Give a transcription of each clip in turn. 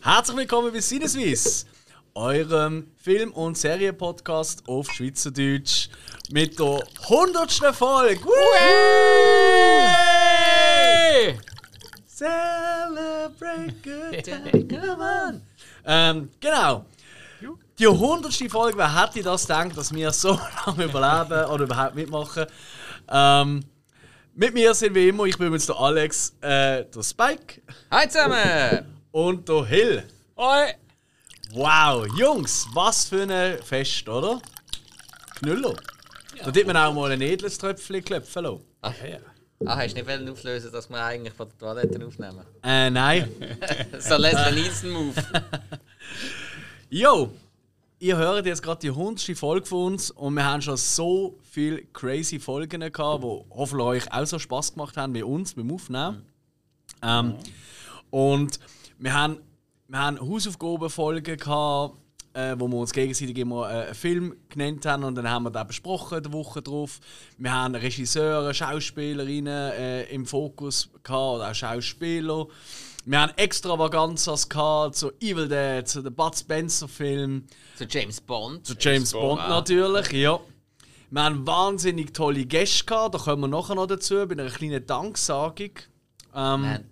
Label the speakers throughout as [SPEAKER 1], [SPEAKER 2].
[SPEAKER 1] Herzlich willkommen bei Sinneswiss, eurem Film- und Serienpodcast auf Schweizerdeutsch mit der 100. Folge. Woo! Celebrate good time, come on. Ähm, genau. Die 100. Folge, wer hätte das gedacht, dass wir so lange überleben oder überhaupt mitmachen? Ähm, mit mir sind wie immer, ich bin jetzt der Alex, äh, der Spike
[SPEAKER 2] Hi zusammen!
[SPEAKER 1] und der Hill.
[SPEAKER 2] Hoi!
[SPEAKER 1] Wow, Jungs, was für ein Fest, oder? Knüller. da tut man auch mal ein edles Tröpfchen klopfen lassen.
[SPEAKER 2] Ah, hast du nicht wollen auflösen, dass wir eigentlich von der Toilette aufnehmen?
[SPEAKER 1] Äh, nein.
[SPEAKER 2] So Leslie Nielsen-Move.
[SPEAKER 1] Jo, ihr hört jetzt gerade die 100. Folge von uns und wir haben schon so viele crazy Folgen gehabt, die hoffentlich euch auch so Spass gemacht haben wie uns beim Aufnehmen. Ähm, und wir haben, wir haben Hausaufgabenfolgen gehabt, äh, wo wir uns gegenseitig immer äh, einen Film genannt haben und dann haben wir den besprochen die Woche drauf. Wir haben Regisseure, Schauspielerinnen äh, im Fokus gehabt oder auch Schauspieler. Wir haben Extravaganzas gehabt zu Evil Dead, zu den Bud Spencer Film,
[SPEAKER 2] Zu James Bond.
[SPEAKER 1] zu James Bond
[SPEAKER 2] ah.
[SPEAKER 1] natürlich, ja. Wir haben wahnsinnig tolle Gäste gehabt, da kommen wir nachher noch dazu bei einer kleinen Danksagung.
[SPEAKER 2] Wir haben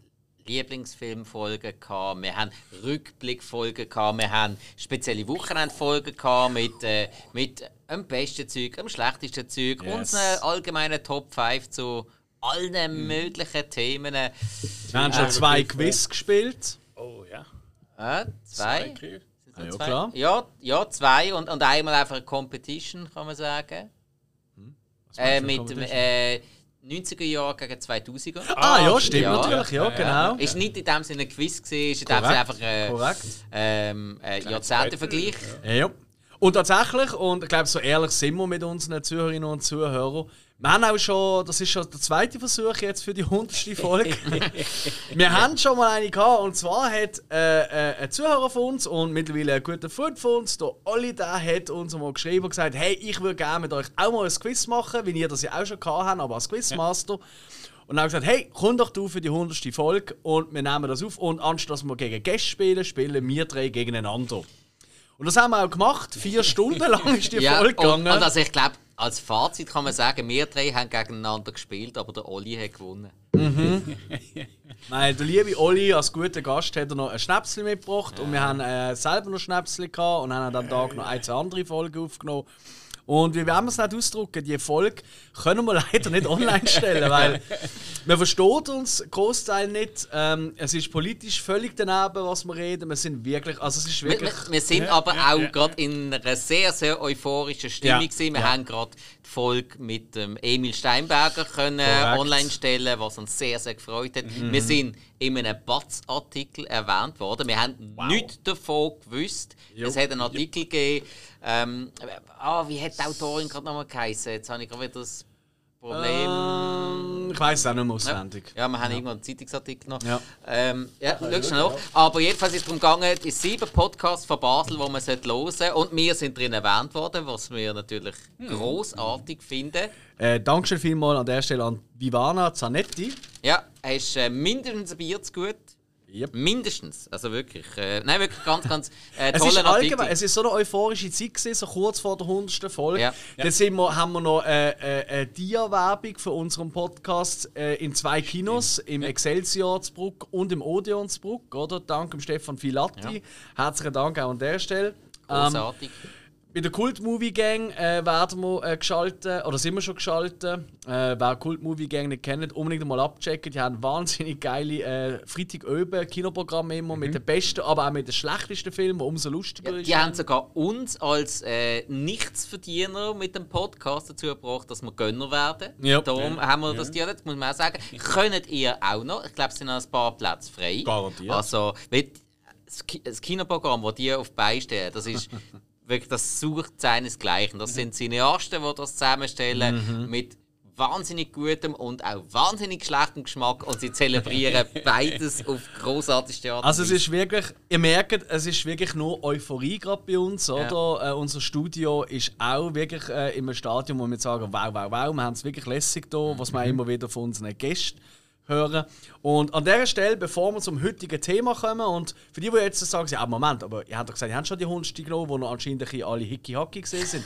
[SPEAKER 2] Lieblingsfilmfolgen gehabt, wir haben Rückblickfolgen gehabt, wir haben spezielle Wochenendfolgen gehabt mit, äh, mit dem besten Zeug, dem schlechtesten Zeug,
[SPEAKER 1] Yes.
[SPEAKER 2] unseren allgemeinen Top 5 zu allen möglichen Themen. Äh,
[SPEAKER 1] Wir haben schon zwei Quiz gespielt.
[SPEAKER 3] Oh ja.
[SPEAKER 2] zwei?
[SPEAKER 3] Danke.
[SPEAKER 2] Sind
[SPEAKER 1] Ah,
[SPEAKER 2] noch
[SPEAKER 1] ja,
[SPEAKER 2] zwei?
[SPEAKER 1] klar.
[SPEAKER 2] Ja, ja, zwei und, und einmal einfach eine Competition, kann man sagen.
[SPEAKER 1] Hm?
[SPEAKER 2] Äh, mit dem äh, 90er Jahr gegen 2000er.
[SPEAKER 1] Ah, ja, stimmt
[SPEAKER 2] Ja.
[SPEAKER 1] natürlich, ja, genau.
[SPEAKER 2] Ist nicht in dem Sinne ein Quiz, gewesen, ist in dem Sinne einfach ein
[SPEAKER 1] Korrekt.
[SPEAKER 2] ähm, äh, Jahrzehntenvergleich.
[SPEAKER 1] Ja. Und tatsächlich, und ich glaube, so ehrlich sind wir mit unseren Zuhörerinnen und Zuhörern. Wir haben auch schon, das ist schon der zweite Versuch jetzt für die 100. Folge. wir haben schon mal eine gehabt, und zwar hat äh, äh, ein Zuhörer von uns und mittlerweile ein guter Freund von uns, der Olli, der hat uns mal geschrieben und gesagt: Hey, ich würde gerne mit euch auch mal ein Quiz machen, wie ihr das ja auch schon gehabt habt, aber als Quizmaster. Und dann haben wir gesagt, hey, komm doch du für die 100. Folge und wir nehmen das auf. Und anstatt dass wir gegen Gäste spielen, spielen wir drei gegeneinander. Und das haben wir auch gemacht. Vier Stunden lang ist die
[SPEAKER 2] Ja,
[SPEAKER 1] Folge
[SPEAKER 2] und, und
[SPEAKER 1] gegangen.
[SPEAKER 2] also ich glaube, als Fazit kann man sagen, wir drei haben gegeneinander gespielt, aber der Olli hat gewonnen.
[SPEAKER 1] Nein, der liebe Olli als guter Gast hat er noch ein Schnäpsel mitgebracht und wir haben äh, selber noch Schnäpsel gehabt und haben an dem Tag noch eine, zwei andere Folgen aufgenommen. Und wie wollen wir es nicht ausdrücken, die Folge können wir leider nicht online stellen, weil man versteht uns Großteil nicht. Ähm, es ist politisch völlig daneben, was wir reden. Wir sind wirklich, also es ist
[SPEAKER 2] Wir,
[SPEAKER 1] wirklich...
[SPEAKER 2] wir, wir sind aber auch gerade in einer sehr, sehr euphorischen Stimmung.
[SPEAKER 1] Ja,
[SPEAKER 2] gewesen. Wir haben gerade die Folge mit ähm, Emil Steinberger können
[SPEAKER 1] Korrekt. Mhm.
[SPEAKER 2] online stellen, was uns sehr, sehr gefreut hat. Wir sind in einem Batz-Artikel erwähnt worden. Wir haben nichts davon gewusst. Es hat einen Artikel gegeben. Ähm, ah, wie hat die Autorin gerade nochmal geheißen? Jetzt habe ich gerade wieder das Problem.
[SPEAKER 1] Ähm, ich weiß es auch nicht mehr auswendig.
[SPEAKER 2] Ja, wir haben irgendwann einen Zeitungsartikel noch.
[SPEAKER 1] Ja.
[SPEAKER 2] Ähm, ja, schau schnell nach. Aber jedenfalls ist es darum gegangen, die sieben Podcasts von Basel, die man hören sollte. Und wir sind drin erwähnt worden, was wir natürlich
[SPEAKER 1] Hm.
[SPEAKER 2] großartig finden.
[SPEAKER 1] Äh, Dankeschön vielmals an der Stelle an Vivana Zanetti.
[SPEAKER 2] Ja, hast äh, mindestens ein Bier zu gut.
[SPEAKER 1] Yep.
[SPEAKER 2] Mindestens. Also wirklich. Äh, nein, wirklich ganz, ganz äh,
[SPEAKER 1] Es ist,
[SPEAKER 2] toller Artikel.
[SPEAKER 1] allgemein, es ist so eine euphorische Zeit, gewesen, so kurz vor der 100. Folge.
[SPEAKER 2] Ja.
[SPEAKER 1] Dann sind wir, haben wir noch äh, äh, eine Dia-Werbung für unseren Podcast äh, in zwei Kinos, im Excelsior zu Bruck und im Odeon zu Bruck, oder? Dank dem Stefan Filatti. Herzlichen Dank auch an der Stelle. Ähm,
[SPEAKER 2] großartig.
[SPEAKER 1] bei der Cult Movie Gang äh, werden wir äh, geschaltet, oder sind wir schon geschaltet. Äh, wer Cult Movie Gang nicht kennt, unbedingt mal abchecken. Die haben wahnsinnig geile äh, Freitag oben Kinoprogramme immer mit den besten, aber auch mit den schlechtesten Filmen, die umso lustiger ist.
[SPEAKER 2] die haben sogar uns als äh, Nichtsverdiener mit dem Podcast dazu gebracht, dass wir Gönner werden.
[SPEAKER 1] Ja.
[SPEAKER 2] Darum haben wir das ja. jetzt muss man auch sagen. Könnt ihr auch noch? Ich glaube, es sind noch ein paar Plätze frei.
[SPEAKER 1] Garantiert.
[SPEAKER 2] Also, weil das Ki- das Kinoprogramm, das die auf die Beine stellen, das ist wirklich, das sucht seinesgleichen. Das
[SPEAKER 1] Mhm.
[SPEAKER 2] sind Cineasten, die das zusammenstellen mit wahnsinnig gutem und auch wahnsinnig schlechtem Geschmack und sie zelebrieren beides auf großartigste Art. und
[SPEAKER 1] Also es
[SPEAKER 2] Weise.
[SPEAKER 1] ist wirklich, ihr merkt, es ist wirklich nur Euphorie gerade bei uns, oder? Äh, unser Studio ist auch wirklich äh, in einem Stadium, wo wir sagen, wow, wow, wow, wir haben es wirklich lässig da, was wir immer wieder von unseren Gästen hören. Und an dieser Stelle, bevor wir zum heutigen Thema kommen, und für die, die jetzt sagen, ja, Moment, aber ihr habt doch gesagt, ihr habt schon die Hundste genommen, die noch anscheinend ein bisschen alle hicki-hacki gesehen sind.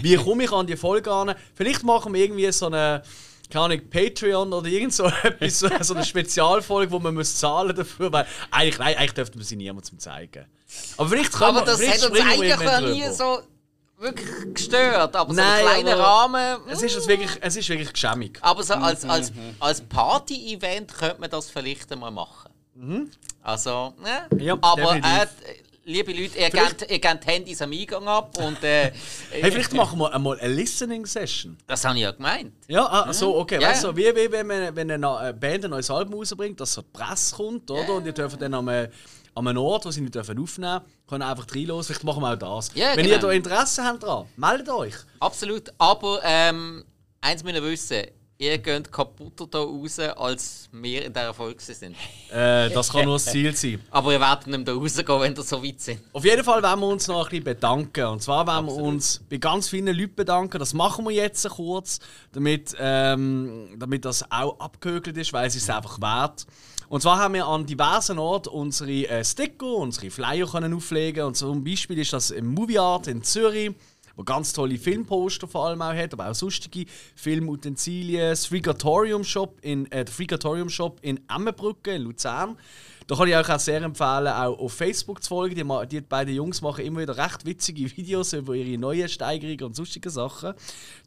[SPEAKER 1] Wie komme ich an die Folge an? Vielleicht machen wir irgendwie so eine, keine Ahnung, Patreon oder irgend so etwas, so- so eine Spezialfolge, wo man muss zahlen dafür, weil eigentlich, nein, eigentlich dürfte man sie niemandem zeigen. Aber vielleicht können
[SPEAKER 2] Aber
[SPEAKER 1] wir,
[SPEAKER 2] das
[SPEAKER 1] vielleicht
[SPEAKER 2] hat uns
[SPEAKER 1] springen wir
[SPEAKER 2] eigentlich
[SPEAKER 1] irgendwann
[SPEAKER 2] noch nie
[SPEAKER 1] drüber.
[SPEAKER 2] so wirklich gestört. Aber
[SPEAKER 1] Nein,
[SPEAKER 2] so ein kleiner
[SPEAKER 1] aber-
[SPEAKER 2] Rahmen. hm.
[SPEAKER 1] Es ist, Mhm, es wirklich, es ist wirklich geschämig.
[SPEAKER 2] Aber so als, als, als Party-Event könnte man das vielleicht einmal machen. Also, ne?
[SPEAKER 1] Mhm. Ja,
[SPEAKER 2] aber äh,
[SPEAKER 1] definitiv.
[SPEAKER 2] liebe Leute, ihr
[SPEAKER 1] Vielleicht-
[SPEAKER 2] gebt, ihr gebt Handys am Eingang ab und äh,
[SPEAKER 1] Hey, vielleicht machen wir einmal eine Listening-Session.
[SPEAKER 2] das habe ich ja gemeint.
[SPEAKER 1] Ja, ah, so, okay.
[SPEAKER 2] Ja.
[SPEAKER 1] Weißt du, wie, wie wenn, man, wenn eine äh, Band ein neues Album rausbringt, dass so die Presse kommt, oder? Und ihr dürft dann an einem, an einem Ort, wo sie nicht dürfen aufnehmen dürfen, können einfach reinlassen. Vielleicht machen wir auch das.
[SPEAKER 2] Ja,
[SPEAKER 1] wenn ihr
[SPEAKER 2] genau.
[SPEAKER 1] da Interesse habt dran, meldet euch.
[SPEAKER 2] Absolut. Aber ähm, eins müssen wir wissen: ihr geht kaputter da raus, als wir in dieser Folge sind.
[SPEAKER 1] Äh, das kann nur das Ziel sein.
[SPEAKER 2] Aber ihr werdet nicht mehr da rausgehen, wenn ihr so weit sind.
[SPEAKER 1] Auf jeden Fall wollen wir uns noch ein bisschen bedanken. Und zwar wollen wir uns bei ganz vielen Leuten bedanken. Das machen wir jetzt kurz, damit, ähm, damit das auch abgehökelt ist, weil es ist einfach wert. Und zwar haben wir an diversen Orten unsere äh, Sticker, unsere Flyer können auflegen Und zum Beispiel ist das im Movie Art in Zürich, wo ganz tolle Filmposter vor allem auch hat, aber auch sonstige Filmutensilien. Das Frigatorium Shop in, äh, der Frigatorium Shop in Emmenbrücke in Luzern. Da kann ich euch auch sehr empfehlen, auch auf Facebook zu folgen. Die, ma- die beiden Jungs machen immer wieder recht witzige Videos über ihre neuen Steigerungen und sonstige Sachen.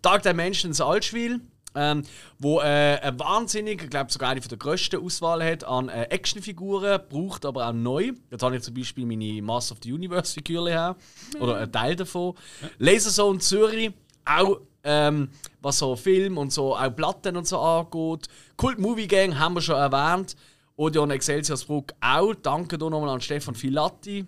[SPEAKER 1] Tag der Menschen in Altschwil, ähm, wo äh, eine wahnsinnige, ich glaube sogar eine von der grössten Auswahl hat an äh, Actionfiguren, braucht aber auch neu. Jetzt habe ich zum Beispiel meine Mass of the Universe Figürle her, oder einen Teil davon. Laserzone Zürich, auch ähm, was so Film und so, auch Platten und so angeht. Cult Movie Gang haben wir schon erwähnt. Odeon Excelsiusbruck auch. Danke hier nochmal an Stefan Filatti,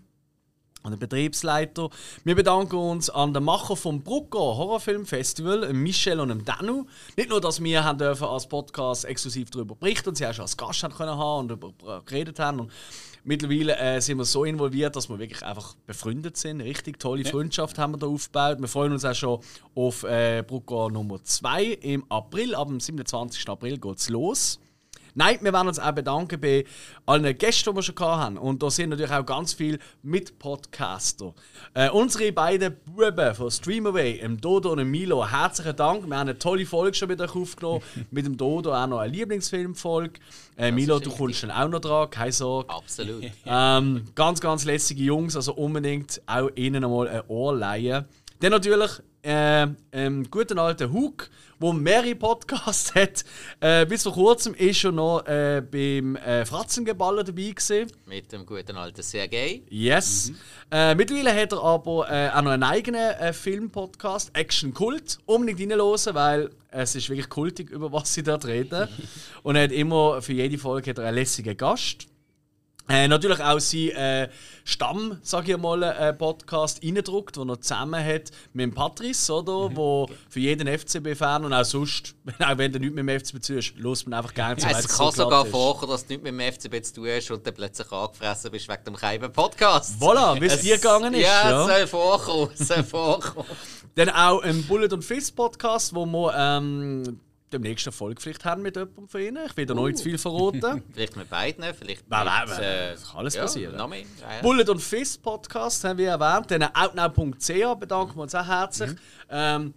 [SPEAKER 1] an den Betriebsleiter. Wir bedanken uns an den Macher vom Brucker Horrorfilm Festival, dem Michel und dem Danu. Nicht nur, dass wir haben dürfen als Podcast exklusiv darüber berichten und sie auch schon als Gast haben können haben und darüber geredet haben. Und mittlerweile äh, sind wir so involviert, dass wir wirklich einfach befreundet sind. Richtig tolle Freundschaft haben wir da aufgebaut. Wir freuen uns auch schon auf äh, Brucker Nummer 2 im April. Ab dem 27. April geht es los. Nein, wir werden uns auch bedanken bei allen Gästen, die wir schon gehabt haben. Und da sind natürlich auch ganz viele Mitpodcaster. Äh, unsere beiden Buben von Streamaway, im Dodo und dem Milo, herzlichen Dank. Wir haben eine tolle Folge schon wieder aufgenommen. mit dem Dodo auch noch eine Lieblingsfilmfolge. Äh, Milo,
[SPEAKER 2] ist
[SPEAKER 1] du
[SPEAKER 2] richtig.
[SPEAKER 1] kommst dann auch noch dran, keine Sorge.
[SPEAKER 2] Absolut.
[SPEAKER 1] Ähm, ganz, ganz lässige Jungs, also unbedingt auch ihnen einmal ein Ohr leihen. Dann natürlich äh, ähm, guten alten Hook, wo mehrere Podcasts hat. Äh, bis vor kurzem ist schon noch äh, beim äh, Fratzengeballer dabei gewesen.
[SPEAKER 2] Mit dem guten alten Sergei. Mhm.
[SPEAKER 1] Yes. Äh, mittlerweile hat er aber äh, auch noch einen eigenen äh, Film-Podcast, Action Kult. Unbedingt reinhören, weil es ist wirklich kultig, über was sie dort reden. Und er hat immer, für jede Folge hat er einen lässigen Gast. Äh, natürlich auch sein äh, Stamm, sag ich mal, äh, Podcast reingedruckt, den er zusammen hat mit dem Patrice,
[SPEAKER 2] Mhm.
[SPEAKER 1] oder? Wo für jeden FCB-Fan und auch sonst, auch wenn du nichts mit dem FCB zu tun hast, los man einfach gerne zu weil
[SPEAKER 2] Es
[SPEAKER 1] es so
[SPEAKER 2] kann sogar
[SPEAKER 1] glatt ist.
[SPEAKER 2] vorkommen, dass du nichts mit dem FCB zu tun hast und dann plötzlich angefressen bist wegen dem geheimen Podcast.
[SPEAKER 1] Voilà, wie es dir gegangen ist.
[SPEAKER 2] Ja,
[SPEAKER 1] ja.
[SPEAKER 2] es soll vorkommen. es soll vorkommen.
[SPEAKER 1] Dann auch im Bullet und Fist Podcast, wo wir ähm, demnächst eine Folge vielleicht haben mit jemandem von Ihnen. Ich will da noch nicht zu viel verraten.
[SPEAKER 2] vielleicht mit beiden, vielleicht mit... äh,
[SPEAKER 1] Nein, nein, nein, das kann alles
[SPEAKER 2] ja,
[SPEAKER 1] passieren.
[SPEAKER 2] Noch mehr. Ja, ja.
[SPEAKER 1] Bullet und Fist Podcast haben wir erwähnt. Dann outnow.ch bedanken wir uns auch herzlich. Ähm,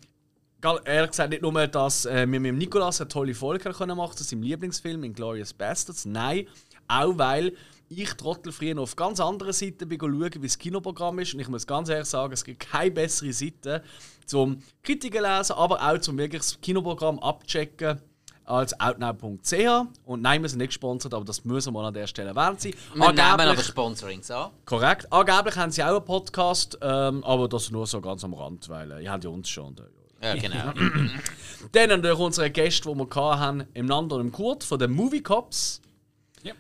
[SPEAKER 1] gal- Ehrlich gesagt, nicht nur, dass äh, wir mit dem Nikolas eine tolle Folge haben können machen zu seinem Lieblingsfilm Inglourious Bastards. Nein, auch weil ich Trottel früher noch auf ganz anderen Seiten bin schauen, wie das Kinoprogramm ist. Und ich muss ganz ehrlich sagen, es gibt keine bessere Seite zum Kritiken lesen, aber auch zum wirklich das Kinoprogramm abchecken als outnow.ch. Und nein, wir sind nicht gesponsert, aber das müssen wir mal an der Stelle erwähnt sein.
[SPEAKER 2] Wir nehmen aber
[SPEAKER 1] Angeblich-
[SPEAKER 2] Sponsorings an.
[SPEAKER 1] Korrekt. Angeblich haben sie auch einen Podcast, ähm, aber das nur so ganz am Rand, weil äh, ihr habt ja uns schon. Da.
[SPEAKER 2] Ja, genau.
[SPEAKER 1] Dann natürlich unsere Gäste, die wir gehabt haben, im Nando und im Kurt von den Movie Cops.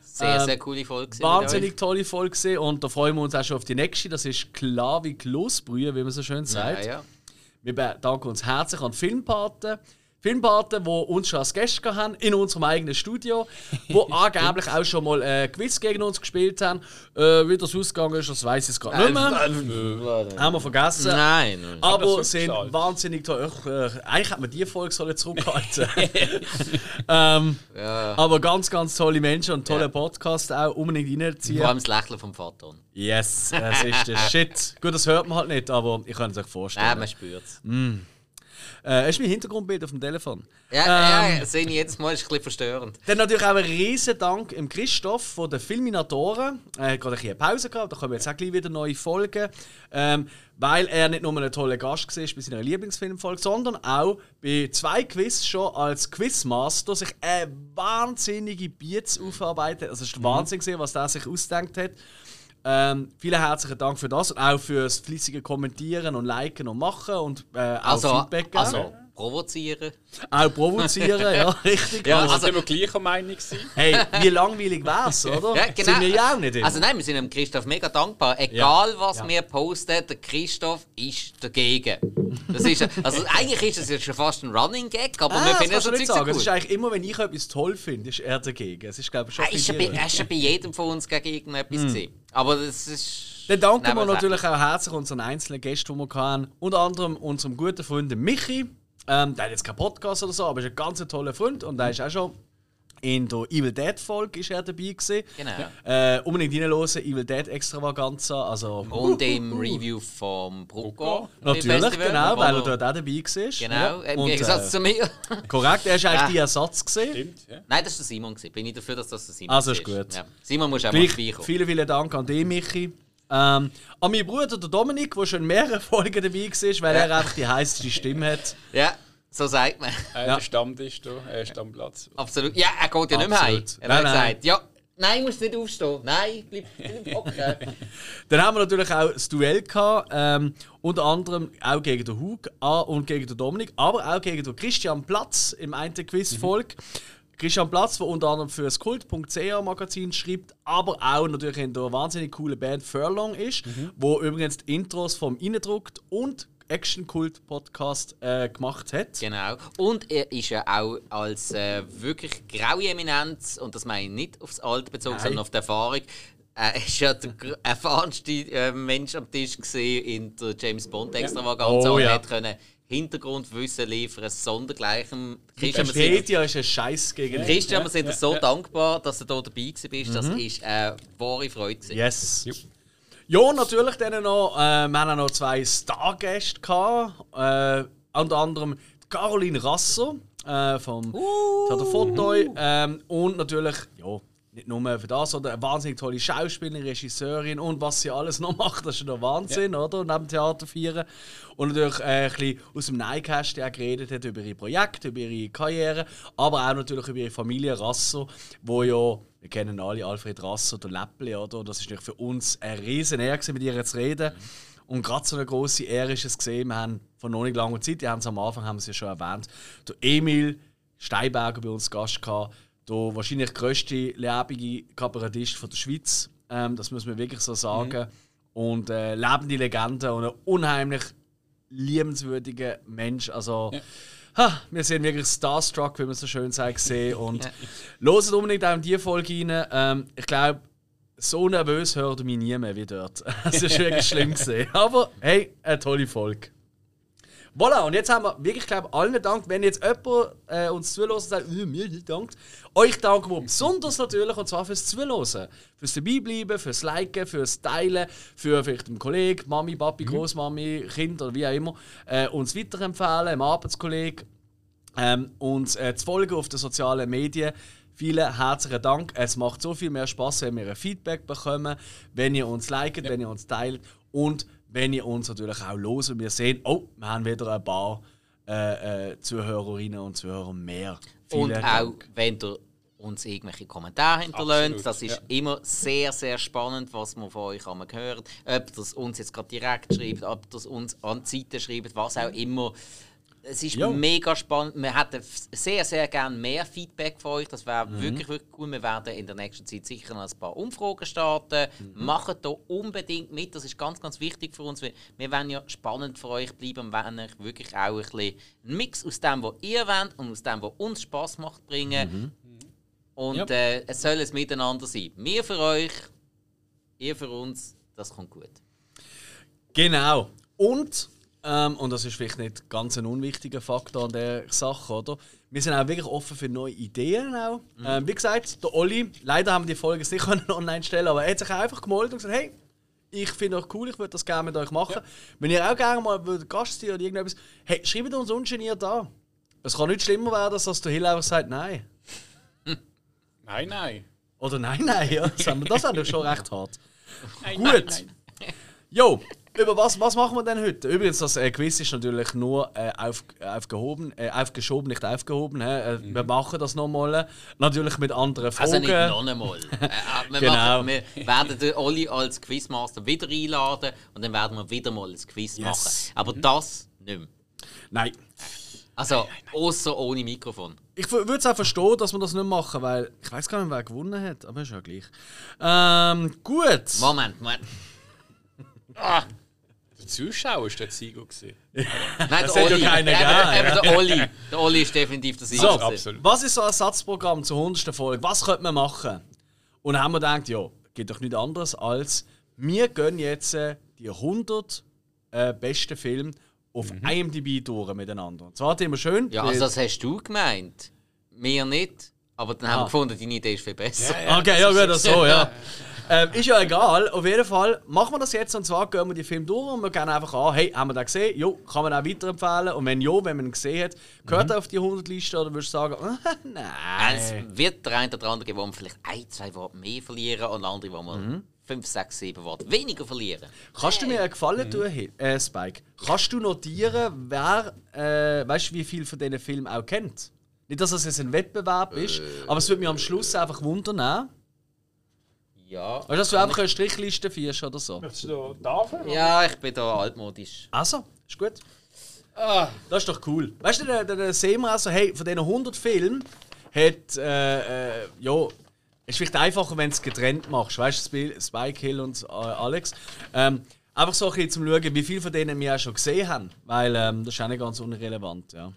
[SPEAKER 2] Sehr, sehr coole Folge. gewesen mit
[SPEAKER 1] Ähm, Wahnsinnig tolle Folge gewesen und da freuen wir uns auch schon auf die nächste. Das ist klar wie Klosbrühe, wie man so schön
[SPEAKER 2] euch.
[SPEAKER 1] sagt.
[SPEAKER 2] Ja, ja.
[SPEAKER 1] Wir bedanken uns herzlich an die Filmpaten, Filmpaten, die uns schon als Gäste gehabt haben, in unserem eigenen Studio, wo angeblich auch schon mal äh, Quiz gegen uns gespielt haben. Äh, wie das ausgegangen ist, das weiß ich gerade
[SPEAKER 2] Äh,
[SPEAKER 1] nicht mehr.
[SPEAKER 3] Ähm,
[SPEAKER 1] Haben wir vergessen.
[SPEAKER 2] Nein.
[SPEAKER 1] Aber
[SPEAKER 3] das
[SPEAKER 1] sind
[SPEAKER 3] zurückgezahlt.
[SPEAKER 1] wahnsinnig toll. Ach, äh, eigentlich hat man die Folge sollen zurückhalten. ähm,
[SPEAKER 2] Ja.
[SPEAKER 1] aber ganz, ganz tolle Menschen und tolle Podcast auch unbedingt
[SPEAKER 2] Vor allem
[SPEAKER 1] reinziehen.
[SPEAKER 2] das Lächeln vom Vater.
[SPEAKER 1] Yes, das ist der Shit. Gut, das hört man halt nicht, aber ich kann es euch
[SPEAKER 2] Nein,
[SPEAKER 1] vorstellen.
[SPEAKER 2] man spürt es.
[SPEAKER 1] Äh, ist mein Hintergrundbild auf dem Telefon.
[SPEAKER 2] Ja,
[SPEAKER 1] Ähm.
[SPEAKER 2] ja, sehe ich jetzt mal, ist ein bisschen verstörend.
[SPEAKER 1] Dann natürlich auch ein riesen Dank im Christoph von den Filminatoren. Er hat gerade ein bisschen eine Pause gehabt, da kommen jetzt auch gleich wieder neue Folgen. Ähm, weil er nicht nur ein toller Gast war bei seiner Lieblingsfilmfolge, sondern auch bei zwei Quiz schon als Quizmaster sich eine wahnsinnige Beats aufarbeitet. Also
[SPEAKER 2] Mhm.
[SPEAKER 1] es war Wahnsinn, gewesen, was er sich ausgedacht hat. Ähm, vielen herzlichen Dank für das und auch fürs fließige Kommentieren und Liken und Machen und äh, auch
[SPEAKER 2] Also,
[SPEAKER 1] Feedback geben.
[SPEAKER 2] also provozieren.
[SPEAKER 1] Auch provozieren, ja, richtig.
[SPEAKER 2] Ja,
[SPEAKER 3] Also,
[SPEAKER 2] also-
[SPEAKER 3] sind wir gleicher Meinung sein?
[SPEAKER 1] Hey, wie langweilig wär's, oder?
[SPEAKER 2] Ja, genau.
[SPEAKER 1] Sind wir ja auch nicht immer.
[SPEAKER 2] Also nein, wir sind dem Christoph mega dankbar. Egal was wir posten, der Christoph ist dagegen. Das ist, also eigentlich ist es ja schon fast ein Running Gag, aber
[SPEAKER 1] Ah,
[SPEAKER 2] wir
[SPEAKER 1] das
[SPEAKER 2] finden
[SPEAKER 1] kannst du
[SPEAKER 2] so
[SPEAKER 1] nicht
[SPEAKER 2] Zeug so
[SPEAKER 1] sagen. Es
[SPEAKER 2] gut.
[SPEAKER 1] ist eigentlich immer, wenn ich etwas toll finde, ist er dagegen. Es ist, glaube ich, schon
[SPEAKER 2] Er Ah, ist ja bei,
[SPEAKER 1] irre.
[SPEAKER 2] er ist ja bei jedem von uns gegen
[SPEAKER 1] Hm.
[SPEAKER 2] irgendetwas gewesen. Aber das ist...
[SPEAKER 1] Dann danken wir
[SPEAKER 2] Nebensächlich.
[SPEAKER 1] natürlich auch herzlich unseren einzelnen Gästen, die wir hatten. Unter anderem unserem guten Freund Michi. Ähm, der hat jetzt keinen Podcast oder so, aber ist ein ganz toller Freund und der ist auch schon in der Evil Dead Folge ist er dabei gewesen.
[SPEAKER 2] Genau.
[SPEAKER 1] Äh, unbedingt reinhören, Evil Dead Extravaganza, also
[SPEAKER 2] Und im Review vom Brucko.
[SPEAKER 1] natürlich,
[SPEAKER 2] Festival,
[SPEAKER 1] genau,
[SPEAKER 2] wo
[SPEAKER 1] weil
[SPEAKER 2] du-
[SPEAKER 1] er dort auch dabei war.
[SPEAKER 2] Genau, im
[SPEAKER 1] Und,
[SPEAKER 2] Gegensatz Ah.
[SPEAKER 1] äh,
[SPEAKER 2] zu mir.
[SPEAKER 1] Korrekt, er ist eigentlich
[SPEAKER 2] Ja.
[SPEAKER 1] dein Ersatz gewesen.
[SPEAKER 3] Stimmt, ja.
[SPEAKER 2] Nein, das war der Simon. gewesen. Bin ich dafür, dass das der Simon
[SPEAKER 1] Also ist
[SPEAKER 2] war.
[SPEAKER 1] gut.
[SPEAKER 2] Ja. Simon muss auch mal
[SPEAKER 1] Gleich
[SPEAKER 2] vorbeikommen.
[SPEAKER 1] vielen, vielen Dank an dich, Michi. Ähm, an meinen Bruder der Dominik, der schon in mehreren Folgen dabei war, weil er einfach die heißeste Stimme hat.
[SPEAKER 2] Ja, so sagt man.
[SPEAKER 3] Äh,
[SPEAKER 1] Ja.
[SPEAKER 3] Der Stammtisch da, äh, Stammplatz.
[SPEAKER 2] Absolut. Ja, er geht ja nicht mehr heim.
[SPEAKER 1] Absolut.
[SPEAKER 2] Er hat
[SPEAKER 1] Nein, nein.
[SPEAKER 2] gesagt, ja, nein, musst nicht aufstehen. Nein, bleib, bleib okay.
[SPEAKER 1] Dann haben wir natürlich auch das Duell gehabt, ähm, unter anderem auch gegen den Hug ah, und gegen den Dominik, aber auch gegen den Christian Platz im einen Quiz-Volk. Christian Platz, der unter anderem für das Kult.ch Magazin schreibt, aber auch natürlich in der wahnsinnig coolen Band Furlong ist, wo übrigens die Intros vom Innendruckt und Action Kult Podcast äh, gemacht hat.
[SPEAKER 2] genau. Und er ist ja auch als äh, wirklich graue Eminenz, und das meine ich nicht aufs Alter bezogen, sondern auf die Erfahrung, er ist ja der gr- erfahrenste äh, Mensch am Tisch gesehen in der James Bond Extravaganza
[SPEAKER 1] Oh,
[SPEAKER 2] und
[SPEAKER 1] ja.
[SPEAKER 2] hat können Hintergrundwissen liefern, sondergleichen. Christian, wir sind
[SPEAKER 1] Wikipedia ist ein Scheiß gegen dich.
[SPEAKER 2] Christian, wir sind dir so dankbar, dass du hier dabei gewesen bist.
[SPEAKER 1] Mhm.
[SPEAKER 2] Das ist eine wahre Freude. gewesen.
[SPEAKER 1] Yes. Ja, natürlich dann noch. Äh, wir haben auch noch zwei Stargäste gehabt. Äh, unter anderem die Caroline Rasser äh, vom Theaterfotoi. Ähm, und natürlich, ja, nicht nur für das, sondern eine wahnsinnig tolle Schauspielerin, Regisseurin und was sie alles noch macht, das ist ja der Wahnsinn, oder? Neben Theater feiern. Und natürlich äh, ein bisschen aus dem Neinkästchen auch geredet hat über ihre Projekte, über ihre Karriere, aber auch natürlich über ihre Familie Rasser, wo ja wir kennen alle Alfred Rasser, der Läppli, oder? Und Das ist natürlich für uns eine riesen Ehre, gewesen, mit ihr zu reden. Und gerade so eine grosse Ehre ist es gesehen. Wir haben vor noch nicht langer Zeit, die haben es am Anfang haben sie ja schon erwähnt, der Emil Steinberger bei uns Gast gehabt, der wahrscheinlich grösste lebende Kabarettist von der Schweiz. Ähm, das muss man wirklich so sagen. Und äh, lebende Legende und ein unheimlich liebenswürdiger Mensch. Also, ha, wir sind wirklich starstruck, wie man so schön sagt, gesehen. Und loset unbedingt auch in diese Folge rein. Ähm, ich glaube, so nervös hört mich nie mehr wie dort. Es ist wirklich schlimm gesehen. Aber hey, eine tolle Folge. Voilà, und jetzt haben wir wirklich, glaube ich, allen Dank, wenn jetzt jemand äh, uns zuhört und sagt, «Äh, mir nicht dankt. Euch danken wir besonders natürlich, und zwar fürs Zuhören. Fürs Dabeibleiben, fürs Liken, fürs Teilen, für vielleicht einen Kollegen, Mami, Papi, Großmami, Kind oder wie auch immer, äh, uns weiterempfehlen, einem Arbeitskollegen ähm, uns äh, zu folgen auf den sozialen Medien. Vielen herzlichen Dank. Es macht so viel mehr Spaß, wenn wir ein Feedback bekommen, wenn ihr uns liket, wenn ihr uns teilt und wenn ihr uns natürlich auch los und wir sehen, oh, wir haben wieder ein paar äh, äh, Zuhörerinnen und Zuhörer mehr. Vielen
[SPEAKER 2] Und auch
[SPEAKER 1] Dank.
[SPEAKER 2] wenn ihr uns irgendwelche Kommentare hinterlässt.
[SPEAKER 3] Absolut,
[SPEAKER 2] Das ist
[SPEAKER 3] ja.
[SPEAKER 2] immer sehr, sehr spannend, was man von euch einmal hört. Ob das uns jetzt gerade direkt schreibt, ob das uns an die Seite schreibt, was auch immer. Es ist
[SPEAKER 1] Jo.
[SPEAKER 2] mega spannend. Wir hätten f- sehr, sehr gerne mehr Feedback von euch. Das wäre wirklich, wirklich cool. Wir werden in der nächsten Zeit sicher noch ein paar Umfragen starten. Macht da unbedingt mit. Das ist ganz, ganz wichtig für uns. weil Wir wollen ja spannend für euch bleiben und wollen euch wirklich auch ein bisschen einen Mix aus dem, was ihr wollt und aus dem, was uns Spaß macht, bringen. Und
[SPEAKER 1] Yep.
[SPEAKER 2] äh, es soll es miteinander sein. Wir für euch, ihr für uns. Das kommt gut.
[SPEAKER 1] Genau. Und, ähm, und das ist vielleicht nicht ganz ein unwichtiger Faktor an der Sache, oder? Wir sind auch wirklich offen für neue Ideen. Auch. Ähm, wie gesagt, der Olli, leider haben wir die Folge jetzt nicht können online stellen aber er hat sich auch einfach gemeldet und gesagt: Hey, ich finde euch cool, ich würde das gerne mit euch machen. Wenn ihr auch gerne mal würdet Gast sein oder irgendetwas, hey, schreibt uns ungeniert an. Es kann nicht schlimmer werden, als dass der Hill einfach sagt: Nein.
[SPEAKER 3] Nein, nein.
[SPEAKER 1] Oder nein, nein, ja. Das haben wir- das haben wir schon recht hart.
[SPEAKER 3] nein
[SPEAKER 1] Gut.
[SPEAKER 3] Nein, nein.
[SPEAKER 1] Jo, über was, was machen wir denn heute? Übrigens, das äh, Quiz ist natürlich nur äh, auf, aufgehoben, äh, aufgeschoben, nicht aufgehoben. He? Äh, Wir machen das nochmal. Natürlich mit anderen
[SPEAKER 2] Mhm. Also
[SPEAKER 1] Fragen.
[SPEAKER 2] nicht noch einmal. Äh, äh, wir,
[SPEAKER 1] Genau.
[SPEAKER 2] machen, wir werden den Olli als Quizmaster wieder einladen und dann werden wir wieder mal ein Quiz
[SPEAKER 1] Yes. Mhm.
[SPEAKER 2] machen. Aber das nicht mehr.
[SPEAKER 1] Nein.
[SPEAKER 2] Also, außer ohne Mikrofon.
[SPEAKER 1] Ich würde es auch verstehen, dass wir das nicht machen, weil ich weiß gar nicht, wer gewonnen hat, aber ist ja gleich. Ähm, gut.
[SPEAKER 2] Moment, Moment.
[SPEAKER 3] Der Zuschauer war der Sieger. gewesen.
[SPEAKER 2] Nein,
[SPEAKER 1] Das
[SPEAKER 2] der
[SPEAKER 1] hat ja
[SPEAKER 2] Olli.
[SPEAKER 1] keiner
[SPEAKER 2] eben,
[SPEAKER 1] gern,
[SPEAKER 2] eben der Olli. Der Olli ist definitiv der Sieger.
[SPEAKER 1] So,
[SPEAKER 2] gewesen.
[SPEAKER 3] Also, absolut.
[SPEAKER 1] was ist so ein Ersatzprogramm zur 100. Folge? Was könnte man machen? Und dann haben wir gedacht, ja, geht doch nichts anderes als, wir gehen jetzt äh, die 100 äh, besten Filme auf IMDb durch miteinander. Und zwar immer schön.
[SPEAKER 2] Mhm. Ja, also das hast du gemeint. Wir nicht. Aber dann haben
[SPEAKER 1] Ah.
[SPEAKER 2] wir gefunden, deine Idee ist viel besser.
[SPEAKER 1] Äh, okay, ja, gut, das so, ja. Ähm, ist ja egal, auf jeden Fall machen wir das jetzt und zwar gehen wir die Filme durch und wir gehen einfach an, hey, haben wir den gesehen? Jo, kann man auch weiterempfehlen und wenn ja, wenn man ihn gesehen hat, gehört
[SPEAKER 2] Mhm.
[SPEAKER 1] er auf die 100-Liste oder würdest du sagen, nein.
[SPEAKER 2] Es wird der eine oder andere geben, wo wir vielleicht ein, zwei Worte mehr verlieren und der andere, wo wir
[SPEAKER 1] Mhm.
[SPEAKER 2] fünf, sechs, sieben Worte weniger verlieren.
[SPEAKER 1] Kannst du mir einen Gefallen tun, Hil- äh, Spike? Kannst du notieren, wer, äh, weißt du, wie viel von diesen Filmen auch kennt? Nicht, dass es jetzt ein Wettbewerb ist, aber es würde mich am Schluss einfach wundern.
[SPEAKER 2] Ja.
[SPEAKER 1] Weißt du, dass du einfach eine Strichliste führst oder so?
[SPEAKER 3] Möchtest du da anfangen?
[SPEAKER 2] Ja, ich bin da altmodisch.
[SPEAKER 1] Also, ist gut. Das ist doch cool. Weißt du, dann, dann sehen wir also, hey, von diesen 100 Filmen hat, äh, äh, ja, ist vielleicht einfacher, wenn du es getrennt machst. Weißt du, Spi- Spike Hill und äh, Alex. Ähm, einfach so ein bisschen zum Schauen, wie viele von denen wir auch schon gesehen haben. Weil ähm, das ist auch nicht ganz unrelevant, ja.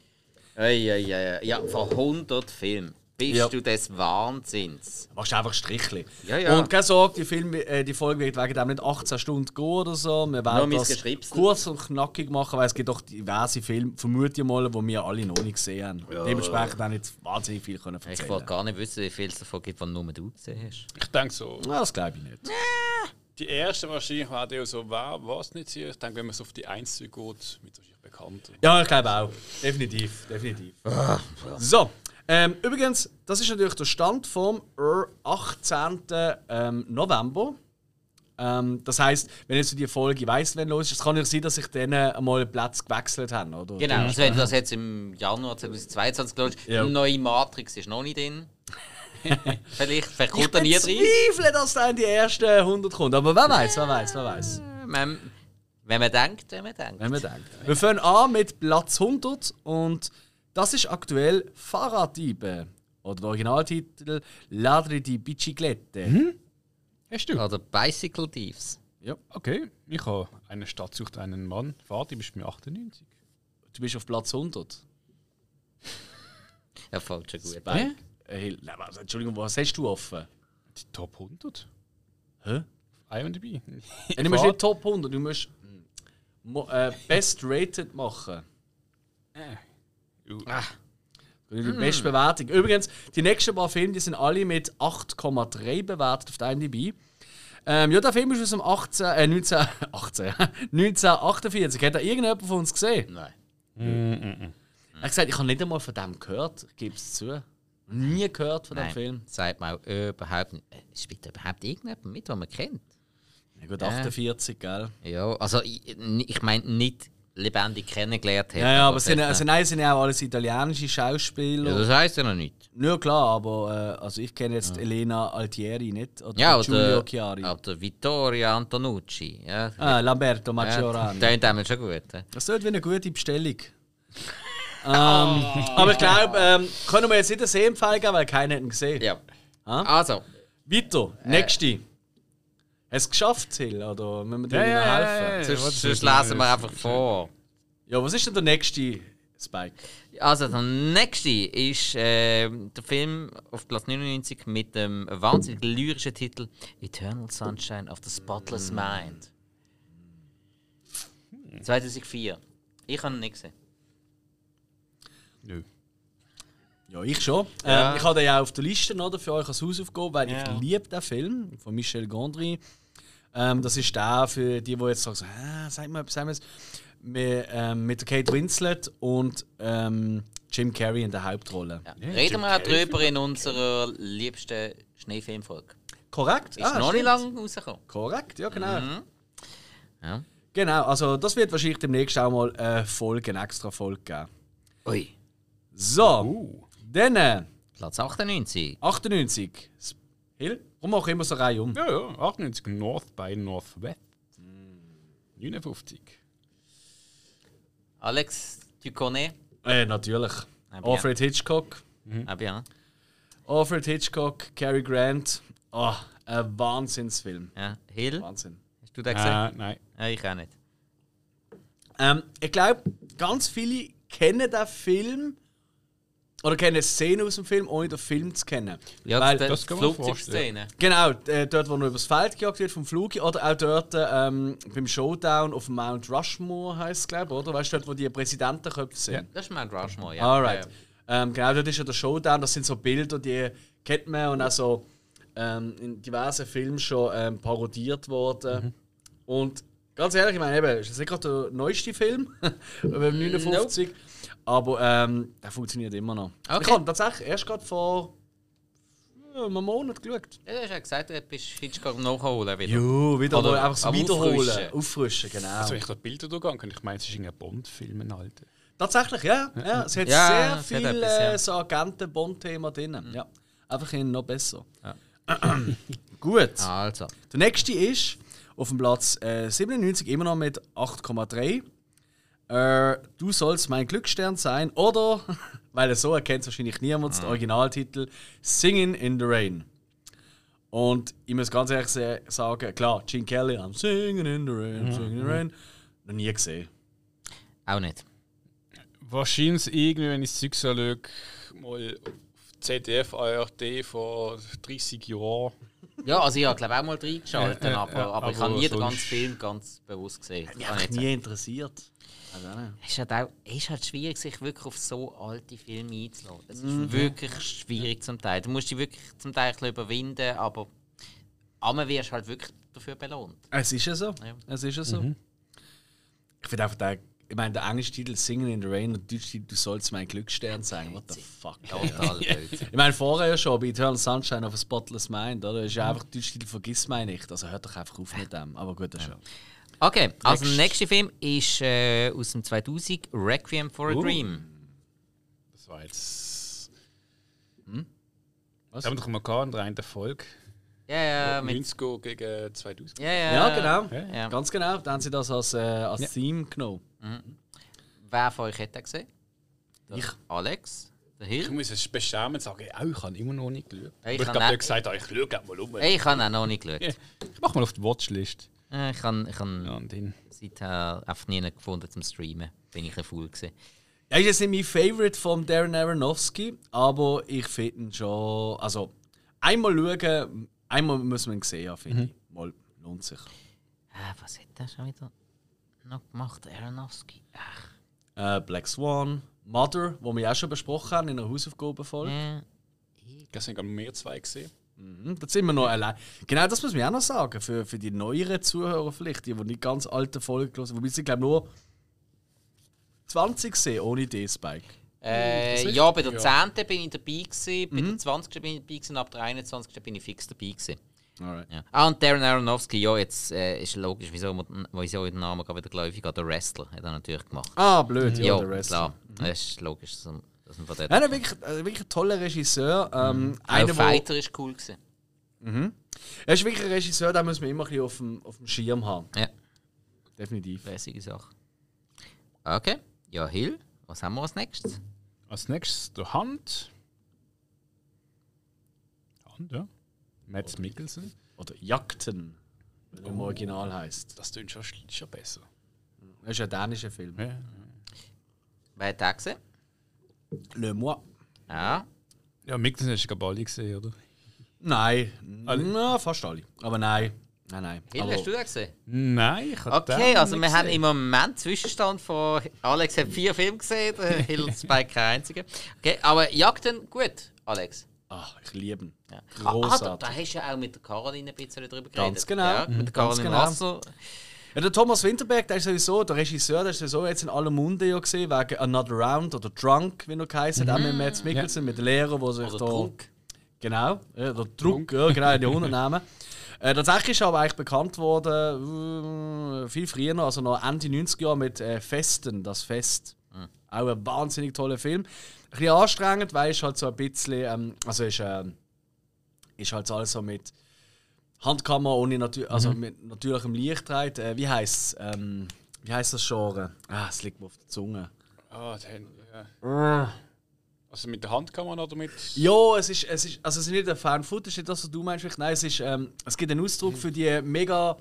[SPEAKER 2] Ei, ei, ei, ei. Ja, vor 100 Filmen. Bist
[SPEAKER 1] Ja.
[SPEAKER 2] du des Wahnsinns?
[SPEAKER 1] Machst einfach Strichli.
[SPEAKER 2] Ja, ja.
[SPEAKER 1] Und keine Sorge, die, Film, äh, die Folge wird wegen dem nicht 18 Stunden gehen oder so. Wir
[SPEAKER 2] Nur
[SPEAKER 1] werden
[SPEAKER 2] mein
[SPEAKER 1] das
[SPEAKER 2] Geschripsel.
[SPEAKER 1] kurz und knackig machen, weil es gibt doch diverse Filme, vermute ich mal, die wir alle noch nicht gesehen haben. Dementsprechend haben wir jetzt wahnsinnig viel können
[SPEAKER 2] Ich
[SPEAKER 1] erzählen.
[SPEAKER 2] wollte gar nicht wissen, wie viel es davon gibt, was nur du gesehen hast.
[SPEAKER 3] Ich denke so.
[SPEAKER 1] Ja, das glaube ich nicht.
[SPEAKER 3] Die erste wahrscheinlich war der so, wer was nicht hier. Ich denke, wenn man so auf die 1 geht, wird es wahrscheinlich bekannter.
[SPEAKER 1] Ja, ich glaube auch. Definitiv, definitiv.
[SPEAKER 2] Ah,
[SPEAKER 1] So, ähm, übrigens, das ist natürlich der Stand vom äh, 18. Ähm, November. Ähm, das heißt, wenn jetzt so die Folge weiss, wenn los ist, es kann ja sein, dass sich denen einmal Platz gewechselt haben, oder?
[SPEAKER 2] Genau, also wenn du das jetzt im Januar 2022 glaubst,
[SPEAKER 1] Ja.
[SPEAKER 2] die neue Matrix ist noch nicht drin. vielleicht, vielleicht
[SPEAKER 1] Ich
[SPEAKER 2] kommt er nie rein.
[SPEAKER 1] bezweifle, dass da in die ersten 100 kommt. Aber wer weiß, wer weiß, wer weiß.
[SPEAKER 2] Wenn, wenn man denkt, wenn man denkt.
[SPEAKER 1] Wenn man denkt. Wir fangen an mit Platz 100 und das ist aktuell Fahrraddiebe. Oder der Originaltitel Ladri di Biciclette.
[SPEAKER 3] Hast du?
[SPEAKER 2] Oder Bicycle Thieves.
[SPEAKER 3] Okay. Ich habe eine Stadt sucht einen Mann. Vati, bist du mir 98?
[SPEAKER 1] Du bist auf Platz 100.
[SPEAKER 2] Ja, fällt schon gut.
[SPEAKER 1] Spike. Äh, Hill- Nein, was- Entschuldigung, was hast du offen?
[SPEAKER 3] Die Top 100?
[SPEAKER 1] Hä?
[SPEAKER 3] IMDb.
[SPEAKER 1] Ja, du musst nicht Top 100, du musst hm, mo- äh, Best Rated machen. Die
[SPEAKER 2] Mhm.
[SPEAKER 1] beste Bewertung. Übrigens, die nächsten paar Filme die sind alle mit 8,3 bewertet auf der IMDb. Ähm, ja, der Film ist aus dem 18, äh, 19, 18, 1948. Hat da irgendjemand von uns gesehen?
[SPEAKER 2] Nein.
[SPEAKER 1] Er hat gesagt, ich habe nicht einmal von dem gehört. Ich gebe es zu. Nie gehört von dem
[SPEAKER 2] Nein.
[SPEAKER 1] Film.
[SPEAKER 2] Sagt man auch überhaupt nicht. Äh, Spielt überhaupt irgendjemand mit, den man kennt?
[SPEAKER 1] Ja, gut, 48, gell?
[SPEAKER 2] Ja, also ich, ich meine nicht lebendig kennengelernt hätte.
[SPEAKER 1] Ja, ja, aber es sind,
[SPEAKER 2] vielleicht-
[SPEAKER 1] also nein, es sind ja auch alles italienische Schauspieler.
[SPEAKER 2] Ja, das heisst ja noch nicht.
[SPEAKER 1] Nur klar, aber äh, also ich kenne jetzt Elena Altieri nicht. Oder
[SPEAKER 2] Ja,
[SPEAKER 1] Giulio
[SPEAKER 2] oder,
[SPEAKER 1] Chiari.
[SPEAKER 2] oder Vittorio Antonucci. Ja,
[SPEAKER 1] Ah, Lamberto
[SPEAKER 2] ja,
[SPEAKER 1] Maggiorani.
[SPEAKER 2] tönt einmal schon gut. hä?
[SPEAKER 1] Das ist wie eine gute Bestellung. Ähm, Aber ich glaube, ähm, können wir jetzt nicht einen Sehempfehl geben, weil keiner hat ihn gesehen.
[SPEAKER 2] Ja.
[SPEAKER 1] Ah?
[SPEAKER 2] Also,
[SPEAKER 1] Weiter, nächste. Hast du es geschafft, Till? Oder müssen wir dir
[SPEAKER 4] Ja,
[SPEAKER 1] noch
[SPEAKER 4] ja, ja,
[SPEAKER 1] helfen?
[SPEAKER 4] ja.
[SPEAKER 2] sonst,
[SPEAKER 4] was
[SPEAKER 2] sonst
[SPEAKER 4] ist
[SPEAKER 2] lesen wir
[SPEAKER 4] das?
[SPEAKER 2] einfach vor.
[SPEAKER 1] Ja, was ist denn der nächste, Spike?
[SPEAKER 2] Also, der nächste ist äh, der Film auf Platz 99 mit dem wahnsinnig lyrischen Titel Eternal Sunshine of the Spotless
[SPEAKER 1] Mm.
[SPEAKER 2] Mind. 2004. Ich habe ihn nicht gesehen.
[SPEAKER 4] Nö.
[SPEAKER 1] Ja, ich schon. Ähm, ich hatte ja auch auf der Liste oder, für euch als Hausaufgabe, weil ich liebe den Film von Michel Gondry. Ähm, das ist der für die, die jetzt sagen, so, ah, sag mal etwas, sag mal etwas. Mit, ähm, mit der Kate Winslet und ähm, Jim Carrey in der Hauptrolle.
[SPEAKER 2] Ja. Reden wir auch drüber in unserer liebsten Schneefilmfolge.
[SPEAKER 1] Korrekt? Ah,
[SPEAKER 2] Ist noch nicht Mhm.
[SPEAKER 1] stimmt.
[SPEAKER 2] lange rausgekommen.
[SPEAKER 1] Korrekt, ja genau.
[SPEAKER 2] Ja.
[SPEAKER 1] Genau, also das wird wahrscheinlich demnächst auch mal eine Folge, eine extra Folge geben.
[SPEAKER 2] Ui.
[SPEAKER 1] So,
[SPEAKER 2] Uh.
[SPEAKER 1] dann äh,
[SPEAKER 2] Platz 98.
[SPEAKER 1] 98. S- Hill, warum auch immer so rein um?
[SPEAKER 4] Ja, ja, 98 North by Northwest. Hm. 59.
[SPEAKER 2] Alex Duconet.
[SPEAKER 1] Äh, natürlich.
[SPEAKER 2] Ah, ja.
[SPEAKER 1] Alfred Hitchcock.
[SPEAKER 2] Mhm. Ah, ja.
[SPEAKER 1] Alfred Hitchcock, Cary Grant. Ah, ein Wahnsinnsfilm.
[SPEAKER 2] ja. Hill,
[SPEAKER 1] Wahnsinn.
[SPEAKER 2] hast du den gesehen?
[SPEAKER 4] Äh, nein.
[SPEAKER 2] Ja, ich auch nicht.
[SPEAKER 1] Ähm, ich glaube, ganz viele kennen den Film oder kennen Szenen aus dem Film, ohne den Film zu kennen.
[SPEAKER 2] Ja,
[SPEAKER 1] Weil-
[SPEAKER 2] die
[SPEAKER 4] das kann man
[SPEAKER 2] Flugzeugszene.
[SPEAKER 1] Genau, äh, dort, wo er übers Feld gejagt wird vom Flug, oder auch dort ähm, beim Showdown auf Mount Rushmore heißt es, glaube ich, oder? Weißt du, dort, wo die Präsidentenköpfe sind?
[SPEAKER 2] Das ist Mount Rushmore, ja.
[SPEAKER 1] Alright.
[SPEAKER 2] Ja, ja.
[SPEAKER 1] Ähm, genau, dort ist ja der Showdown, das sind so Bilder, die kennt man und auch so ähm, in diversen Filmen schon ähm, parodiert
[SPEAKER 2] Mhm.
[SPEAKER 1] worden. Und ganz ehrlich, ich meine, eben, ist das nicht gerade der neueste Film,
[SPEAKER 2] Äh,
[SPEAKER 1] beim 59, aber ähm, der funktioniert immer noch. Ich
[SPEAKER 2] Okay.
[SPEAKER 1] habe tatsächlich erst gerade vor äh, einem Monat geschaut.
[SPEAKER 2] Ja, du hast ja gesagt, du bist Hitchcock nachholen wieder.
[SPEAKER 1] Jo, wieder
[SPEAKER 2] Oder
[SPEAKER 1] mal einfach so
[SPEAKER 2] am
[SPEAKER 1] wiederholen. Auffrischen,
[SPEAKER 2] Auffrischen.
[SPEAKER 1] genau.
[SPEAKER 4] Also, wenn ich da die Bilder durchgehe, könnte ich meinen, es ist irgendein Bond-Film, ein alter.
[SPEAKER 1] Tatsächlich, ja. ja. Es hat
[SPEAKER 2] Ja,
[SPEAKER 1] sehr
[SPEAKER 2] es hat
[SPEAKER 1] viele
[SPEAKER 2] etwas, ja. Mhm.
[SPEAKER 1] äh, so Agenten-Bond-Themen drin. Ja. Einfach in noch besser. Gut.
[SPEAKER 2] Also.
[SPEAKER 1] Der nächste ist auf dem Platz äh, 97 immer noch mit 8,3. Äh, du sollst mein Glücksstern sein oder, weil er so erkennt es wahrscheinlich niemand, der Originaltitel Singing in the Rain. Und ich muss ganz ehrlich se- sagen, klar, Gene Kelly, I'm singing in the rain, I'm singing in the rain, noch nie gesehen.
[SPEAKER 2] Auch nicht.
[SPEAKER 4] Wahrscheinlich irgendwie, wenn ich das Zeug so schaue.
[SPEAKER 3] Mal auf ZDF, ARD vor 30 Jahren.
[SPEAKER 2] Ja, also ich habe glaube auch mal reingeschaltet,
[SPEAKER 4] Ja, ja,
[SPEAKER 2] aber,
[SPEAKER 4] ja,
[SPEAKER 2] aber, ich
[SPEAKER 4] aber
[SPEAKER 2] habe nie den
[SPEAKER 4] sonst-
[SPEAKER 2] ganzen Film ganz bewusst gesehen. Das
[SPEAKER 1] Mich
[SPEAKER 2] kann ich
[SPEAKER 1] eigentlich
[SPEAKER 2] nicht sagen.
[SPEAKER 1] nie interessiert. Also, auch nicht.
[SPEAKER 2] Es ist, halt auch, es ist halt schwierig, sich wirklich auf so alte Filme einzulassen. Es ist wirklich schwierig zum Teil. Du musst dich wirklich zum Teil ein bisschen überwinden, aber einmal wirst du halt wirklich dafür belohnt.
[SPEAKER 1] Es ist ja so.
[SPEAKER 2] Ja.
[SPEAKER 1] Es ist ja so. Ich finde einfach, der, ich meine, der englische Titel Singing in the Rain und der deutsche Titel Du sollst mein Glücksstern sein. What the fuck?
[SPEAKER 2] Total
[SPEAKER 1] Ich meine, vorher ja schon bei Eternal Sunshine of a Spotless Mind, oder? Ist ja einfach der deutsche Titel Vergiss mich nicht. Also hört doch einfach auf mit dem. Aber gut, das schon.
[SPEAKER 2] Okay, also der nächste Film ist äh, aus dem 2000, Requiem for a Dream.
[SPEAKER 4] Das war jetzt. Hm? Was? Da haben wir doch mal gehabt, in der einen Folge.
[SPEAKER 2] Ja, ja, mit,
[SPEAKER 3] 90er gegen 2000.
[SPEAKER 2] ja, ja, Äh,
[SPEAKER 1] Ja, genau.
[SPEAKER 2] ja.
[SPEAKER 1] Ganz genau. Da haben sie das als, äh, als Theme genommen.
[SPEAKER 2] Wer von euch hätte gesehen? Der
[SPEAKER 1] Ich.
[SPEAKER 2] Alex? Der
[SPEAKER 3] Ich
[SPEAKER 2] Hill?
[SPEAKER 3] muss es beschämen und sagen, ja, ich habe immer noch nicht geschaut.
[SPEAKER 2] Ja, ich
[SPEAKER 3] ich
[SPEAKER 2] kann
[SPEAKER 3] glaube,
[SPEAKER 2] auch-
[SPEAKER 3] ich gesagt, ah, ich schaue gleich mal um.
[SPEAKER 2] Ich habe auch noch nicht geschaut.
[SPEAKER 4] Ich mach mal auf die Watchlist.
[SPEAKER 2] Äh, Ich habe ich han
[SPEAKER 4] Ja, und ihn.
[SPEAKER 2] seither einfach nie einen gefunden zum Streamen. Bin ich ein Fool gewesen.
[SPEAKER 1] Er ist jetzt nicht mein Favorite von Darren Aronofsky, aber ich finde ihn schon. Also, einmal schauen, einmal muss man ihn sehen, finde ich. Mal lohnt sich.
[SPEAKER 2] Äh, was hat er schon wieder noch gemacht? Aronofsky? Ach,
[SPEAKER 1] äh, Black Swan, Mother, wo wir auch schon besprochen haben in einer Hausaufgabenfolge.
[SPEAKER 2] äh,
[SPEAKER 3] Das sind gerade mehr zwei gesehen.
[SPEAKER 1] Mhm, da sind wir noch allein. Genau das muss man auch noch sagen, für, für die neueren Zuhörer vielleicht, die, die nicht ganz alte Folgen gehört haben. Wobei sie, glaube ich, nur 20 sehen, ohne den Spike.
[SPEAKER 2] äh, ja, bei der 10. bin ich dabei gewesen, bei der 20. bin ich dabei gewesen, ab der 21. bin ich fix dabei gewesen.
[SPEAKER 1] Alright.
[SPEAKER 2] Ja. Ah, und Darren Aronofsky, ja, jetzt äh, ist logisch, wieso, man- wieso ich den Namen gerade wieder geläufig habe. Der Wrestler hat er natürlich gemacht.
[SPEAKER 1] Ah, blöd, ja,
[SPEAKER 2] Ja,
[SPEAKER 1] der Rest.
[SPEAKER 2] klar. Das ist logisch, dass man- dass man von dort...
[SPEAKER 1] Ja, nein, wirklich, also wirklich ein toller Regisseur. Ähm,
[SPEAKER 2] Mhm. Auch
[SPEAKER 1] einer, wo,
[SPEAKER 2] Fighter ist cool gewesen.
[SPEAKER 1] er ist wirklich ein Regisseur, den müssen wir immer ein bisschen auf dem, auf dem Schirm haben.
[SPEAKER 2] Ja.
[SPEAKER 1] Definitiv.
[SPEAKER 2] Lässige Sache. Okay. Ja, Hill, Was haben wir als nächstes?
[SPEAKER 4] Als nächstes der Hand. Hand, ja. Mads Mikkelsen.
[SPEAKER 1] Oder Jakten, wie er im Original heißt.
[SPEAKER 3] Das klingt schon, schon besser.
[SPEAKER 1] Das ist ein dänischer Film.
[SPEAKER 4] Ja.
[SPEAKER 2] Wer hat den gesehen? Ah,
[SPEAKER 1] Le Moi.
[SPEAKER 2] Ja.
[SPEAKER 4] ja, Mikkelsen hast du gerade alle gesehen, oder?
[SPEAKER 1] Nein.
[SPEAKER 4] Alle?
[SPEAKER 1] Na, fast alle. Aber nein. Nein, nein.
[SPEAKER 2] Hill,
[SPEAKER 1] Aber
[SPEAKER 2] hast du den gesehen?
[SPEAKER 4] Nein, ich habe
[SPEAKER 2] Okay, also wir haben im Moment Zwischenstand von Alex hat vier Filme gesehen, der Hill Spike keinen einzigen. Okay, aber Jagden, gut, Alex.
[SPEAKER 1] Ach, ich liebe ihn.
[SPEAKER 2] Ja. Ah, da, da
[SPEAKER 1] Großartig.
[SPEAKER 2] hast du ja auch mit der Caroline ein bisschen drüber geredet.
[SPEAKER 1] Ganz genau.
[SPEAKER 2] Ja, mit
[SPEAKER 1] Mhm.
[SPEAKER 2] der
[SPEAKER 1] Ganz
[SPEAKER 2] Caroline
[SPEAKER 1] genau.
[SPEAKER 2] Russell.
[SPEAKER 1] Ja, der Thomas Winterberg, der ist sowieso, der Regisseur, der ist sowieso jetzt in aller Munde ja gesehen, wegen Another Round oder Drunk, wie er geheißen hat, auch mit Mads Mikkelsen, mit dem Lehrer, der sich
[SPEAKER 2] Mhm. Oder
[SPEAKER 1] da...
[SPEAKER 2] Druck.
[SPEAKER 1] Genau, ja, der Druck, ja, genau, die Hundennamen. Äh, tatsächlich ist er aber eigentlich bekannt worden, äh, viel früher, also noch Ende 90er Jahre mit äh, Festen, das Fest. Auch ein wahnsinnig toller Film. Ein bisschen anstrengend, weil es halt so ein bisschen, ähm, also ist, ähm, ist halt so alles so mit Handkamera ohne natür also mit natürlichem Licht halt. Äh, wie heißt ähm, wie heißt das Genre? Ah, es liegt mir auf der Zunge.
[SPEAKER 3] Ah, dann, ja. Also mit der Hand kann man oder mit.
[SPEAKER 1] Ja, es ist, es ist, also es ist nicht ein Fan-Food, es ist nicht das, was du meinst. vielleicht. Nein, es, ist, ähm, es gibt einen Ausdruck für die mega,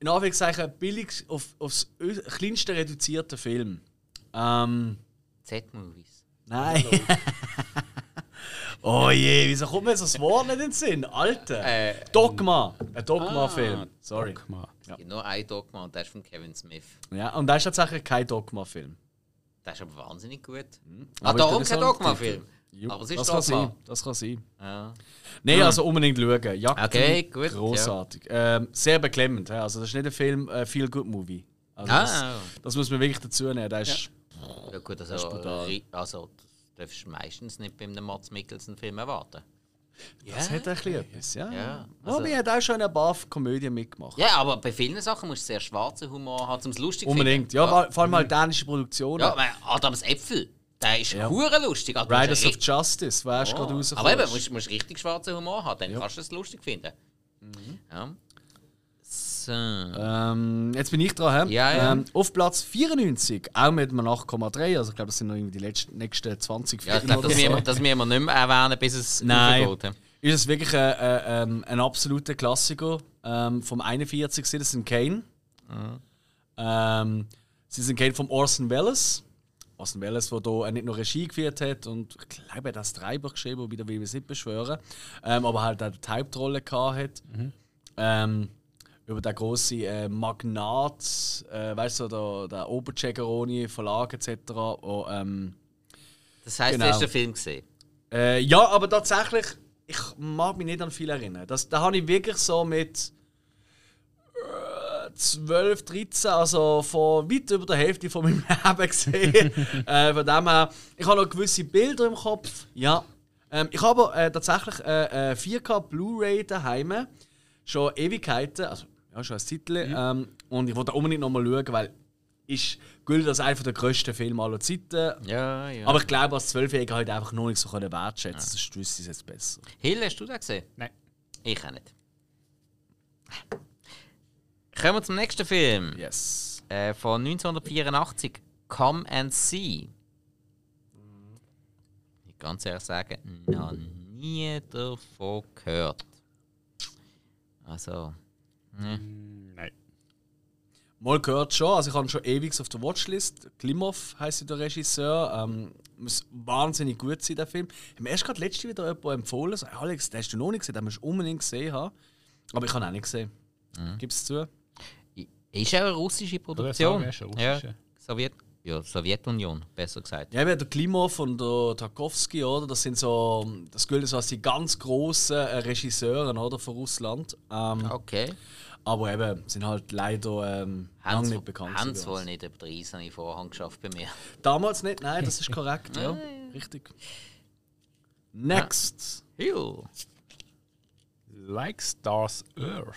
[SPEAKER 1] in Anführungszeichen, billig auf, aufs ö- kleinste reduzierte Film. Ähm,
[SPEAKER 2] Z-Movies.
[SPEAKER 1] nein. oh je, wieso kommt mir jetzt das Wort nicht in den Sinn? Alter.
[SPEAKER 2] Äh,
[SPEAKER 1] Dogma. Ein Dogma-Film.
[SPEAKER 3] Ah,
[SPEAKER 1] Sorry.
[SPEAKER 2] es gibt nur einen Dogma und der ist von Kevin Smith.
[SPEAKER 1] Ja, und das ist tatsächlich kein Dogma-Film.
[SPEAKER 2] Der ist aber wahnsinnig gut. Ah,
[SPEAKER 1] Mhm. Aber
[SPEAKER 2] darum
[SPEAKER 1] ich
[SPEAKER 2] kein
[SPEAKER 1] bin so ein
[SPEAKER 2] Dogma-Film.
[SPEAKER 1] Jupp,
[SPEAKER 2] Aber es ist
[SPEAKER 1] das kann sein.
[SPEAKER 2] Dogma.
[SPEAKER 1] Das kann sein.
[SPEAKER 2] Ja.
[SPEAKER 1] Nein, also unbedingt schauen. Jagd
[SPEAKER 2] Okay, gut,
[SPEAKER 1] Großartig. Ähm, sehr beklemmend. ja. Also, das ist nicht ein Film, äh, Feel Good Movie. Also
[SPEAKER 2] Ah.
[SPEAKER 1] das, das muss man wirklich dazu nehmen. Das ist,
[SPEAKER 2] Ja gut, also,
[SPEAKER 1] ist brutal.
[SPEAKER 2] ri- also das darfst du meistens nicht bei einem Mats Mikkelsen-Film erwarten.
[SPEAKER 1] Das hat ein bisschen etwas. Ja.
[SPEAKER 2] Ja, Also
[SPEAKER 1] Aber er hat auch schon in ein paar Komödien mitgemacht.
[SPEAKER 2] Ja, aber bei vielen Sachen musst du sehr schwarzen Humor haben, um es lustig zu
[SPEAKER 1] Unbedingt.
[SPEAKER 2] finden.
[SPEAKER 1] Ja, wa- vor allem mal dänische Produktionen.
[SPEAKER 2] Mhm. Ja, weil Adams Äpfel, der ist
[SPEAKER 1] Ja.
[SPEAKER 2] hure lustig. Also,
[SPEAKER 1] Riders
[SPEAKER 2] du
[SPEAKER 1] of
[SPEAKER 2] musst
[SPEAKER 1] Justice, weißt du,
[SPEAKER 2] ja-
[SPEAKER 1] gerade
[SPEAKER 2] Oh. Aber eben,
[SPEAKER 1] rausgekommen.
[SPEAKER 2] du musst, musst richtig schwarzen Humor haben, dann kannst du es lustig finden.
[SPEAKER 1] Mhm.
[SPEAKER 2] Ja. So.
[SPEAKER 1] Äh, Ähm, jetzt bin ich dran. hä?
[SPEAKER 2] Ja, ja.
[SPEAKER 1] Ähm, auf Platz 94, auch mit einem 8,3. Also, ich glaube, das sind noch irgendwie die letzten, nächsten 20
[SPEAKER 2] ja, ich
[SPEAKER 1] Filme
[SPEAKER 2] glaube,
[SPEAKER 1] oder
[SPEAKER 2] das,
[SPEAKER 1] so.
[SPEAKER 2] müssen wir- das müssen wir nicht mehr erwähnen, bis es
[SPEAKER 1] Nein.
[SPEAKER 2] raufgeht, ja.
[SPEAKER 1] ist es wirklich ein, ein, ein absoluter Klassiker ähm, vom 41 Citizen Kane. Ähm, Citizen Kane von Orson Welles. Orson Welles, der hier nicht nur Regie geführt hat und ich glaube, er hat das Treiber geschrieben, wobei da will ich es nicht beschwören. Ähm, aber halt auch die Hauptrolle gehabt hat. Ähm, über den grossen äh, Magnat, äh, weißt du, der, der Oberchegaroni Verlag etc. wo, ähm,
[SPEAKER 2] Das heisst,
[SPEAKER 1] Genau.
[SPEAKER 2] du hast den Film gesehen.
[SPEAKER 1] äh, ja, aber tatsächlich, ich mag mich nicht an viel erinnern. Das, da habe ich wirklich so mit äh, 12, 13, also von weit über der Hälfte von meinem Leben gesehen. äh, von dem her, ich habe noch gewisse Bilder im Kopf. Ja. Ähm, ich habe aber, äh, tatsächlich äh, äh, 4K Blu-ray daheim. Schon Ewigkeiten, also ja, schon als Titel. Ähm, und ich wollte unbedingt nochmal schauen, weil ich gilt als einer der grössten Filme aller Zeiten.
[SPEAKER 2] Ja, ja.
[SPEAKER 1] Aber ich glaube, als Zwölfjähriger halt einfach noch nicht so können wertschätzen. Das ist wüsste ich es jetzt besser.
[SPEAKER 2] Hill, hast du den gesehen?
[SPEAKER 4] Nein.
[SPEAKER 2] Ich auch nicht. Kommen wir zum nächsten Film.
[SPEAKER 1] Yes.
[SPEAKER 2] Äh, von 1984. Come and See. Ich kann ganz ehrlich sagen, noch nie davon gehört. Also,
[SPEAKER 4] Nein.
[SPEAKER 1] Mal gehört schon, also ich habe ihn schon ewig auf der Watchlist. Klimov heisst der Regisseur. Ähm, muss wahnsinnig gut sein, der Film. Ich habe erst gerade letzte wieder jemand empfohlen. So, Alex, den hast du noch nicht gesehen, den musst du unbedingt gesehen haben. Aber ich habe ihn auch nicht gesehen. Gib's zu.
[SPEAKER 2] i- ist auch eine russische Produktion.
[SPEAKER 4] sagen, ist eine
[SPEAKER 2] Ja,
[SPEAKER 4] russische.
[SPEAKER 2] Sowjet ja, Sowjetunion, besser gesagt.
[SPEAKER 1] Ja, eben der Klimov und der Tarkovsky, oder? Das sind so, das gilt so als die ganz grossen äh, Regisseure, oder? Von Russland. Ähm,
[SPEAKER 2] Okay.
[SPEAKER 1] Aber eben, sind halt leider ähm, lange nicht bekannt.
[SPEAKER 2] Haben sie
[SPEAKER 1] sogar.
[SPEAKER 2] wohl nicht über den eisernen Vorhang geschafft bei mir.
[SPEAKER 1] Damals nicht, nein, das ist korrekt, ja. Richtig. Next.
[SPEAKER 2] Jo.
[SPEAKER 4] Like Stars Earth.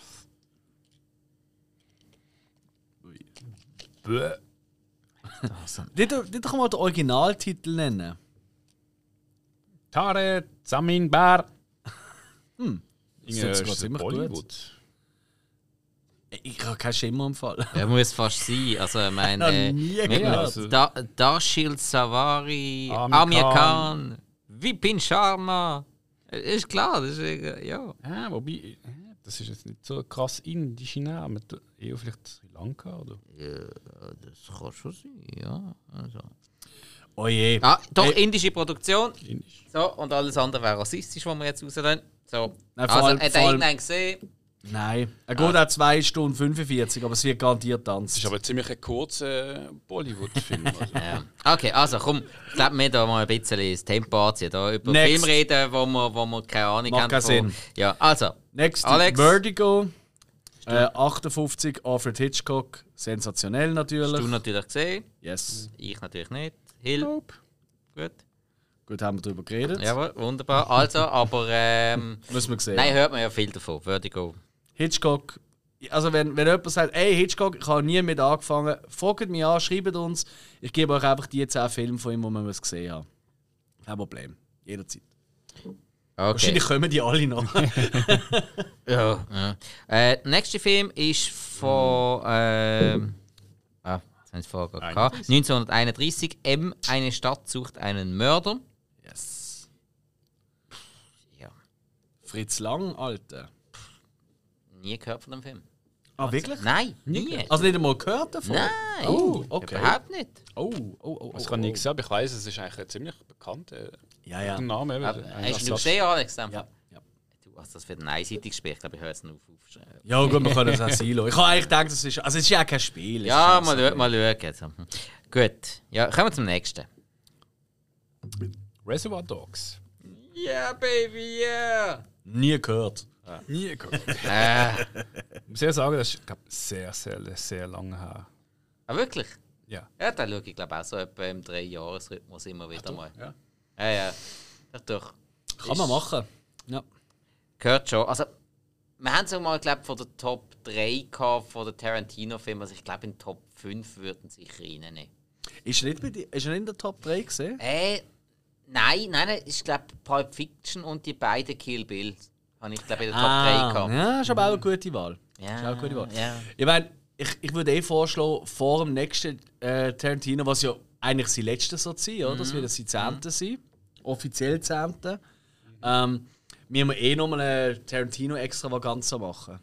[SPEAKER 4] Bäh.
[SPEAKER 1] Dort dort kann man den Originaltitel nennen.
[SPEAKER 4] Tare Zaminbar. Hm.
[SPEAKER 1] Das ist jetzt gerade ziemlich gut. Ich habe keinen Schimmer am Fall.
[SPEAKER 2] Ja, muss fast sein. Also, ich meine,
[SPEAKER 1] Noch
[SPEAKER 2] äh,
[SPEAKER 1] nie
[SPEAKER 2] mit
[SPEAKER 1] gehört.
[SPEAKER 2] da Dashil Savari,
[SPEAKER 4] Amir
[SPEAKER 2] Amir
[SPEAKER 4] Khan.
[SPEAKER 2] Khan, Vipin Sharma. Äh, Ist klar, das ist, äh, ja.
[SPEAKER 4] Ah, wobei, äh, das ist jetzt nicht so krass indische Namen. Eher vielleicht Sri Lanka oder?
[SPEAKER 2] Das kann schon sein, ja. Also.
[SPEAKER 1] Oh je.
[SPEAKER 2] Ah, doch, indische Produktion.
[SPEAKER 4] Indisch.
[SPEAKER 2] So, und alles andere wäre rassistisch, was wir jetzt rauslassen. So.
[SPEAKER 1] Nein, vor allem-
[SPEAKER 2] also,
[SPEAKER 1] vor
[SPEAKER 2] hat er
[SPEAKER 1] allem-
[SPEAKER 2] irgendeinen gesehen?
[SPEAKER 1] Nein. Er geht
[SPEAKER 2] Ah.
[SPEAKER 1] auch 2 Stunden 45, aber es wird garantiert
[SPEAKER 3] Das
[SPEAKER 1] tanzt.
[SPEAKER 3] ist aber ziemlich ein kurzer Bollywood-Film. Also.
[SPEAKER 2] Ja. Okay, also komm, ich glaube, wir da mal ein bisschen das Tempo anziehen. Da über
[SPEAKER 1] Next.
[SPEAKER 2] Film reden, wo wir, wo wir keine Ahnung
[SPEAKER 1] Macht
[SPEAKER 2] haben.
[SPEAKER 1] keinen
[SPEAKER 2] von-
[SPEAKER 1] Sinn.
[SPEAKER 2] Ja, also,
[SPEAKER 1] Next,
[SPEAKER 2] Alex.
[SPEAKER 1] Vertigo. Äh, 58, Alfred Hitchcock. Sensationell
[SPEAKER 2] hast du
[SPEAKER 1] natürlich.
[SPEAKER 2] natürlich gesehen,
[SPEAKER 1] Yes.
[SPEAKER 2] ich natürlich nicht. Hill, gut.
[SPEAKER 1] Gut, haben wir darüber geredet.
[SPEAKER 2] Jawohl, wunderbar. Also, aber ähm,
[SPEAKER 1] Müssen wir sehen.
[SPEAKER 2] nein, hört man ja viel davon. Vertigo.
[SPEAKER 1] Hitchcock. Also wenn, wenn jemand sagt, hey Hitchcock, ich habe nie mit angefangen, fragt mich an, schreibt uns. Ich gebe euch einfach die 10 Filme von ihm, die man muss gesehen haben. Kein Problem. Jederzeit.
[SPEAKER 2] Okay.
[SPEAKER 1] Wahrscheinlich kommen die alle noch.
[SPEAKER 2] Ja. ja. Äh, der nächste Film ist von. Ähm, ah, das haben sie vorher gerade gehabt. 1931. M. Eine Stadt sucht einen Mörder.
[SPEAKER 1] yes.
[SPEAKER 2] Ja,
[SPEAKER 1] Fritz Lang, Alter.
[SPEAKER 2] nie gehört von dem Film.
[SPEAKER 1] Ah, wirklich?
[SPEAKER 2] Nein, nie.
[SPEAKER 1] Also nicht einmal gehört davon?
[SPEAKER 2] Nein,
[SPEAKER 1] Oh, okay.
[SPEAKER 2] überhaupt nicht.
[SPEAKER 1] Oh, oh, oh. oh,
[SPEAKER 3] Das kann
[SPEAKER 1] oh.
[SPEAKER 3] ich nicht sehen, aber ich weiß, es ist eigentlich ein ziemlich bekannter
[SPEAKER 1] Ja, ja.
[SPEAKER 3] Name. eben.
[SPEAKER 2] Aber,
[SPEAKER 4] Also
[SPEAKER 3] Ein
[SPEAKER 2] hast du ihn
[SPEAKER 3] Ersatz-
[SPEAKER 2] gesehen, Alex? in dem
[SPEAKER 1] Ja,
[SPEAKER 2] Fall?
[SPEAKER 1] ja.
[SPEAKER 2] Du hast das für ein einseitiges Gespräch, ich glaube ich, höre jetzt auf. aufschreiben.
[SPEAKER 1] ja gut, wir können es auch sein lassen. Ich habe eigentlich gedacht, das ist, also es ist ja kein Spiel. es
[SPEAKER 2] Ja,
[SPEAKER 1] ist
[SPEAKER 2] mal,
[SPEAKER 1] so-
[SPEAKER 2] schau- mal schauen. jetzt. Hm. Gut, ja, kommen wir zum nächsten.
[SPEAKER 4] Reservoir Dogs.
[SPEAKER 2] Yeah, baby, yeah!
[SPEAKER 1] Nie gehört.
[SPEAKER 4] Nie geguckt.
[SPEAKER 2] Äh,
[SPEAKER 4] Ich muss ja sagen, das ist glaub, sehr, sehr, sehr lange her.
[SPEAKER 2] ah, wirklich?
[SPEAKER 4] Ja.
[SPEAKER 2] Ja, da schaue ich glaube auch so etwa im Drei-Jahres-Rhythmus immer wieder mal.
[SPEAKER 3] Ja.
[SPEAKER 2] Ja, ja. Doch, doch.
[SPEAKER 1] Kann man machen. Ja.
[SPEAKER 2] Gehört schon. Also, wir haben es auch mal, glaube von der Top 3 gehabt, von den Tarantino-Filmen. Also, ich glaube, in die Top 5 würden sie sich reinnehmen.
[SPEAKER 1] Ist er nicht, bei dir, ist er nicht in der Top 3 gesehen?
[SPEAKER 2] Äh, nein, nein, nein, ich glaube Pulp Fiction und die beiden Kill Bill. Habe ich glaube in der Top 3 gehabt.
[SPEAKER 1] Ah, Ja, ist aber auch eine gute Wahl.
[SPEAKER 2] Ja,
[SPEAKER 1] ist auch eine gute Wahl.
[SPEAKER 2] ja.
[SPEAKER 1] Ich meine, ich, ich würde eh vorschlagen, vor dem nächsten äh, Tarantino, was ja eigentlich sein letzter soll sein, oder?
[SPEAKER 2] Mhm.
[SPEAKER 1] Das wird ja sein Zehnter sein. Offiziell Zehnter. Ähm, wir müssen eh nochmal eine Tarantino-Extravaganza machen.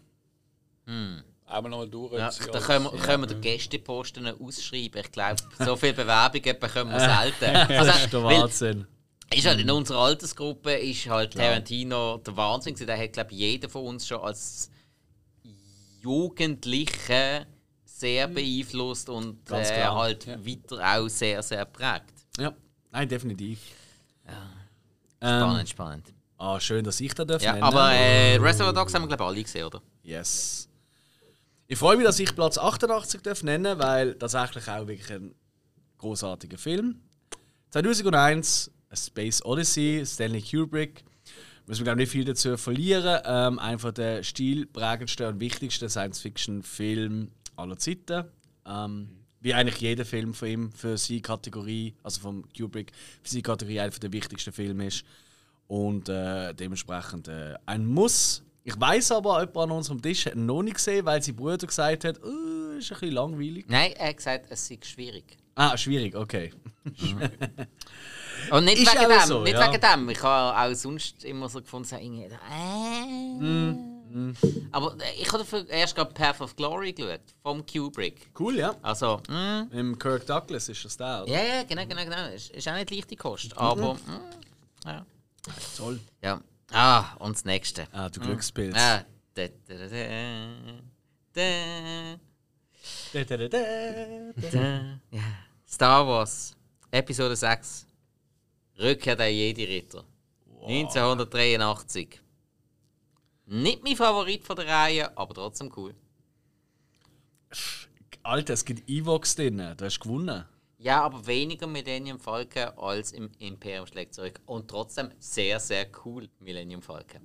[SPEAKER 3] Einmal nochmal durch.
[SPEAKER 2] Ja,
[SPEAKER 3] jetzt, ja.
[SPEAKER 2] da können wir, können wir den Gästeposten ausschreiben. Ich glaube, so viele Bewerbungen bekommen wir selten. Also,
[SPEAKER 1] Das ist der
[SPEAKER 2] weil-
[SPEAKER 1] Wahnsinn.
[SPEAKER 2] Ist halt in unserer Altersgruppe ist halt Tarantino der Wahnsinn. gewesen. Der hat, glaube ich, jeder von uns schon als Jugendlicher sehr beeinflusst und
[SPEAKER 1] Mhm. Ganz
[SPEAKER 2] äh,
[SPEAKER 1] klar,
[SPEAKER 2] halt weiter auch sehr, sehr prägt.
[SPEAKER 1] Ja, nein, definitiv.
[SPEAKER 2] Spannend,
[SPEAKER 1] Ähm,
[SPEAKER 2] spannend.
[SPEAKER 1] ah, schön, dass ich da darf.
[SPEAKER 2] Ja,
[SPEAKER 1] nennen.
[SPEAKER 2] aber äh, Reservoir Dogs haben wir, glaube ich, alle gesehen, oder?
[SPEAKER 1] Yes. Ich freue mich, dass ich Platz 88 darf nennen weil das eigentlich auch wirklich ein großartiger Film. 2001, A Space Odyssey, Stanley Kubrick. Müssen wir, glaube ich, nicht viel dazu verlieren. Ähm, einfach der stilprägendste und wichtigste Science-Fiction-Film aller Zeiten. Ähm, wie eigentlich jeder Film von ihm für seine Kategorie, also von Kubrick, für seine Kategorie einer der wichtigsten Filme ist. Und äh, dementsprechend äh, ein Muss. Ich weiß aber, jemand an unserem Tisch hat ihn noch nicht gesehen, weil sein Bruder gesagt hat, «Uh, ist ein bisschen langweilig.
[SPEAKER 2] Nein, er hat gesagt, es sei schwierig.
[SPEAKER 1] Ah, schwierig, okay.
[SPEAKER 2] Und nicht
[SPEAKER 1] Ist
[SPEAKER 2] wegen
[SPEAKER 1] auch
[SPEAKER 2] dem,
[SPEAKER 1] so,
[SPEAKER 2] nicht
[SPEAKER 1] ja.
[SPEAKER 2] wegen dem. Ich habe auch sonst immer so gefunden, so irgendwie, äh. Aber äh, ich habe dafür erst gerade Path of Glory geschaut, vom Kubrick.
[SPEAKER 1] Cool, ja.
[SPEAKER 2] Also, mm,
[SPEAKER 1] Im Kirk Douglas ist das der, oder?
[SPEAKER 2] ja, ja, genau, genau, genau. Ist, ist auch nicht leichte Kost, aber, mm, ja.
[SPEAKER 1] Toll.
[SPEAKER 2] ja. Ah, und das Nächste.
[SPEAKER 1] Ah, du Glückspilz.
[SPEAKER 2] Ah, da, da, da, da, da.
[SPEAKER 1] Da, da, da, da.
[SPEAKER 2] Ja. Star Wars, Episode 6. Rückkehr der Jedi-Ritter. 1983. Nicht mein Favorit von der Reihe, aber trotzdem cool.
[SPEAKER 1] Alter, es gibt Evox drin. Du hast gewonnen.
[SPEAKER 2] Ja, aber weniger Millennium Falcon als im Imperium schlägt zurück. Und trotzdem sehr, sehr cool Millennium Falcon.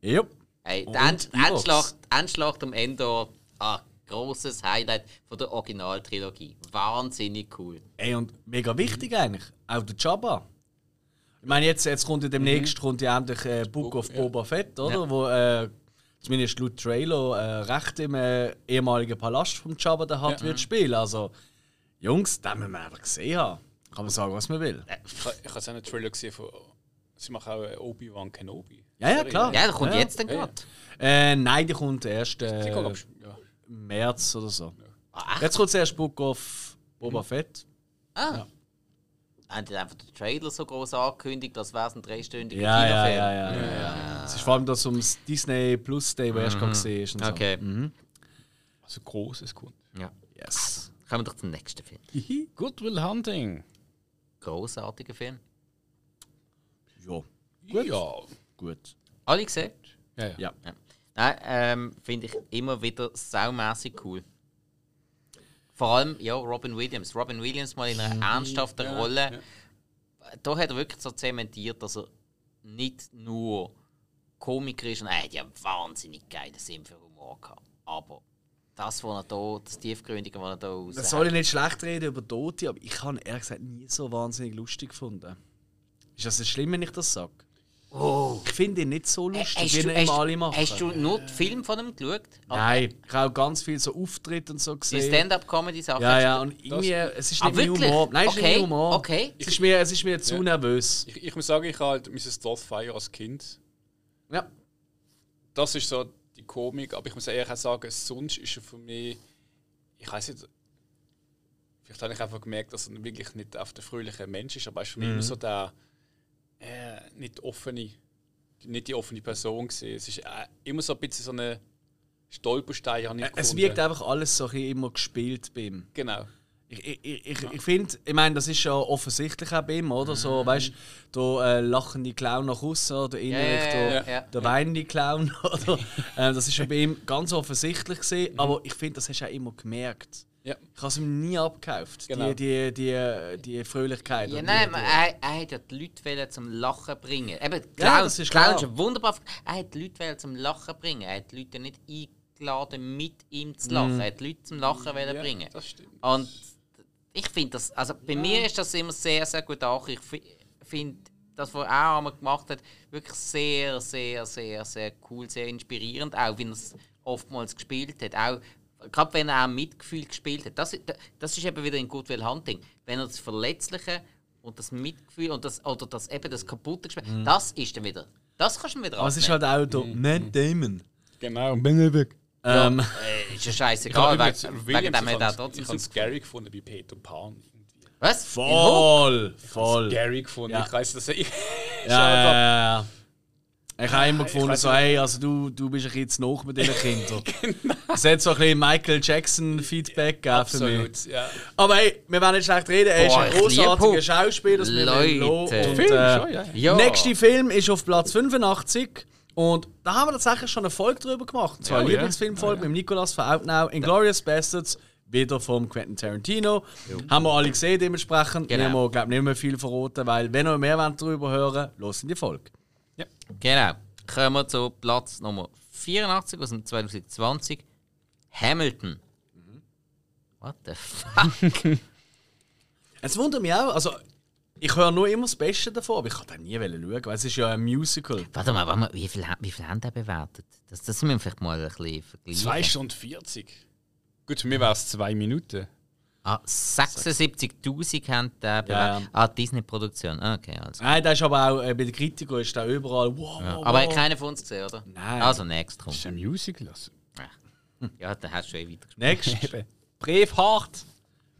[SPEAKER 1] Jupp.
[SPEAKER 2] Ey, die
[SPEAKER 1] Und
[SPEAKER 2] End-
[SPEAKER 1] Ewoks.
[SPEAKER 2] Endschlacht, Endschlacht um Endor. Ah, großes Highlight von der Originaltrilogie. Wahnsinnig cool.
[SPEAKER 1] Ey, und mega wichtig eigentlich. Auch der Jabba. Ich meine, jetzt, jetzt kommt ja demnächst kommt ja endlich äh, Book of Boba Fett, oder? Wo äh, zumindest laut Trailer, äh, recht im äh, ehemaligen Palast vom Jabba der Hutt wird spielen. Also, Jungs, den müssen wir einfach gesehen haben. Kann man sagen, was man will.
[SPEAKER 3] Ich, ha- ich habe so einen Trailer gesehen von. Sie machen auch äh, Obi-Wan Kenobi.
[SPEAKER 1] Ja, ja, klar.
[SPEAKER 2] Ja, der kommt
[SPEAKER 1] Ja.
[SPEAKER 2] jetzt dann gerade.
[SPEAKER 1] Äh, nein, der kommt erst
[SPEAKER 3] Sie
[SPEAKER 1] äh,
[SPEAKER 3] gucken, ob- ja.
[SPEAKER 1] März oder so. Jetzt kommt zuerst Book of Boba Fett.
[SPEAKER 2] Ah. Haben die einfach den Trailer so groß angekündigt, als wäre es ein dreistündiger
[SPEAKER 1] Ja, ja,
[SPEAKER 2] Kinofilm?
[SPEAKER 1] ja, ja, ja, ja. Es ist vor allem das ums Disney Plus Day, wo erst gerade gesehen ist. und so.
[SPEAKER 2] Mhm. Okay,
[SPEAKER 1] Mhm.
[SPEAKER 3] Also großes Kunde.
[SPEAKER 2] ja.
[SPEAKER 1] Yes.
[SPEAKER 2] kommen wir doch zum nächsten Film.
[SPEAKER 4] Goodwill Hunting.
[SPEAKER 2] Großartiger Film.
[SPEAKER 1] Ja,
[SPEAKER 3] Gut. Ja.
[SPEAKER 1] gut.
[SPEAKER 2] Alle gesehen?
[SPEAKER 3] Ja, ja.
[SPEAKER 1] Ja.
[SPEAKER 2] Ja. Nein, ähm, finde ich immer wieder saumässig cool. Vor allem, ja, Robin Williams. Robin Williams mal in einer ernsthaften Rolle. Da hat er wirklich so zementiert, dass er nicht nur Komiker ist und er hat ja einen wahnsinnig geilen Sinn für Humor gehabt. Aber das, was er da, das Tiefgründige, was er da raus
[SPEAKER 1] Das soll ich nicht schlecht reden über Tote, aber ich habe ihn ehrlich gesagt nie so wahnsinnig lustig gefunden. Ist das schlimm, wenn ich das sage?
[SPEAKER 2] Oh.
[SPEAKER 1] Ich finde ihn nicht so lustig, wie ihn immer alle machen.
[SPEAKER 2] hast du nur den Film von ihm geschaut?
[SPEAKER 1] Nein, ich habe auch ganz viel so Auftritte und so
[SPEAKER 2] Die
[SPEAKER 1] gesehen.
[SPEAKER 2] Stand-up-Comedy-Sache?
[SPEAKER 1] ja, ja, und irgendwie, es ist
[SPEAKER 2] Ah,
[SPEAKER 1] nicht mein
[SPEAKER 2] wirklich?
[SPEAKER 1] Humor. Nein, es ist nicht
[SPEAKER 2] Okay,
[SPEAKER 1] mein Humor.
[SPEAKER 2] okay.
[SPEAKER 1] Es ist mir, es ist mir zu
[SPEAKER 3] Ja.
[SPEAKER 1] nervös.
[SPEAKER 3] Ich, ich muss sagen, ich habe halt Mrs. Dothfire als Kind.
[SPEAKER 1] Ja.
[SPEAKER 3] Das ist so die Komik, aber ich muss ehrlich auch sagen, sonst ist er für mich. Ich weiß nicht. Vielleicht habe ich einfach gemerkt, dass er wirklich nicht auf der fröhliche Mensch ist, aber er ist für mich immer so der äh, nicht offene, nicht die offene Person gesehen. Es ist äh, immer so ein bisschen so eine Stolperstein, habe ich
[SPEAKER 1] Es
[SPEAKER 3] gefunden.
[SPEAKER 1] wirkt einfach alles so ein bisschen immer gespielt bei ihm.
[SPEAKER 3] genau.
[SPEAKER 1] Ich, ich, ich, ich, ich finde, ich meine, das ist ja offensichtlich auch bei ihm, oder? So, weißt du, der äh, lachende Clown nach außen oder innerlich
[SPEAKER 2] Mhm. ja,
[SPEAKER 1] der,
[SPEAKER 2] ja, ja.
[SPEAKER 1] der weinende Clown, oder? Ähm, das ist ja bei ihm ganz offensichtlich
[SPEAKER 2] Mhm.
[SPEAKER 1] gesehen, aber ich finde, das hast du auch immer gemerkt.
[SPEAKER 3] Ja.
[SPEAKER 1] Ich habe es ihm nie abgekauft,
[SPEAKER 3] Genau.
[SPEAKER 1] die, die, die, die Fröhlichkeit.
[SPEAKER 2] Ja,
[SPEAKER 1] und
[SPEAKER 2] nein,
[SPEAKER 1] die-
[SPEAKER 2] man, er, er hat ja die Leute wollen zum Lachen bringen. Eben, Clown,
[SPEAKER 1] das ist
[SPEAKER 2] Clown
[SPEAKER 1] klar.
[SPEAKER 2] ist ein wunderbar. Er hat die Leute wollen zum Lachen bringen. Er hat die Leute nicht eingeladen, mit ihm zu
[SPEAKER 1] Mhm.
[SPEAKER 2] lachen. Er hat die Leute zum Lachen wollen bringen.
[SPEAKER 3] das stimmt.
[SPEAKER 2] Und ich finde das, also bei mir ist das immer sehr, sehr gut auch. Ich finde das, was er einmal gemacht hat, wirklich sehr, sehr, sehr, sehr cool, sehr inspirierend, auch wenn er es oftmals gespielt hat. Auch gerade wenn er auch Mitgefühl gespielt hat. Das, das ist eben wieder in Goodwill Hunting. Wenn er das Verletzliche und das Mitgefühl und das, oder das eben das Kaputte gespielt hat, das ist dann wieder. Das kannst du mir wieder
[SPEAKER 1] Aber es ist
[SPEAKER 2] abnehmen.
[SPEAKER 1] halt auch der Matt Damon.
[SPEAKER 3] Genau.
[SPEAKER 1] Ähm,
[SPEAKER 2] Äh, ist ja scheißegal, wegen, wegen dem hat er
[SPEAKER 3] Ich
[SPEAKER 2] trotzdem.
[SPEAKER 3] habe es scary gefunden bei Peter Pan.
[SPEAKER 2] Was? In Hook?
[SPEAKER 1] voll! Voll!
[SPEAKER 3] Scary gefunden.
[SPEAKER 1] Ja.
[SPEAKER 3] Ich weiß, dass er. Ich
[SPEAKER 1] Ja, ja, ja, ja. Also, Ich habe immer gefunden,
[SPEAKER 3] weiss
[SPEAKER 1] so,
[SPEAKER 3] nicht.
[SPEAKER 1] hey, also du, du bist ein bisschen zu hoch mit diesen Kindern. Es hat so ein bisschen Michael Jackson-Feedback gegeben für mich.
[SPEAKER 3] absolut. Ja.
[SPEAKER 1] Aber hey, wir werden nicht schlecht reden. Er ist
[SPEAKER 2] Boah,
[SPEAKER 1] ein
[SPEAKER 2] ich liebe
[SPEAKER 1] großartiger
[SPEAKER 2] Hook.
[SPEAKER 1] Schauspieler. Das müssen wir ihm
[SPEAKER 2] Leute.
[SPEAKER 1] lassen. Und,
[SPEAKER 4] Film,
[SPEAKER 1] äh,
[SPEAKER 4] schon, ja.
[SPEAKER 2] Ja.
[SPEAKER 1] Nächster Film ist auf Platz 85. Und da haben wir tatsächlich schon eine Folge drüber gemacht. Und zwar eine
[SPEAKER 4] ja.
[SPEAKER 1] Lieblingsfilmfolge mit Nicolas von Outnow. Inglourious Bastards, wieder vom Quentin Tarantino. Haben wir alle gesehen, dementsprechend.
[SPEAKER 2] Genau.
[SPEAKER 1] Nehmen wir, glaube nicht mehr viel verraten, weil, wenn ihr mehr wollt darüber hören wollt, los in die Folge.
[SPEAKER 2] Genau. Kommen wir zu Platz Nummer 84 aus dem 2020. Hamilton. Mhm. What the fuck?
[SPEAKER 1] Es wundert mich auch, also ich höre nur immer das Beste davon, aber ich kann den nie schauen, weil es ist ja ein Musical.
[SPEAKER 2] warte mal, warte mal, wie viel, wie viel haben die bewertet? Das, das müssen wir vielleicht mal ein bisschen vergleichen.
[SPEAKER 3] 2 Stunden 40.
[SPEAKER 4] Gut, für mich wäre es zwei Minuten.
[SPEAKER 2] Ah, 76.000 haben die bewertet.
[SPEAKER 1] Ja, ja.
[SPEAKER 2] Ah, Disney-Produktion. Ah, Okay, also.
[SPEAKER 1] Nein, der ist aber auch, äh, bei den Kritikern ist der überall, wow, wow,
[SPEAKER 2] Aber
[SPEAKER 1] wow.
[SPEAKER 2] keiner von uns gesehen, oder?
[SPEAKER 1] Nein.
[SPEAKER 2] Also, next komm.
[SPEAKER 4] Das ist ein Musical. Also.
[SPEAKER 2] Ja, dann hast du eh weiter.
[SPEAKER 1] Nächstes,
[SPEAKER 4] Eben.
[SPEAKER 1] Braveheart.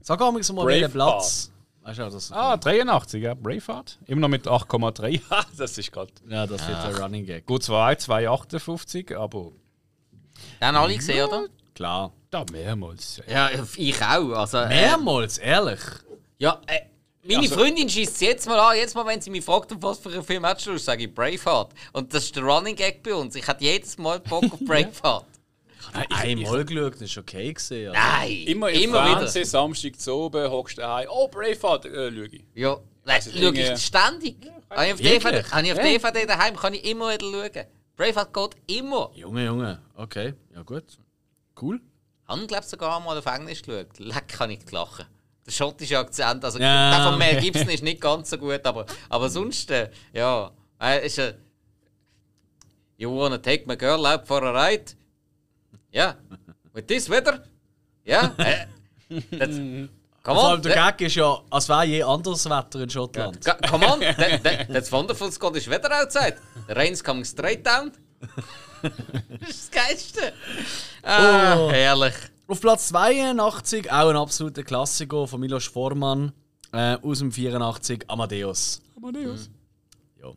[SPEAKER 1] Sag auch mal, mal welchen
[SPEAKER 3] Braveheart.
[SPEAKER 1] Platz. Weißt du, also, auch, dass
[SPEAKER 4] Ah, 83, ja. Braveheart. Immer noch mit 8,3.
[SPEAKER 3] Ha, das ist gerade.
[SPEAKER 1] ja, das wird
[SPEAKER 2] Ah.
[SPEAKER 1] ein Running Gag.
[SPEAKER 4] Gut, zwar auch 2,58, aber
[SPEAKER 2] Dann alle gesehen, oder?
[SPEAKER 1] Klar.
[SPEAKER 4] da mehrmals.
[SPEAKER 2] Ja, ich auch. Also, äh,
[SPEAKER 1] Mehrmals, ehrlich.
[SPEAKER 2] Ja, äh, meine
[SPEAKER 3] Also-
[SPEAKER 2] Freundin schießt jetzt mal an, jetzt mal, wenn sie mich fragt, um was für einen Film hättest du, Lust, sage ich Braveheart. Und das ist der Running Gag bei uns. Ich hatte jedes Mal Bock auf Braveheart.
[SPEAKER 1] Einmal geschaut, das war okay. Gewesen, also.
[SPEAKER 2] Ah, Nein!
[SPEAKER 3] Immer,
[SPEAKER 2] immer
[SPEAKER 3] im
[SPEAKER 2] wieder.
[SPEAKER 3] Fernsehen, Samstag zu oben, hockst du daheim. Oh, Braveheart, äh, schau ich.
[SPEAKER 2] Ja, nein,
[SPEAKER 3] ist
[SPEAKER 2] schau
[SPEAKER 3] irgendwie-
[SPEAKER 2] ich ständig. Habe ich auf
[SPEAKER 1] Wirklich?
[SPEAKER 2] DVD, habe ich auf DVD daheim, kann ich immer wieder schauen. Braveheart geht immer.
[SPEAKER 1] Junge, Junge, okay, ja gut. Cool.
[SPEAKER 2] Haben glaube sogar mal auf Englisch geschaut. Leck kann ich lachen. Der schottische Akzent, also
[SPEAKER 1] Ja.
[SPEAKER 2] der von Mel Gibson ist nicht ganz so gut, aber, aber sonst, äh, ja, äh, ist äh, You wanna take my girl out for a ride? Yeah. With this weather? Yeah. Eh, That's, come
[SPEAKER 1] Vor
[SPEAKER 2] on.
[SPEAKER 1] allem
[SPEAKER 2] Äh,
[SPEAKER 1] Also, der
[SPEAKER 2] that-
[SPEAKER 1] Gag ist ja, als wäre je anderes Wetter in Schottland.
[SPEAKER 2] ca- Come on. That, that, that's wonderful Scottish weather outside. The rain's coming straight down. das ist das Geilste. Ah,
[SPEAKER 1] Oh.
[SPEAKER 2] herrlich.
[SPEAKER 1] Auf Platz 82, auch ein absoluter Klassiker von Milos Forman äh, aus dem 84, Amadeus.
[SPEAKER 3] Amadeus.
[SPEAKER 1] Ja.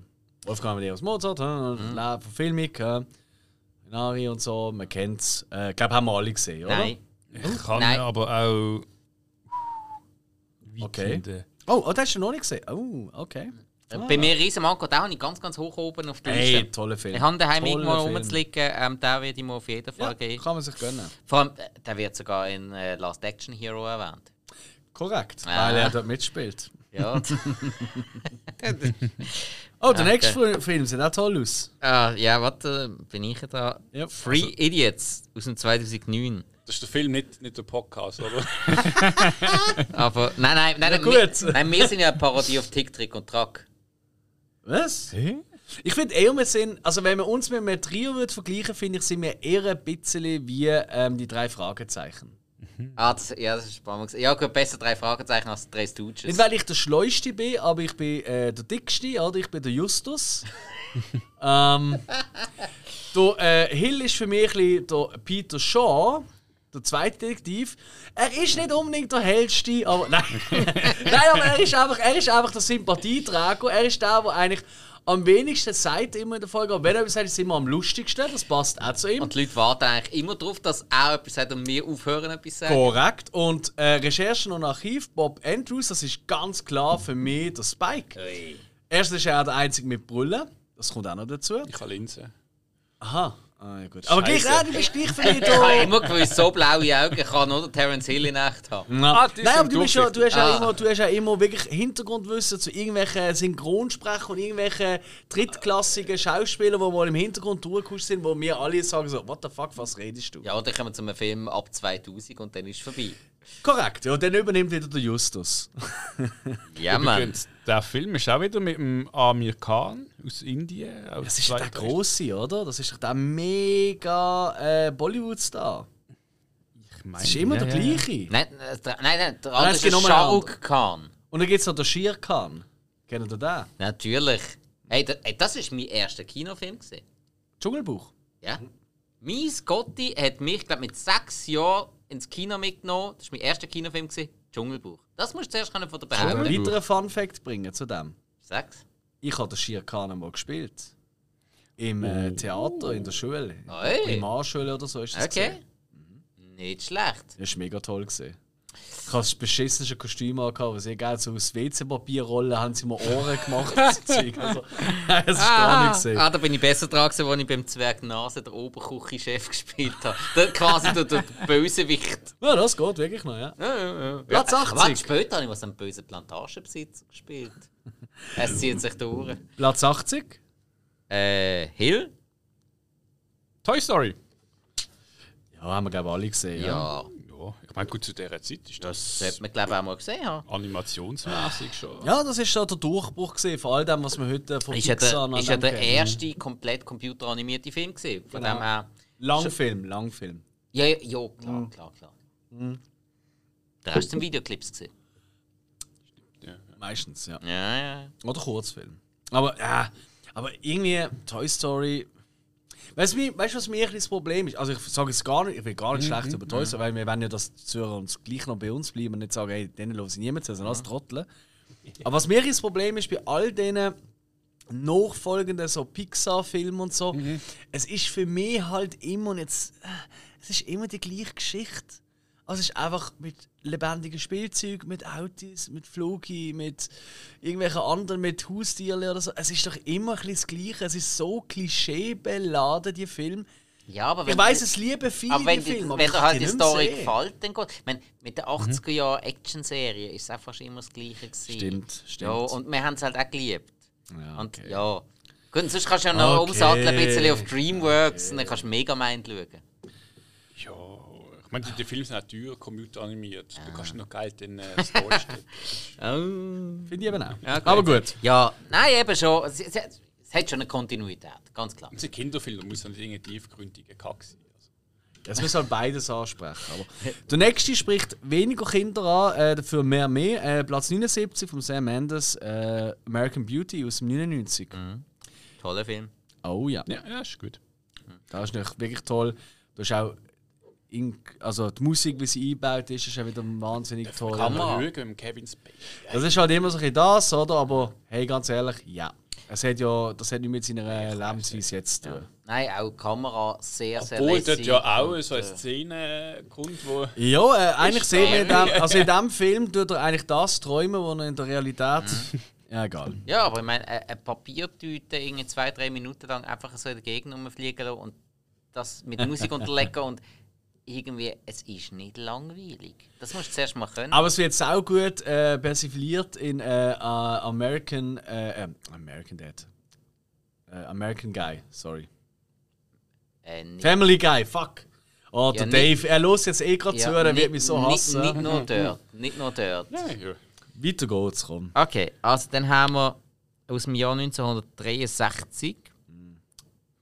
[SPEAKER 1] Wolfgang Amadeus Mozart,
[SPEAKER 2] Mhm.
[SPEAKER 1] äh, La- Verfilmung, äh, Minari und so, man kennt's. Ich äh, glaube, haben wir alle gesehen, oder?
[SPEAKER 2] Nein.
[SPEAKER 4] Ich kann
[SPEAKER 2] Nein.
[SPEAKER 4] aber auch.
[SPEAKER 1] Okay.
[SPEAKER 4] Weekende.
[SPEAKER 1] Oh, oh, das hast du noch nicht gesehen. Oh, okay.
[SPEAKER 2] Bei mir riesen Manko Downey, ganz, ganz hoch oben auf der
[SPEAKER 1] Hey,
[SPEAKER 2] Liste.
[SPEAKER 1] toller Film.
[SPEAKER 2] Ich habe daheim
[SPEAKER 1] Toller
[SPEAKER 2] irgendwo
[SPEAKER 1] Film.
[SPEAKER 2] rumzulegen, ähm, den werde ich mir auf jeden Fall
[SPEAKER 1] Ja,
[SPEAKER 2] geben.
[SPEAKER 1] kann man sich gönnen.
[SPEAKER 2] Vor allem, äh, der wird sogar in äh, Last Action Hero erwähnt.
[SPEAKER 1] Korrekt,
[SPEAKER 2] Ah.
[SPEAKER 1] weil er dort mitspielt.
[SPEAKER 2] Ja.
[SPEAKER 1] Oh, der
[SPEAKER 2] Ah,
[SPEAKER 1] nächste Fil- Film sieht auch toll aus.
[SPEAKER 2] Ah, ja, warte, bin ich da?
[SPEAKER 1] Ja, also-
[SPEAKER 2] Free Idiots aus dem 2009.
[SPEAKER 3] Das ist der Film, nicht, nicht der Podcast, oder?
[SPEAKER 2] Aber nein, nein, nein,
[SPEAKER 1] gut.
[SPEAKER 2] Wir, nein, wir sind ja eine Parodie auf Tick, Trick und Track.
[SPEAKER 1] Was? Ich finde eher, wir sind, also wenn man uns mit einem Trio würde vergleichen, finde ich, sind wir eher ein bisschen wie ähm, die drei Fragezeichen.
[SPEAKER 2] Ah, das, ja, das ist spannend. gewesen. Ja, gut, besser drei Fragezeichen als drei Stooges.
[SPEAKER 1] Nicht, weil ich der Schleuste bin, aber ich bin äh, der Dickste, oder? Ich bin der Justus. ähm, der äh, Hill ist für mich ein bisschen der Peter Shaw, der zweite Detektiv. Er ist nicht unbedingt der hellste, aber nein. nein, aber er ist, einfach, er ist einfach der Sympathieträger. Er ist der, der eigentlich am wenigsten sagt immer in der Folge. Aber wenn er etwas sagt, ist es immer am lustigsten. Das passt auch zu ihm.
[SPEAKER 2] Und die Leute warten eigentlich immer darauf, dass er etwas sagt und wir aufhören, etwas zu sagen.
[SPEAKER 1] Korrekt. Und äh, Recherchen und Archiv, Bob Andrews, das ist ganz klar für mich der Spike.
[SPEAKER 2] Ui.
[SPEAKER 1] Erstens ist er auch der Einzige mit Brüllen. Das kommt auch noch dazu.
[SPEAKER 3] Ich habe Linse.
[SPEAKER 1] Aha. Ah, ja, gut. Aber gleich,
[SPEAKER 3] Scheiße.
[SPEAKER 1] ah, du bist gleich für mich
[SPEAKER 2] Ah, Ich habe
[SPEAKER 1] da.
[SPEAKER 2] immer gewusst, so blaue Augen kann nur der Terence Hill in echt haben.
[SPEAKER 1] Ah,
[SPEAKER 3] die
[SPEAKER 1] Nein, aber
[SPEAKER 3] sind
[SPEAKER 1] du, bist ja, du, hast
[SPEAKER 2] durchsichtig.
[SPEAKER 1] ja immer, du hast ja immer wirklich Hintergrundwissen zu irgendwelchen Synchronsprechern und irgendwelchen drittklassigen Schauspielern, die mal im Hintergrund durchgekuscht sind, wo wir alle sagen so, what the fuck, was redest du?
[SPEAKER 2] Ja, dann kommen wir zu einem Film ab 2000 und dann ist es vorbei.
[SPEAKER 1] Korrekt, ja, dann übernimmt wieder der Justus.
[SPEAKER 2] Ja, Mann.
[SPEAKER 4] Übrigens, Der Film ist auch wieder mit dem Amir Khan aus Indien. aus
[SPEAKER 1] Das ist doch der
[SPEAKER 4] 2000.
[SPEAKER 1] Grosse, oder? Das ist doch der mega äh, Bollywood-Star.
[SPEAKER 4] Ich meine,
[SPEAKER 1] Das ist immer
[SPEAKER 4] ja,
[SPEAKER 1] der
[SPEAKER 4] ja, ja.
[SPEAKER 1] gleiche.
[SPEAKER 2] Nein, äh, der- nein, nein, der andere
[SPEAKER 1] es
[SPEAKER 2] ist
[SPEAKER 1] gibt
[SPEAKER 2] der
[SPEAKER 1] nur einen
[SPEAKER 2] Shah
[SPEAKER 1] anderen.
[SPEAKER 2] Rukh Khan.
[SPEAKER 1] Und dann gibt es noch den Shere Khan. Kennt ihr den?
[SPEAKER 2] Natürlich. Hey, da, hey, das war mein erster Kinofilm. Gewesen.
[SPEAKER 1] Dschungelbuch.
[SPEAKER 2] Ja. Mein Gotti hat mich, glaube mit sechs Jahren ins Kino mitgenommen. Das war mein erster Kinofilm, gewesen. Dschungelbuch. Das musst du zuerst können von der
[SPEAKER 1] Einen
[SPEAKER 2] behaupten.
[SPEAKER 1] weiteren Fun Fact bringen zu dem.
[SPEAKER 2] Sechs?
[SPEAKER 1] Ich habe den Shere Khan einmal gespielt. Im äh, Theater, in der Schule. In der
[SPEAKER 2] Oi.
[SPEAKER 1] Primarschule oder so ist das.
[SPEAKER 2] Ah, Okay.
[SPEAKER 1] gewesen.
[SPEAKER 2] Nicht schlecht.
[SPEAKER 1] Das war mega toll. Gewesen. Ich hatte das beschissenste Kostüm an, was ich geil so aus WC-Papierrollen haben sie mir Ohren gemacht. so Zeug. also, es ist gar nicht gesehen.
[SPEAKER 2] ah, da bin ich besser dran, gewesen, als ich beim Zwerg Nase den Oberküche-Chef gespielt habe. Der, quasi der, der Bösewicht.
[SPEAKER 1] Ja, das geht wirklich noch, ja.
[SPEAKER 2] Platz
[SPEAKER 1] 80.
[SPEAKER 2] Warte, später habe ich was einen bösen Plantagenbesitzer gespielt. Es zieht sich durch.
[SPEAKER 1] Platz 80.
[SPEAKER 2] Äh, Hill?
[SPEAKER 4] Toy Story.
[SPEAKER 1] Ja, haben wir glaube ich alle gesehen. Ja.
[SPEAKER 2] Ja.
[SPEAKER 3] Ja, ich meine, gut, zu dieser Zeit ist das
[SPEAKER 2] Sollte man, glaube ich, auch mal gesehen haben.
[SPEAKER 3] animationsmäßig schon.
[SPEAKER 1] Ja, das war so der Durchbruch gewesen, von all dem, was wir heute von
[SPEAKER 2] Ist ja
[SPEAKER 1] Pixar
[SPEAKER 2] der,
[SPEAKER 1] noch
[SPEAKER 2] ist ja der
[SPEAKER 1] kennen.
[SPEAKER 2] erste komplett computeranimierte Film gewesen.
[SPEAKER 1] Genau.
[SPEAKER 2] Von dem her.
[SPEAKER 1] Langfilm, Langfilm.
[SPEAKER 2] Ja, ja, ja, klar,
[SPEAKER 1] Mhm.
[SPEAKER 2] klar, klar. Der Rest sind Videoclips gesehen.
[SPEAKER 1] Meistens, ja.
[SPEAKER 2] Ja, ja.
[SPEAKER 1] Oder Kurzfilm. Aber ja, aber irgendwie Toy Story. Weißt du, wie- weißt du, was mir ein bisschen das Problem ist? Also ich sage es gar nicht, ich will gar nicht schlecht über Toy Story, weil wir wollen ja, dass die Zuhörer uns gleich noch bei uns bleiben und nicht sagen, hey, denen lassen sie niemand zu, sondern alles Trotteln. Aber was mir ein bisschen das Problem ist bei all diesen nachfolgenden so Pixar-Filmen und so, es ist für mich halt immer und jetzt, äh, es ist immer die gleiche Geschichte. Also es ist einfach mit lebendigen Spielzeugen, mit Autos, mit Flugi, mit irgendwelchen anderen, mit Haustieren oder so. Es ist doch immer ein bisschen das Gleiche. Es ist so klischeebeladen, die Film.
[SPEAKER 2] Ja, aber wenn
[SPEAKER 1] Ich weiß, es lieben viele
[SPEAKER 2] aber wenn,
[SPEAKER 1] die Filme, ich
[SPEAKER 2] wenn dir
[SPEAKER 1] kann
[SPEAKER 2] halt die
[SPEAKER 1] nicht mehr
[SPEAKER 2] Story
[SPEAKER 1] sehen. Mhm.
[SPEAKER 2] gefällt, dann gut. Ich meine, mit der 80er Jahren Action-Serie ist es einfach schon immer das Gleiche gewesen.
[SPEAKER 1] Stimmt, stimmt.
[SPEAKER 2] Ja, und wir haben es halt auch geliebt.
[SPEAKER 1] Ja,
[SPEAKER 2] Und
[SPEAKER 1] okay.
[SPEAKER 2] ja. Gut, und sonst kannst du ja noch
[SPEAKER 1] Okay.
[SPEAKER 2] umsatteln ein bisschen auf Dreamworks und dann kannst du Megamind schauen.
[SPEAKER 3] Ja, ich meine, die, die Filme sind auch teuer, computeranimiert. Da kannst du noch Geld in äh, Story stecken.
[SPEAKER 1] Finde ich eben auch.
[SPEAKER 2] Ja, gut.
[SPEAKER 1] Aber gut.
[SPEAKER 2] Ja, nein, eben schon. Es, es, es hat schon eine Kontinuität, ganz klar.
[SPEAKER 3] Es ist ein Kinderfilm, da muss ja nicht irgendein tiefgründiger Kack sein. Also,
[SPEAKER 1] Das müssen halt beides ansprechen. Aber der nächste spricht weniger Kinder an, äh, dafür mehr mehr. Äh, Platz 79 von Sam Mendes, äh, American Beauty aus dem 99.
[SPEAKER 2] Mhm. Toller Film.
[SPEAKER 1] Oh ja.
[SPEAKER 4] Ja, ja, ist gut.
[SPEAKER 1] Das ist nicht wirklich toll. Du hast auch in, also die Musik, wie sie eingebaut ist, ist auch wieder wahnsinnig toll.
[SPEAKER 3] kann man
[SPEAKER 2] Hammer.
[SPEAKER 3] mögen mit Kevin Spacey.
[SPEAKER 1] Das ist halt immer so ein bisschen das, oder? Aber hey, ganz ehrlich, ja. Es hat ja, das hat nicht mit seiner Lebensweise jetzt zu tun.
[SPEAKER 2] Nein, auch die Kamera sehr, sehr
[SPEAKER 3] Obwohl
[SPEAKER 2] lässig.
[SPEAKER 3] dort ja auch so eine Szene kommt, wo
[SPEAKER 1] Ja, äh, eigentlich
[SPEAKER 2] Ist
[SPEAKER 1] sehen wir in
[SPEAKER 2] fair.
[SPEAKER 1] dem, also in diesem Film tut er eigentlich das träumen, was er in der Realität.
[SPEAKER 3] Mhm.
[SPEAKER 1] Ja, egal.
[SPEAKER 2] Ja, aber ich meine, eine eine Papiertüte irgendwie zwei, drei Minuten lang einfach so in der Gegend rumfliegen lassen und das mit Musik unterlegen und irgendwie, es ist nicht langweilig. Das musst du zuerst mal können.
[SPEAKER 1] Aber es wird auch gut äh, persifliert in äh, äh, American. Äh, äh, American Dad. Äh, American Guy, sorry.
[SPEAKER 2] Äh, nicht-
[SPEAKER 1] Family Guy, fuck. Oh,
[SPEAKER 2] Ja,
[SPEAKER 1] der
[SPEAKER 2] nicht-
[SPEAKER 1] Dave, er los jetzt eh gerade zu,
[SPEAKER 2] Ja,
[SPEAKER 1] er
[SPEAKER 2] nicht-
[SPEAKER 1] wird mich so hassen.
[SPEAKER 2] Nicht, nicht nur dort, nicht nur dort.
[SPEAKER 1] Weiter geht's, komm.
[SPEAKER 2] Okay, also dann haben wir aus dem Jahr 1963.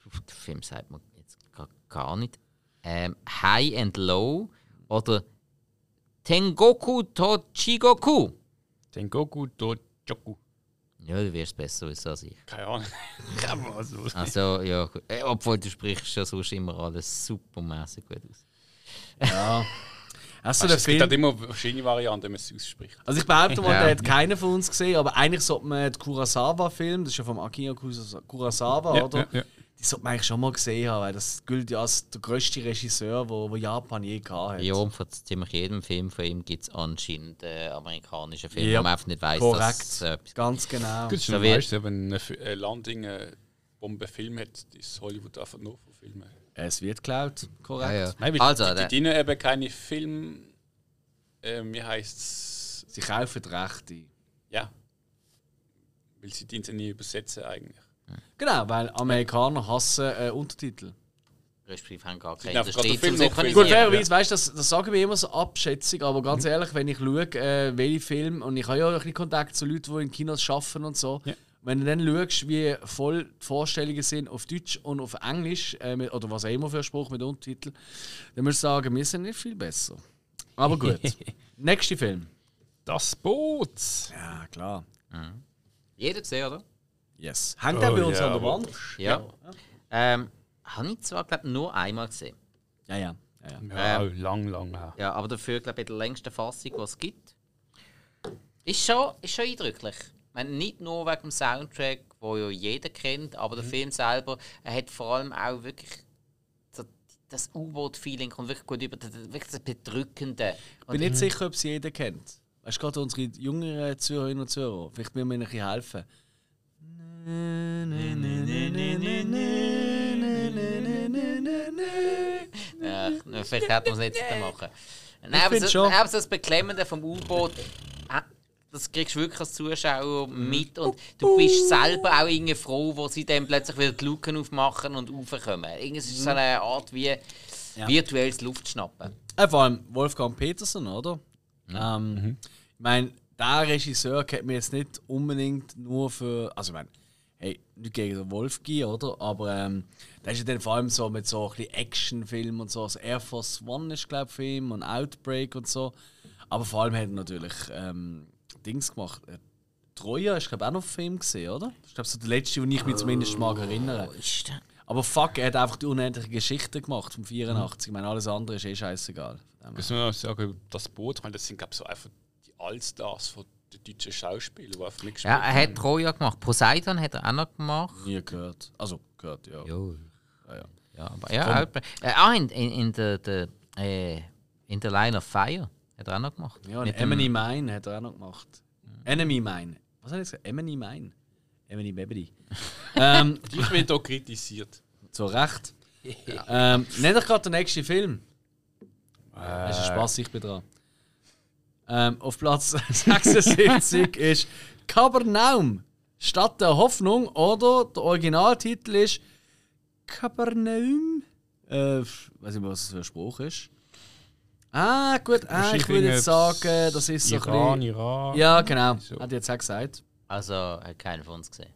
[SPEAKER 2] Puh, Der Film sagt man jetzt gar, gar nicht. Ähm, High and Low oder Tengoku to Chigoku.
[SPEAKER 4] Den Goku Dojoku.
[SPEAKER 2] Ja, du wirst besser wissen als ich.
[SPEAKER 3] keine Ahnung.
[SPEAKER 2] Also, ja, gut. Äh, obwohl du sprichst ja sonst immer alles supermäßig gut aus.
[SPEAKER 1] Hast du den
[SPEAKER 3] Es gibt halt
[SPEAKER 1] Film?
[SPEAKER 3] immer verschiedene Varianten, wenn man es ausspricht.
[SPEAKER 2] Ah,
[SPEAKER 1] Also ich behaupte mal,
[SPEAKER 2] Ja.
[SPEAKER 1] der hat keiner von uns gesehen, aber eigentlich sollte man den Kurosawa-Film, das ist ja vom Akira Kurasa- Kurosawa, oder?
[SPEAKER 4] ja, ja.
[SPEAKER 1] Die sollte man eigentlich schon mal gesehen haben, weil das gilt ja als der grösste Regisseur, wo, wo Japan je gehabt hat.
[SPEAKER 2] Ja, und von ziemlich jedem Film von ihm gibt es anscheinend äh, amerikanischen Film,
[SPEAKER 1] Ja,
[SPEAKER 2] wo man einfach nicht weiß, dass
[SPEAKER 1] Korrekt.
[SPEAKER 2] es so etwas
[SPEAKER 1] Ganz genau.
[SPEAKER 4] Gut,
[SPEAKER 2] Da
[SPEAKER 4] schon
[SPEAKER 2] wird-
[SPEAKER 4] weißt du, wenn ein Fi-
[SPEAKER 3] Äh, Landing äh, Bombenfilm hat, ist Hollywood einfach nur von Filmen.
[SPEAKER 1] Es wird geklaut, korrekt.
[SPEAKER 4] Nein, weil
[SPEAKER 2] Also,
[SPEAKER 3] Die
[SPEAKER 2] der,
[SPEAKER 3] dienen eben keine Film. Äh, wie heißt es?
[SPEAKER 1] Sie kaufen die Rechte.
[SPEAKER 3] Ja. Weil sie die nie übersetzen eigentlich.
[SPEAKER 1] Genau, weil Amerikaner hassen äh, Untertitel.
[SPEAKER 2] respektive haben gar
[SPEAKER 3] sind
[SPEAKER 2] keine
[SPEAKER 3] einfach gerade
[SPEAKER 2] Industrie zum
[SPEAKER 3] der Film noch
[SPEAKER 1] Gut,
[SPEAKER 3] viel-
[SPEAKER 2] synchronisieren.
[SPEAKER 3] Ja. Mhm.
[SPEAKER 1] fairerweise, weißt du, das, das sagen wir immer so Abschätzung, aber ganz ehrlich, wenn ich schaue, äh, welche Filme, und ich habe ja ein bisschen Kontakt zu Leuten, die in Kinos arbeiten und so, wenn du dann schaust, wie voll die Vorstellungen sind auf Deutsch und auf Englisch, äh, mit, oder was auch immer für ein Spruch mit Untertitel, dann musst du sagen, wir sind nicht viel besser. Aber gut. Nächster Film.
[SPEAKER 4] das Boot.
[SPEAKER 1] Ja, klar.
[SPEAKER 2] Jeder gesehen, oder?
[SPEAKER 1] Yes.
[SPEAKER 3] Oh
[SPEAKER 1] Hängt der bei uns an der Wand?
[SPEAKER 2] Ja. Ähm, habe ich zwar, glaube nur einmal gesehen.
[SPEAKER 1] Ja, ja. ja, ja.
[SPEAKER 4] Ja, lang, lang her.
[SPEAKER 2] Ja, aber dafür, glaube ich, in der längsten Fassung, die es gibt. Ist schon, ist schon eindrücklich. Ich meine, nicht nur wegen dem Soundtrack, wo ja jeder kennt, aber der Film selber, er hat vor allem auch wirklich so das U-Boot-Feeling kommt wirklich gut über, das- das- wirklich das Bedrückende.
[SPEAKER 1] Ich bin nicht sicher, ob es jeder kennt. Weißt du, gerade unsere jüngeren Zuhörerinnen und Zuhörer, vielleicht müssen wir ihnen ein bisschen helfen.
[SPEAKER 2] Ja, vielleicht hätte man es nicht zu machen. Nein, aber
[SPEAKER 1] find
[SPEAKER 2] so,
[SPEAKER 1] schon.
[SPEAKER 2] aber so das Beklemmende vom U-Boot, äh, das kriegst du wirklich als Zuschauer mit und du bist selber auch irgendwie froh, wo sie dann plötzlich wieder die Luken aufmachen und raufkommen. Irgendwas ist so
[SPEAKER 1] Mhm.
[SPEAKER 2] eine Art wie virtuelles Luftschnappen.
[SPEAKER 1] Äh, vor allem Wolfgang Petersen, oder? Ähm, Ich meine, der Regisseur kennt mich jetzt nicht unbedingt nur für. Also, ich meine, hey, nicht gegen den Wolfgi, oder? Aber ähm, der ist ja dann vor allem so mit so ein bisschen Actionfilmen und so. Also Air Force One ist, glaube ich, Film und Outbreak und so. Aber vor allem hat er natürlich ähm, Dings gemacht. Äh, Troja ist, glaube ich, auch noch Film gesehen, oder? Ich glaube, so der letzte, den ich mich zumindest mag erinnern.
[SPEAKER 2] Ist das?
[SPEAKER 1] Aber fuck, er hat einfach die unendliche Geschichte gemacht vom 84. Ich meine, alles andere ist eh scheißegal.
[SPEAKER 4] Müssen wir noch sagen,
[SPEAKER 3] Das Boot, ich meine, das sind glaube ich so einfach die Allstars von der deutschen Schauspieler, die einfach mitgespielt
[SPEAKER 2] Ja,
[SPEAKER 3] haben.
[SPEAKER 2] er hat Troja gemacht. Poseidon hat er auch noch gemacht.
[SPEAKER 1] Nie gehört. Also gehört, Ah, ja.
[SPEAKER 2] Ja,
[SPEAKER 1] ja.
[SPEAKER 2] ja, aber ja, auch, äh, ah, in, in, in der, der äh, in der Line of Fire hat er auch noch gemacht.
[SPEAKER 1] Ja, und Emily Mine hat er auch noch gemacht. Enemy Mine. Was hat er gesagt? Emily Mine. Emily Bebedi. ähm,
[SPEAKER 3] Die wird auch kritisiert.
[SPEAKER 1] zu Recht. ähm, nenn doch gerade den nächsten Film. Das ist ein Spaß, ich bin dran. Ähm, auf Platz 76 ist Kapernaum. Stadt der Hoffnung oder der Originaltitel ist Kapernaum. Äh, weiß nicht, was das für ein Spruch ist. Ah, gut, ah, ich würde jetzt sagen, das ist so ein
[SPEAKER 4] Iran,
[SPEAKER 1] bisschen.
[SPEAKER 4] Iran.
[SPEAKER 1] Ja, genau,
[SPEAKER 4] So.
[SPEAKER 1] hat jetzt auch gesagt.
[SPEAKER 2] Also hat keiner von uns gesehen.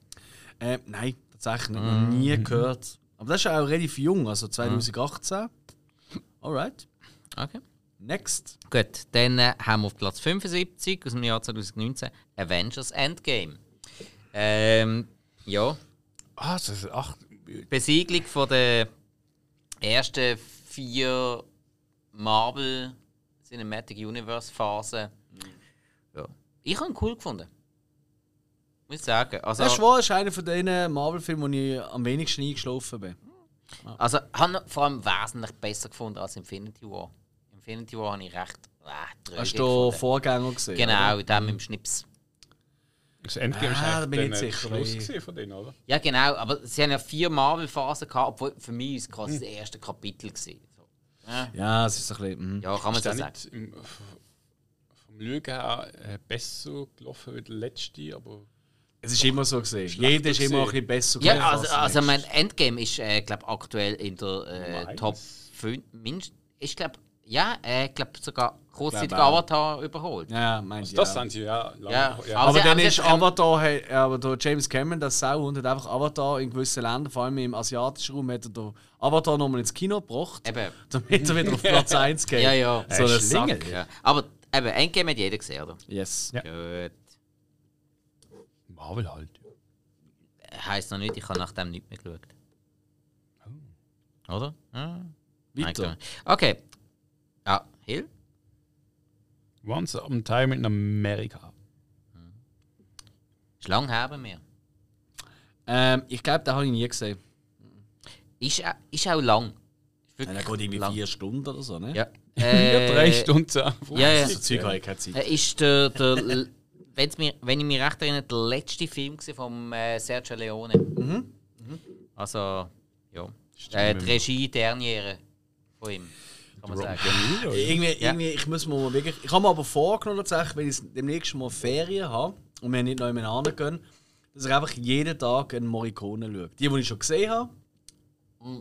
[SPEAKER 1] Äh, nein, das tatsächlich
[SPEAKER 2] Mhm.
[SPEAKER 1] noch nie gehört. Aber das ist ja auch relativ jung, also 2018. Alright,
[SPEAKER 2] Okay.
[SPEAKER 1] next.
[SPEAKER 2] Gut, dann äh, haben wir auf Platz 75 aus dem Jahr 2019 Avengers Endgame. Ähm, ja,
[SPEAKER 4] Ah, das ist acht.
[SPEAKER 2] Besiegelung von der ersten vier Marvel Cinematic Universe Phasen. Ja. Ich habe ihn cool gefunden. Muss ich sagen. Also,
[SPEAKER 1] Das ist wohl ist einer von den Marvel-Filmen, wo ich am wenigsten eingeschlafen bin.
[SPEAKER 2] Also, habe ihn vor allem wesentlich besser gefunden als Infinity War. Infinity War habe ich recht äh,
[SPEAKER 1] Hast du
[SPEAKER 2] dröge gefunden.
[SPEAKER 1] den Vorgänger gesehen?
[SPEAKER 2] Genau, in dem mit dem Schnips.
[SPEAKER 4] Das Endgame
[SPEAKER 1] Ah, da
[SPEAKER 4] ist
[SPEAKER 1] bin ich
[SPEAKER 4] eigentlich
[SPEAKER 1] nicht
[SPEAKER 4] der
[SPEAKER 1] sicher,
[SPEAKER 4] Schluss
[SPEAKER 1] wie-
[SPEAKER 4] gewesen von denen, oder?
[SPEAKER 2] Ja, genau, aber sie haben ja vier Marvel-Phasen gehabt, obwohl für mich ist quasi das erste Kapitel gewesen. So. Ja.
[SPEAKER 1] Ja, es ist ein bisschen. mhm.
[SPEAKER 2] ja, kann man
[SPEAKER 3] Ist
[SPEAKER 2] so
[SPEAKER 3] der
[SPEAKER 2] sagen.
[SPEAKER 3] nicht im, vom Lügen her äh, besser gelaufen wie der letzte, aber
[SPEAKER 1] Es ist immer so gesehen. Jeder ist
[SPEAKER 3] gesehen.
[SPEAKER 1] immer ein bisschen besser gewesen
[SPEAKER 2] Ja,
[SPEAKER 1] als
[SPEAKER 2] also,
[SPEAKER 1] der
[SPEAKER 2] also
[SPEAKER 1] nächste.
[SPEAKER 2] mein Endgame ist, äh, glaube aktuell in der äh,
[SPEAKER 4] eins.
[SPEAKER 2] Top 5. Mindest, ich glaube, ja, äh, glaub sogar kurzzeitig
[SPEAKER 1] Glaub auch.
[SPEAKER 2] Avatar überholt.
[SPEAKER 1] Ja,
[SPEAKER 2] Also
[SPEAKER 1] meinst
[SPEAKER 3] das sind sie ja lange.
[SPEAKER 2] Ja,
[SPEAKER 3] ja.
[SPEAKER 2] aber-
[SPEAKER 1] Aber
[SPEAKER 2] sie-
[SPEAKER 1] dann
[SPEAKER 2] sie-
[SPEAKER 1] ist
[SPEAKER 2] ähm,
[SPEAKER 1] Avatar, he- aber der James Cameron, das Sau, und hat einfach Avatar in gewissen Ländern, vor allem im asiatischen Raum, hat er den Avatar nochmal ins Kino gebracht,
[SPEAKER 2] Eben.
[SPEAKER 1] damit er wieder auf Platz 1 geht.
[SPEAKER 2] Äh. Ja, ja.
[SPEAKER 1] So
[SPEAKER 4] Äh,
[SPEAKER 1] ein
[SPEAKER 4] Schlingel.
[SPEAKER 1] Sack.
[SPEAKER 2] ja. Aber eben, Endgame hat jeder gesehen, oder?
[SPEAKER 1] Yes.
[SPEAKER 4] Ja.
[SPEAKER 2] Gut.
[SPEAKER 4] Marvel halt.
[SPEAKER 2] Heißt noch nicht, ich habe nach dem nicht mehr geschaut. Oder? Ja.
[SPEAKER 1] Weiter.
[SPEAKER 2] Okay. Ah, Hill?
[SPEAKER 4] Once Upon a Time in America.
[SPEAKER 2] Ist lang her bei mir.
[SPEAKER 1] Ähm, ich glaube, den habe ich nie gesehen.
[SPEAKER 2] Ist, auch- ist auch lang. Ist
[SPEAKER 1] Ja, Der
[SPEAKER 2] wirklich
[SPEAKER 1] geht irgendwie
[SPEAKER 2] lang.
[SPEAKER 1] vier Stunden oder so, ne?
[SPEAKER 2] Ja.
[SPEAKER 3] Äh, drei
[SPEAKER 2] Äh,
[SPEAKER 3] Stunden zehn.
[SPEAKER 2] ja, ja.
[SPEAKER 1] So Zeug habe ich keine Zeit.
[SPEAKER 2] Äh, Ist der, der wenn's mir, wenn ich mich recht erinnere, der letzte Film gewesen vom äh, Sergio Leone.
[SPEAKER 1] Mhm.
[SPEAKER 2] Also, ja. Äh, die Regie derniere von ihm, kann man sagen.
[SPEAKER 1] Irgendwie, irgendwie, ich muss mir mal wirklich. Ich habe mir aber vorgenommen, tatsächlich, wenn ich demnächst mal Ferien habe und wir nicht noch jemanden gehen, dass ich einfach jeden Tag einen Morricone schaue. Die, die ich schon gesehen habe.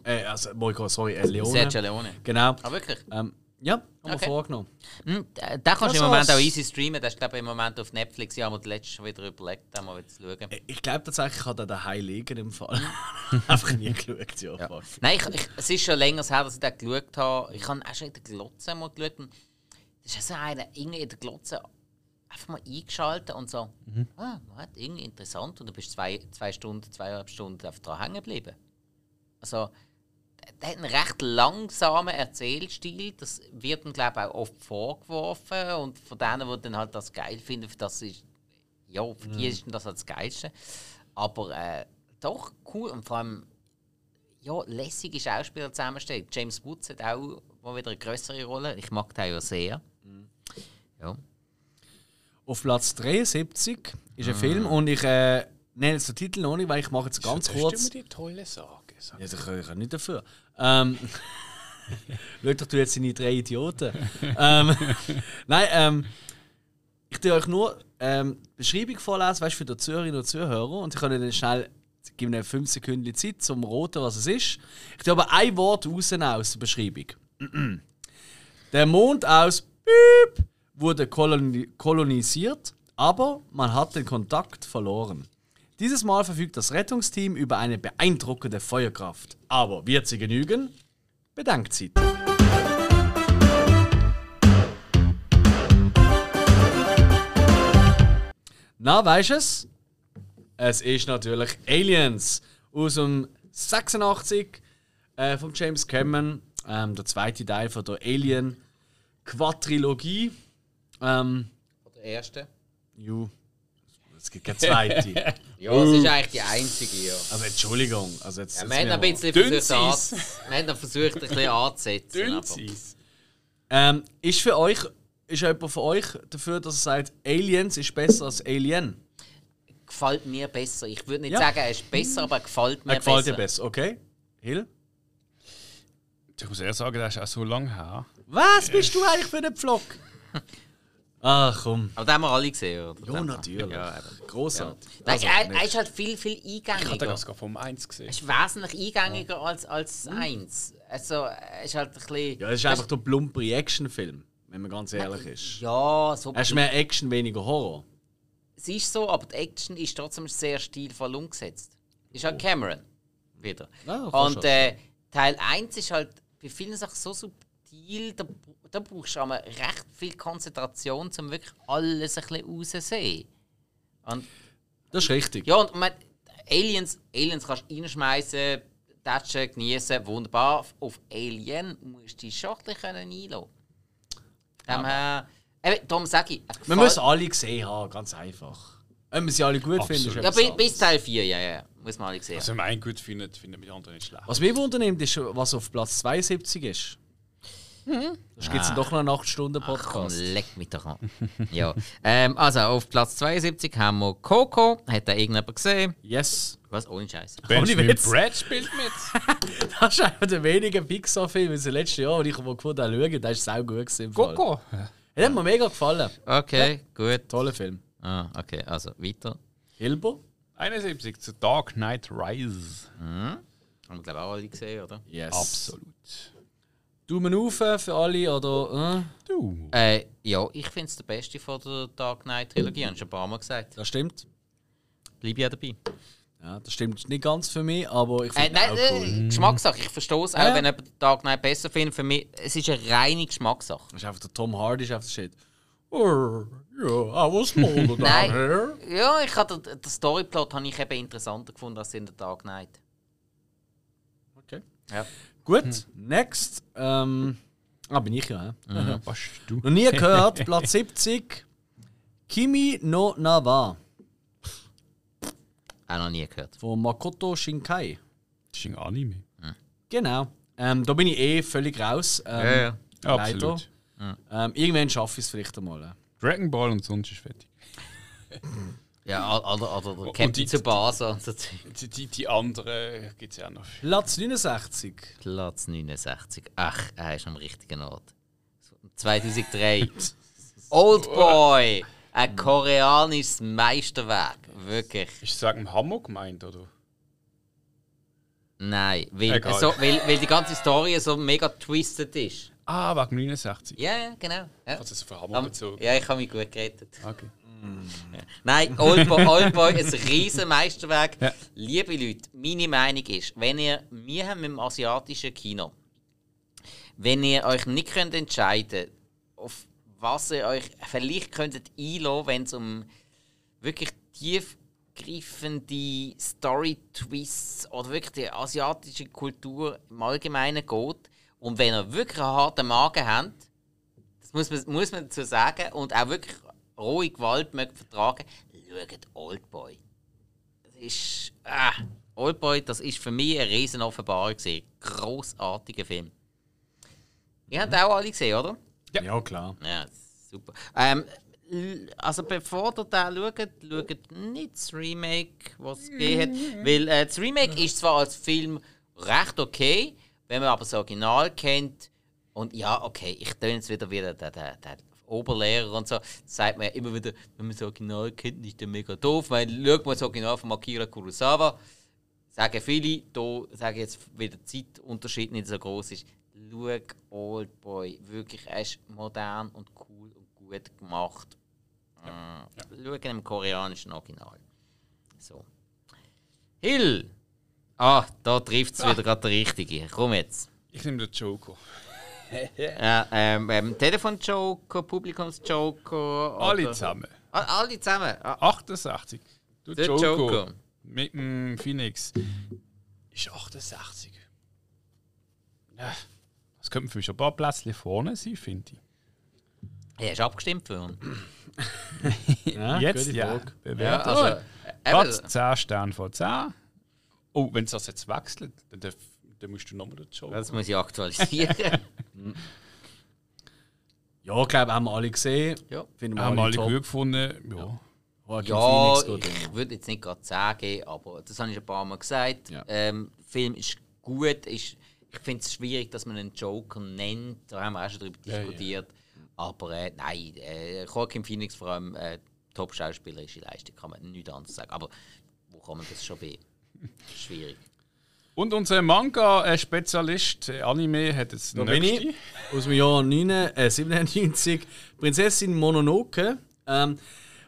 [SPEAKER 1] Äh, also Morricone, sorry, äh, Leone.
[SPEAKER 2] Sergio Leone.
[SPEAKER 1] Genau.
[SPEAKER 2] Aber wirklich.
[SPEAKER 1] Ähm, ja, haben wir
[SPEAKER 2] Okay.
[SPEAKER 1] vorgenommen. Mhm.
[SPEAKER 2] Hm, da da kannst du
[SPEAKER 1] Ja,
[SPEAKER 2] im Moment
[SPEAKER 1] so
[SPEAKER 2] auch
[SPEAKER 1] als-
[SPEAKER 2] easy streamen. Das ist, glaube ich, im Moment auf Netflix. Ja, haben wir das letzte schon wieder überlegt, da mal wieder zu schauen.
[SPEAKER 1] Ich glaube tatsächlich, ich habe den daheim liegen im Fall.
[SPEAKER 2] Mhm.
[SPEAKER 1] Einfach nie geschaut, ja. fuck.
[SPEAKER 2] Nein, ich, ich, es ist schon länger her, dass ich den geschaut habe. Ich habe auch schon in der Glotze mal geschaut. Und das ist ja so einer, irgendwie in der Glotze einfach mal eingeschaltet und so, ah, what, irgendwie interessant. Und du bist zwei, zwei Stunden, zweieinhalb Stunden einfach dran hängen geblieben. Also, der- der hat einen recht langsamen Erzählstil. Das wird ihm, glaube ich, auch oft vorgeworfen. Und von denen, die dann halt das geil finden, für das ist, ja, für die ist das halt das Geilste. Aber äh, doch cool und vor allem ja, lässige Schauspieler zusammenstellen. James Woods hat auch mal wieder eine größere Rolle. Ich mag den ja sehr.
[SPEAKER 1] Mhm.
[SPEAKER 2] Ja.
[SPEAKER 1] Auf Platz 73 ist ein Film und ich äh, nenne jetzt den Titel noch nicht, weil ich mache jetzt ganz kurz.
[SPEAKER 3] die tolle Sache.
[SPEAKER 1] Ja, da kann ich auch nicht dafür. Ähm, Schau doch du jetzt seine drei Idioten. ähm, nein, ähm, ich tue euch nur ähm, die Beschreibung vorlesen, weißt du, für die Zuhörerinnen und Zuhörer. Und ich kann dann schnell, ich gebe ihnen 5 Sekunden Zeit zum Roten, was es ist. Ich tue aber ein Wort raus aus der Beschreibung. Der Mond aus Piep wurde koloni kolonisiert, aber man hat den Kontakt verloren. Dieses Mal verfügt das Rettungsteam über eine beeindruckende Feuerkraft. Aber wird sie genügen? Bedankt sie. Na, weißt es? Es ist natürlich Aliens aus dem 86 äh, von James Cameron, ähm, der zweite Teil von der Alien Quadrilogie. Ähm,
[SPEAKER 2] Der erste.
[SPEAKER 1] ju, es gibt keine zweite.
[SPEAKER 2] Ja, das ist eigentlich die einzige, ja.
[SPEAKER 1] Also Entschuldigung, also jetzt.
[SPEAKER 2] Wir
[SPEAKER 1] jetzt
[SPEAKER 2] haben ein
[SPEAKER 1] wir-
[SPEAKER 2] bisschen
[SPEAKER 3] Dünn
[SPEAKER 2] versucht,
[SPEAKER 3] sie's.
[SPEAKER 2] an, wir haben dann versucht, ein bisschen anzusetzen.
[SPEAKER 3] Dünn
[SPEAKER 2] aber-
[SPEAKER 3] sein.
[SPEAKER 1] Ähm, ist für euch, ist jemand von euch dafür, dass er sagt, Aliens ist besser als Alien?
[SPEAKER 2] Gefällt mir besser. Ich würde nicht
[SPEAKER 1] Ja.
[SPEAKER 2] sagen, er ist besser, aber er gefällt mir
[SPEAKER 1] Er gefällt dir besser,
[SPEAKER 2] besser.
[SPEAKER 1] okay? Hill?
[SPEAKER 4] Ich muss eher sagen, das ist auch so lange her.
[SPEAKER 1] Was bist du eigentlich für ein Pflock? Ach Ah, komm.
[SPEAKER 2] Aber den haben wir alle gesehen, oder?
[SPEAKER 1] Ja, natürlich. Also,
[SPEAKER 2] Ja, eben.
[SPEAKER 1] Großartig.
[SPEAKER 2] Nein, er, er ist halt viel, viel eingängiger.
[SPEAKER 3] Ich habe das sogar vom 1 gesehen.
[SPEAKER 2] ist wesentlich eingängiger als, als eins. Also, er ist halt ein bisschen.
[SPEAKER 1] Mhm. Ja, das ist einfach der plumpere Actionfilm, wenn man ganz ehrlich ist.
[SPEAKER 2] Ja, so.
[SPEAKER 1] Er ist mehr Action, weniger Horror.
[SPEAKER 2] Es ist so, aber die Action ist trotzdem sehr stilvoll umgesetzt. ist halt Cameron. Wieder.
[SPEAKER 1] Ah, fast
[SPEAKER 2] und äh, Teil 1 ist halt bei vielen Sachen so subtil, da, br- da brauchst du aber recht viel Konzentration, um wirklich alles ein bisschen rauszusehen. Und
[SPEAKER 1] Das ist richtig.
[SPEAKER 2] ja, und man, Aliens, Aliens kannst du reinschmeißen, tätschen, genießen, wunderbar. Auf Alien musst du dich schon ein bisschen einlassen können. Ja. Eben, darum sage ich. es
[SPEAKER 1] Man
[SPEAKER 2] gefällt-
[SPEAKER 1] muss alle gesehen haben, ganz einfach. Ob man sie alle gut findet, ist
[SPEAKER 4] Absolut.
[SPEAKER 2] ja,
[SPEAKER 1] etwas
[SPEAKER 2] bis,
[SPEAKER 1] anderes.
[SPEAKER 2] bis Teil 4, ja, ja. Muss man alle sehen.
[SPEAKER 3] Also, wenn man einen gut findet, findet man den anderen nicht schlecht.
[SPEAKER 1] Was mich wundernimmt, ist, was auf Platz 72 ist. Das
[SPEAKER 2] Ah.
[SPEAKER 1] gibt es doch noch einen 8-Stunden-Podcast.
[SPEAKER 2] Komm, leck mich doch an. ja. ähm, also, auf Platz 72 haben wir Coco. Hat da irgendjemand gesehen?
[SPEAKER 1] yes.
[SPEAKER 2] Was? Ohne Scheiß.
[SPEAKER 1] Ohne
[SPEAKER 4] Benjamin
[SPEAKER 1] Witz.
[SPEAKER 4] Brad spielt mit.
[SPEAKER 1] Das ist einer der wenigen Pixar-Filme aus den letzten Jahren, die ich mal gefunden habe, schauen. Der ist sau gut gewesen. im Fall.
[SPEAKER 4] Coco.
[SPEAKER 1] Der hat mir mega gefallen.
[SPEAKER 2] Okay, gut.
[SPEAKER 1] Toller Film.
[SPEAKER 2] Ah, okay, also weiter.
[SPEAKER 1] Hilbo?
[SPEAKER 4] 71 zu Dark Knight Rise.
[SPEAKER 2] Haben wir, glaube ich, auch alle gesehen, oder?
[SPEAKER 1] Yes.
[SPEAKER 4] Absolut.
[SPEAKER 1] Daumen rauf für alle oder. Äh,
[SPEAKER 4] Du.
[SPEAKER 2] Äh, ja, ich finde es der beste von der Dark Knight Trilogie, habe ich schon ein paar Mal gesagt.
[SPEAKER 1] das stimmt.
[SPEAKER 2] Bleibe ja dabei.
[SPEAKER 1] Ja, das stimmt nicht ganz für mich, aber ich
[SPEAKER 2] Äh,
[SPEAKER 1] finde
[SPEAKER 2] nein,
[SPEAKER 1] auch cool.
[SPEAKER 2] äh, Geschmackssache. Ich verstehe es auch,
[SPEAKER 1] Ja.
[SPEAKER 2] wenn jemand den Dark Knight besser findet. Für mich, es ist eine reine Geschmackssache.
[SPEAKER 1] Das ist einfach der Tom Hardy ist einfach shit. Oh, yeah, I was smaller down
[SPEAKER 2] Nein.
[SPEAKER 1] here.
[SPEAKER 2] Ja, ich habe den, den Storyplot habe ich eben interessanter gefunden als in der Dark Knight.
[SPEAKER 1] Okay.
[SPEAKER 2] Ja.
[SPEAKER 1] Gut,
[SPEAKER 2] Hm.
[SPEAKER 1] next. Ähm, ah, bin ich ja. hä?
[SPEAKER 4] Was du?
[SPEAKER 1] Noch nie gehört, Platz 70. Kimi no Nawa
[SPEAKER 2] Auch noch nie gehört.
[SPEAKER 1] von Makoto Shinkai.
[SPEAKER 4] Das ist ein Anime.
[SPEAKER 1] Genau. Ähm, da bin ich eh völlig raus. Ähm, Leider.
[SPEAKER 4] Absolut.
[SPEAKER 1] Ähm, irgendwann schaffe ich es vielleicht einmal.
[SPEAKER 4] Dragon Ball und sonst ist fertig.
[SPEAKER 2] Ja, oder, oder, oder
[SPEAKER 3] und
[SPEAKER 2] also, Captain
[SPEAKER 3] die-
[SPEAKER 2] zu Basel und so Zeug.
[SPEAKER 3] Die, die, die anderen gibt es ja auch noch.
[SPEAKER 1] Platz 69.
[SPEAKER 2] Platz 69. Ach, er ist am richtigen Ort. 2003. Oldboy. Ein koreanisches Meisterwerk. Wirklich.
[SPEAKER 3] Ist das wegen dem Hammer gemeint, oder?
[SPEAKER 2] Nein, weil,
[SPEAKER 4] Egal.
[SPEAKER 2] so, weil, weil die ganze Story so mega twisted ist.
[SPEAKER 4] Ah, wegen 69.
[SPEAKER 2] Ja, ja, genau. Ja.
[SPEAKER 3] Hat es auf den Hammer
[SPEAKER 2] Am-
[SPEAKER 3] bezogen?
[SPEAKER 2] ja, ich habe mich gut gerettet.
[SPEAKER 4] Okay.
[SPEAKER 2] Nein, Oldboy, Oldboy ein riesen Meisterwerk.
[SPEAKER 4] Ja.
[SPEAKER 2] Liebe Leute, meine Meinung ist, wenn ihr, wir haben mit dem asiatischen Kino, wenn ihr euch nicht könnt entscheiden auf was ihr euch vielleicht könntet einlassen, wenn es um wirklich tiefgreifende Story-Twists oder wirklich die asiatische Kultur im Allgemeinen geht und wenn ihr wirklich einen harten Magen habt, das muss man, muss man dazu sagen. Und auch wirklich rohe Gewalt mögt vertragen. Schaut Oldboy. Das ist. Ah, Oldboy, das ist für mich eine riesen Offenbarung. gewesen. Grossartiger Film. Ihr habt auch alle gesehen, oder?
[SPEAKER 1] Ja, klar.
[SPEAKER 2] Ja, super. Ähm, l- also bevor ihr da schaut, schaut nicht das Remake, was es gegeben hat. Weil äh, das Remake ist zwar als Film recht okay, wenn man aber das Original kennt. Und ja, okay, ich töne jetzt wieder wieder der, der, der Oberlehrer und so. Sagt man ja immer wieder, wenn man das Original kennt, ist der mega doof. Weil schaut man das Original von Akira Kurosawa, sagen viele, da sagen jetzt, weil der Zeitunterschied nicht so groß ist, schau Oldboy, wirklich, er ist modern und cool und gut gemacht. Ja. Schau ihn im koreanischen Original. So. Hill! Ah, da trifft es wieder gerade der Richtige. Komm jetzt.
[SPEAKER 4] Ich nehme den Joker.
[SPEAKER 2] Ja, ähm, ähm, Telefonjoker, Publikumsjoker.
[SPEAKER 4] Alle
[SPEAKER 2] oder-
[SPEAKER 4] zusammen.
[SPEAKER 2] Ah, alle zusammen. Ah,
[SPEAKER 4] 68. Du
[SPEAKER 2] Der
[SPEAKER 4] Joker.
[SPEAKER 2] Joker.
[SPEAKER 4] Mit dem Phoenix.
[SPEAKER 3] Ist 68.
[SPEAKER 4] Das könnten für mich schon ein paar Plätzchen vorne sein, finde ich.
[SPEAKER 2] er ist abgestimmt für ihn.
[SPEAKER 1] Ja,
[SPEAKER 4] Jetzt
[SPEAKER 1] Ah, gute
[SPEAKER 4] ja.
[SPEAKER 1] Frage.
[SPEAKER 2] Ja,
[SPEAKER 4] Bewertet.
[SPEAKER 2] also,
[SPEAKER 4] Platz
[SPEAKER 2] eben,
[SPEAKER 4] 10 Stern von 10.
[SPEAKER 3] Oh, wenn es das jetzt wechselt, dann, darf, dann musst du nochmal den Joker.
[SPEAKER 2] das muss ich aktualisieren.
[SPEAKER 1] Ja, ich glaube, haben wir alle gesehen.
[SPEAKER 2] Ja.
[SPEAKER 1] Finden wir
[SPEAKER 4] Haben wir alle
[SPEAKER 1] alle top.
[SPEAKER 4] gut gefunden. Ja.
[SPEAKER 1] Joaquin
[SPEAKER 2] Ja,
[SPEAKER 1] Phoenix geht
[SPEAKER 2] ich würde jetzt nicht gerade sagen, aber das habe ich schon ein paar Mal gesagt.
[SPEAKER 1] Ja.
[SPEAKER 2] Ähm, der Film ist gut. Ist, ich finde es schwierig, dass man einen Joker nennt. Da haben wir auch schon drüber diskutiert. Aber äh, nein, äh, Joaquin Phoenix vor allem äh, Top-schauspielerische Leistung, kann man nichts anderes sagen. Aber wo kann man das schon bei? Schwierig.
[SPEAKER 4] Und unser Manga-Spezialist, äh, Anime, hat jetzt
[SPEAKER 1] Da bin ich aus dem Jahr 9, äh, 97. Prinzessin Mononoke. Ähm,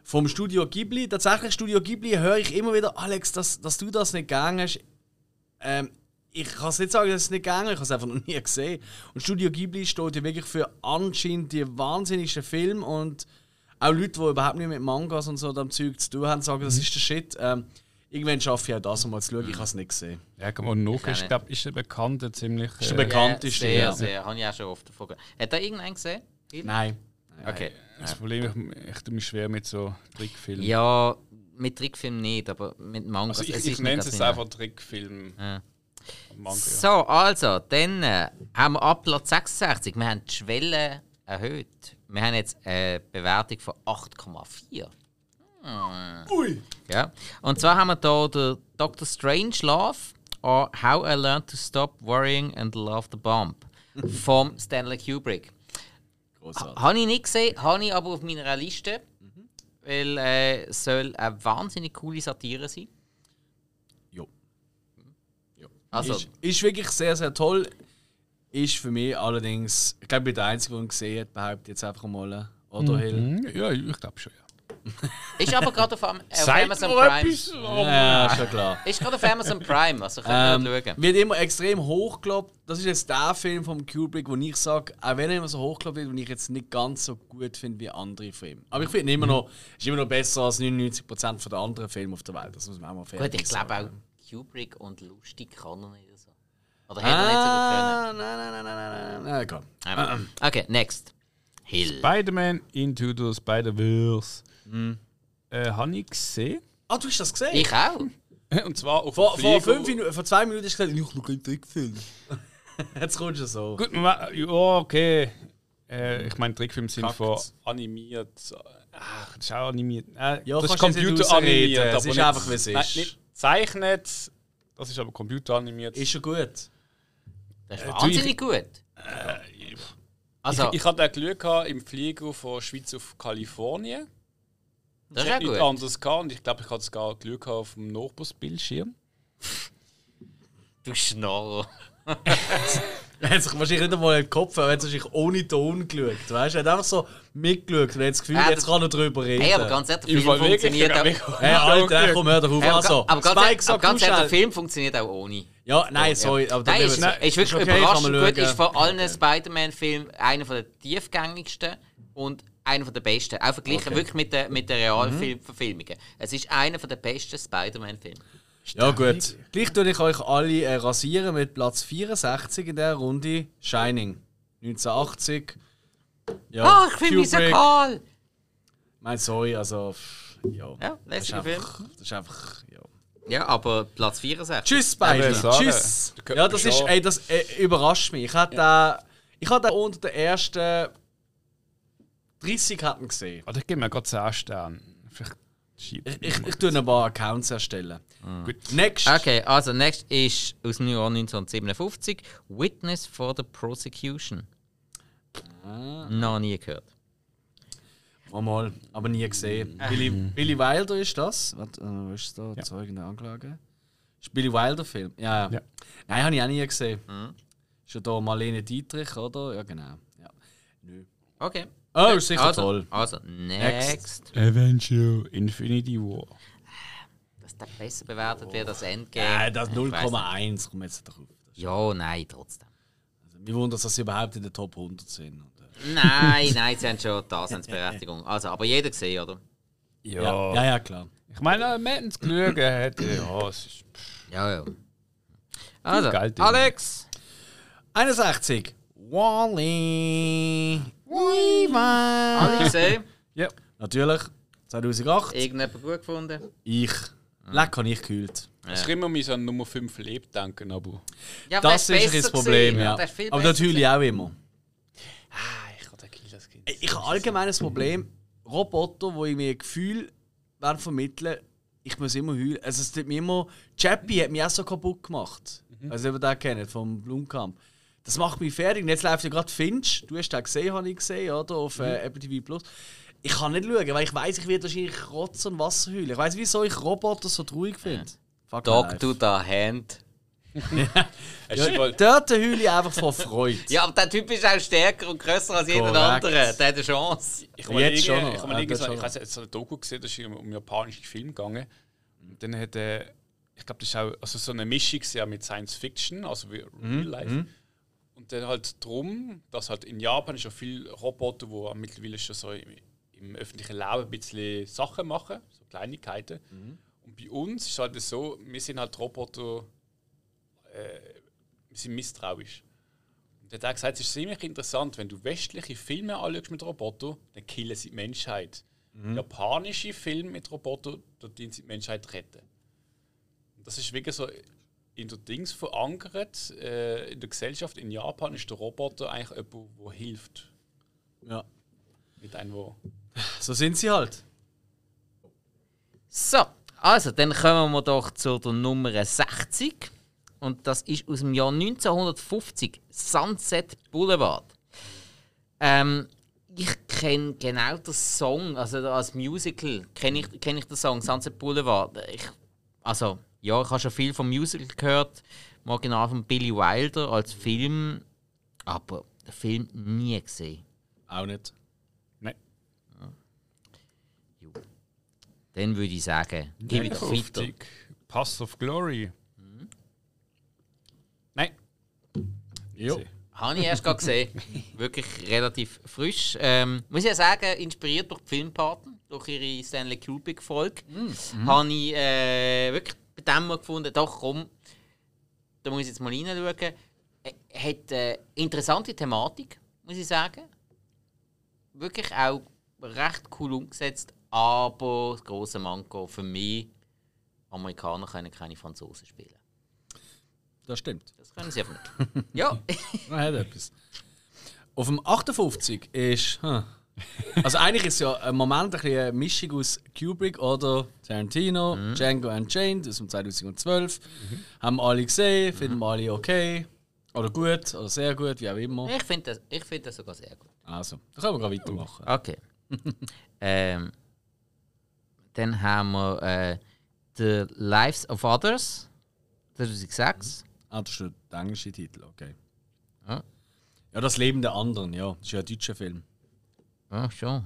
[SPEAKER 1] vom Studio Ghibli. Tatsächlich, Studio Ghibli höre ich immer wieder, Alex, dass, dass du das nicht gegangen hast. Ähm, ich kann es nicht sagen, dass es nicht gegangen ist, ich habe es einfach noch nie gesehen. Und Studio Ghibli steht ja wirklich für anscheinend die wahnsinnigsten Filme und auch Leute, die überhaupt nicht mit Mangas und so dem Zeug zu tun haben, sagen, das ist der Shit. Ähm, irgendwann schaffe ich auch das, um mal zu schauen, ich habe es nicht gesehen.
[SPEAKER 4] Ja, und Nook
[SPEAKER 2] nicht.
[SPEAKER 4] ist, glaube ich, ist ein bekannter ziemlich.
[SPEAKER 1] Ist ein
[SPEAKER 4] äh,
[SPEAKER 1] bekannteste,
[SPEAKER 2] Sehr,
[SPEAKER 1] ja.
[SPEAKER 2] sehr. Habe ich auch schon oft davon gehört. Hat da irgendeinen gesehen?
[SPEAKER 1] Nein.
[SPEAKER 2] Okay.
[SPEAKER 4] äh, das Problem, ich, ich tue mich schwer mit so Trickfilmen.
[SPEAKER 2] Ja, mit Trickfilm nicht, aber mit Mangas.
[SPEAKER 3] Also ich,
[SPEAKER 2] Es
[SPEAKER 3] ich
[SPEAKER 2] ist
[SPEAKER 3] nenne
[SPEAKER 2] nicht
[SPEAKER 3] es
[SPEAKER 2] das
[SPEAKER 3] jetzt
[SPEAKER 2] Niveau.
[SPEAKER 3] einfach Trickfilm.
[SPEAKER 2] Ja.
[SPEAKER 3] Manga.
[SPEAKER 2] So, also, dann äh, haben wir ab Platz 66, wir haben die Schwelle erhöht. Wir haben jetzt eine Bewertung von 8,4. Ui! Hm. Ja. Und zwar haben wir hier den Dr. Strangelove or How I Learned to Stop Worrying and Love the Bomb vom Stanley Kubrick.
[SPEAKER 1] Großartig.
[SPEAKER 2] Habe ich nicht gesehen, habe ich aber auf meiner Liste, weil äh, es soll eine wahnsinnig coole Satire sein.
[SPEAKER 1] Jo.
[SPEAKER 2] Also,
[SPEAKER 1] Ist, ist wirklich sehr, sehr toll. Ist für mich allerdings, ich glaube, ich bin der Einzige, der ihn gesehen hat, behaupte ich jetzt einfach mal. Oder Hill?
[SPEAKER 4] Hm, Ja, ich glaube schon, ja.
[SPEAKER 2] ist aber gerade auf, Am auf
[SPEAKER 4] Zeig
[SPEAKER 2] Amazon
[SPEAKER 4] mir
[SPEAKER 2] Prime.
[SPEAKER 4] etwas, warum-
[SPEAKER 1] Ja, ist ja klar.
[SPEAKER 2] Ist gerade auf Amazon Prime, also könnt
[SPEAKER 1] Ähm,
[SPEAKER 2] ihr ähm, schauen.
[SPEAKER 1] wird immer extrem hochgelobt. Das ist jetzt der Film von Kubrick, wo ich sage, auch wenn er immer so hochgelobt wird, den ich jetzt nicht ganz so gut finde wie andere Filme. Aber ich finde ihn immer noch, ist immer noch besser als 99% der anderen Filme auf der Welt. Das muss man auch mal fair
[SPEAKER 2] Gut, ich
[SPEAKER 1] sagen.
[SPEAKER 2] glaube auch Kubrick und lustig kann er nicht so. Oder hätte er
[SPEAKER 1] Ah, nein, nein, nein, nein, nein, nein, nein, egal.
[SPEAKER 3] Ah.
[SPEAKER 2] nicht so gut können. Okay, next. Hill.
[SPEAKER 4] Spider-Man Into the Spider-Verse. Äh, Habe ich gesehen.
[SPEAKER 1] Ah, du hast das gesehen?
[SPEAKER 2] Ich auch.
[SPEAKER 3] Und zwar auf
[SPEAKER 1] Vor,
[SPEAKER 3] dem
[SPEAKER 1] vor,
[SPEAKER 3] Flieger.
[SPEAKER 1] fünf Minuten, vor zwei Minuten hast du gesagt, ich habe keinen Trickfilm. Jetzt kommst du so.
[SPEAKER 4] Gut, ma- ja, okay. Äh, ich meine, Trickfilme sind von.
[SPEAKER 3] Kackt, animiert.
[SPEAKER 4] Ach, das ist auch animiert. Äh,
[SPEAKER 1] Ja,
[SPEAKER 4] das ist
[SPEAKER 1] kannst du jetzt nicht ausreden,
[SPEAKER 4] computeranimiert.
[SPEAKER 1] es
[SPEAKER 4] aber
[SPEAKER 1] ist
[SPEAKER 4] nicht-
[SPEAKER 1] einfach, wie es
[SPEAKER 4] Nein,
[SPEAKER 1] ist.
[SPEAKER 4] nicht zeichnet. Das ist aber computeranimiert.
[SPEAKER 1] Ist schon gut.
[SPEAKER 2] Das ist wahnsinnig gut. Also,
[SPEAKER 3] Äh, Ich, ich hatte auch Glück gehabt, im Flieger von Schweiz auf Kalifornien.
[SPEAKER 2] das
[SPEAKER 3] Ich
[SPEAKER 2] ist
[SPEAKER 3] hatte nichts
[SPEAKER 2] auch gut.
[SPEAKER 3] anderes gehabt und ich glaube, ich hatte sogar Glück gehabt auf dem Nachbarsbildschirm.
[SPEAKER 2] Du Schnorrer.
[SPEAKER 1] Er hat sich wahrscheinlich nicht einmal in den Kopf, er hat wahrscheinlich ohne Ton geschaut. Weißt? du? Er hat einfach so mitgeschaut und hat das Gefühl,
[SPEAKER 2] Ah,
[SPEAKER 1] jetzt
[SPEAKER 2] das-
[SPEAKER 1] kann er drüber reden.
[SPEAKER 2] Hey, aber ganz ehrlich, der
[SPEAKER 3] Im
[SPEAKER 2] Film
[SPEAKER 3] Fall wirklich, ich
[SPEAKER 2] funktioniert auch.
[SPEAKER 3] habe mich
[SPEAKER 2] Hey,
[SPEAKER 1] Hey, Alter, komm, hör doch auf.
[SPEAKER 2] aber,
[SPEAKER 1] also,
[SPEAKER 2] ga- aber ganz,
[SPEAKER 1] Spike,
[SPEAKER 2] ehrlich, aber
[SPEAKER 1] sag
[SPEAKER 2] ganz
[SPEAKER 1] du
[SPEAKER 2] ehrlich, der
[SPEAKER 1] schnell.
[SPEAKER 2] Film funktioniert auch ohne.
[SPEAKER 1] Ja, nein, sorry. Aber da
[SPEAKER 2] Nein,
[SPEAKER 1] bin
[SPEAKER 2] ist,
[SPEAKER 1] ich-
[SPEAKER 2] ist wirklich
[SPEAKER 1] okay,
[SPEAKER 2] überraschend
[SPEAKER 1] kann man
[SPEAKER 2] gut.
[SPEAKER 1] schauen.
[SPEAKER 2] Ist von allen Spider-Man-Filmen einer von der tiefgängigsten und einer von der besten. Auch verglichen wirklich mit den mit der
[SPEAKER 1] Mhm.
[SPEAKER 2] Realfilmverfilmungen. Es ist einer von der besten Spider-Man-Filme.
[SPEAKER 1] Ja, gut. Gleich tue ich euch alle äh, rasieren mit Platz 64 in der Runde. Shining. 1980. Ja,
[SPEAKER 2] Ah, ich finde ihn so
[SPEAKER 1] Kubrick.
[SPEAKER 2] cool!
[SPEAKER 1] Mein sorry, also pff, ja.
[SPEAKER 2] Ja,
[SPEAKER 1] das ist
[SPEAKER 2] lässiger Film.
[SPEAKER 1] einfach, das ist einfach ja.
[SPEAKER 2] Ja, aber Platz 64.
[SPEAKER 1] Tschüss
[SPEAKER 4] Ja,
[SPEAKER 1] Spidey.
[SPEAKER 4] würde ich sagen.
[SPEAKER 1] Tschüss.
[SPEAKER 3] Da gehört
[SPEAKER 1] Ja,
[SPEAKER 3] man
[SPEAKER 1] das ist
[SPEAKER 3] schon.
[SPEAKER 1] ey, das äh, überrascht mich. Ich hatte ja. ich hatte unter den ersten 30 hatten gesehen.
[SPEAKER 4] Warte, ich gebe mir gerade 10 Sterne. Vielleicht schiebt
[SPEAKER 1] Ich, ich, ich tue ein paar Accounts erstellen. Gut. Next.
[SPEAKER 2] Okay, also next ist aus dem Jahr 1957 Witness for the Prosecution.
[SPEAKER 1] Ah.
[SPEAKER 2] Noch nie gehört.
[SPEAKER 1] Einmal, Oh, aber nie gesehen. Billy, Billy Wilder ist das. Warte, äh, wo ist da? Zeugen der Anklage. Ist Billy Wilder Film. Ja, ja.
[SPEAKER 4] Ja.
[SPEAKER 1] Nein, habe ich auch nie gesehen. Schon da Marlene Dietrich, oder? Ja, genau. Mhm. Ja. Nö.
[SPEAKER 2] Okay.
[SPEAKER 1] Oh, ist sicher
[SPEAKER 2] also,
[SPEAKER 1] toll.
[SPEAKER 2] Also, next.
[SPEAKER 4] Avenger Infinity War.
[SPEAKER 2] dass der besser bewertet wird als Endgame.
[SPEAKER 1] Nein, das
[SPEAKER 2] Ich weiss nicht.
[SPEAKER 1] 0,1 kommt jetzt drauf.
[SPEAKER 2] Ja, nein, trotzdem.
[SPEAKER 1] Also, mich wundert, dass sie überhaupt in der Top 100 sind. Und, äh,
[SPEAKER 2] Nein, nein, sie haben schon das als Berechtigung. Also, aber jeder gesehen, oder?
[SPEAKER 1] ja. Ja, ja, klar.
[SPEAKER 4] Ich meine, äh, wir hätten es geschaut. hätte- Ja, es ist.
[SPEAKER 2] Ja, ja. Also,
[SPEAKER 4] Geil, Ding.
[SPEAKER 2] Alex!
[SPEAKER 1] 61. Wally. Weaver.
[SPEAKER 2] Alle gesehen?
[SPEAKER 4] Ja.
[SPEAKER 1] Natürlich. 2008.
[SPEAKER 2] Irgendjemand gut gefunden?
[SPEAKER 1] Ich. Leck habe ich gekühlt.
[SPEAKER 3] Ich immer mich an Nummer 5 lebt denken, aber.
[SPEAKER 2] Ja, aber
[SPEAKER 1] Das
[SPEAKER 2] der
[SPEAKER 1] ist
[SPEAKER 2] besser
[SPEAKER 1] das Problem,
[SPEAKER 2] gewesen.
[SPEAKER 1] ja.
[SPEAKER 2] Der ist viel
[SPEAKER 1] Aber
[SPEAKER 2] besser
[SPEAKER 1] natürlich auch immer.
[SPEAKER 3] Ah, ich hatte Kill das Kind.
[SPEAKER 1] Ich habe allgemein ein Problem. Roboter, wo ich mir ein Gefühl werden vermitteln, ich muss immer heulen. Also es tut mir immer... Chappie hat mich auch so kaputt gemacht.
[SPEAKER 2] Mhm.
[SPEAKER 1] Also über den kennt vom Blumkamp. Das macht mich fertig. Und jetzt läuft ja gerade Finch. Du hast den gesehen, habe ich gesehen, oder? Auf
[SPEAKER 2] Mhm.
[SPEAKER 1] äh, Apple TV Plus. Ich kann nicht schauen, weil ich weiß, ich werde wahrscheinlich Rotz und Wasser heulen. Ich weiß, wieso ich Roboter so traurig finde. Fuck my
[SPEAKER 2] gewesen.
[SPEAKER 1] life.
[SPEAKER 2] Dog to the Hand.
[SPEAKER 3] Hast du wohl-
[SPEAKER 1] Dort heule ich einfach vor Freude.
[SPEAKER 2] Ja, aber der Typ ist auch stärker und grösser als jeder
[SPEAKER 1] Korrekt.
[SPEAKER 2] andere. Der hat eine Chance.
[SPEAKER 3] Ich habe mal
[SPEAKER 1] Jetzt
[SPEAKER 3] irgendwie-
[SPEAKER 1] schon noch.
[SPEAKER 3] ich habe mal
[SPEAKER 1] Ah,
[SPEAKER 3] irgendwie
[SPEAKER 1] das
[SPEAKER 3] so,
[SPEAKER 1] schon
[SPEAKER 3] ich
[SPEAKER 1] noch.
[SPEAKER 3] habe so eine Doku gesehen, da ist um einen japanischen Film gegangen. Und dann hat er, ich glaube, das ist auch also so eine Mischung gewesen, auch mit Science Fiction, also wie
[SPEAKER 1] Mhm,
[SPEAKER 3] Real Life. Und dann halt drum, dass halt in Japan ist ja viel Roboter, die auch mittlerweile schon so im, im öffentlichen Leben ein bisschen Sachen machen, so Kleinigkeiten.
[SPEAKER 1] Mhm.
[SPEAKER 3] Und bei uns ist halt so, wir sind halt Roboter, äh, wir sind misstrauisch. Und er hat auch gesagt, es ist ziemlich interessant, wenn du westliche Filme anschaust mit Robotern, dann killen sie die Menschheit.
[SPEAKER 1] Mhm.
[SPEAKER 3] Japanische Filme mit Robotern, da dienen sie die Menschheit retten. Und das ist wirklich so in der Dings verankert. Äh, in der Gesellschaft in Japan ist der Roboter eigentlich jemand, der hilft.
[SPEAKER 1] Ja.
[SPEAKER 3] Mit einem, wo
[SPEAKER 1] So sind sie halt.
[SPEAKER 2] So, also, dann kommen wir doch zu der Nummer 60. Und das ist aus dem Jahr 1950, Sunset Boulevard. Ähm, ich kenne genau den Song, also als Musical kenne ich, kenn ich den Song Sunset Boulevard. Ich, also, ja, ich habe schon viel vom Musical gehört, im Original von Billy Wilder als Film, aber den Film nie gesehen.
[SPEAKER 1] Auch nicht.
[SPEAKER 3] Nein.
[SPEAKER 2] Dann würde ich sagen, gebe ich doch weiter.
[SPEAKER 4] Pass of Glory.
[SPEAKER 3] Mhm. Nein.
[SPEAKER 1] Jo.
[SPEAKER 2] Habe ich erst gerade gesehen. Wirklich relativ frisch. Ähm, muss ich ja sagen, inspiriert durch die Filmpaten, durch ihre Stanley Kubrick-Folge, habe ich äh, wirklich bei dem mal gefunden, doch komm, da muss ich jetzt mal reinschauen. Äh, hat äh, interessante Thematik, muss ich sagen. Wirklich auch recht cool umgesetzt, aber das grosse Manko für mich, Amerikaner können keine Franzosen spielen.
[SPEAKER 1] Das stimmt.
[SPEAKER 2] Das können sie einfach nicht. ja,
[SPEAKER 1] Man hat etwas. Auf dem 58 ist. Hm, also eigentlich ist ja im Moment ein bisschen eine Mischung aus Kubrick oder Tarantino, Django Unchained aus dem 2012. Haben wir alle gesehen, finden wir alle okay. Oder gut, oder sehr gut, wie auch immer.
[SPEAKER 2] ich finde das, ich find das sogar sehr gut.
[SPEAKER 1] Also, da können wir gerade weitermachen.
[SPEAKER 2] Okay. ähm, dann haben wir äh, The Lives of Others, 2006.
[SPEAKER 1] Ah, das ist der englische Titel, okay.
[SPEAKER 2] Ja.
[SPEAKER 1] Ja, das Leben der anderen, ja. Das ist ja ein deutscher Film.
[SPEAKER 2] Ah, schon.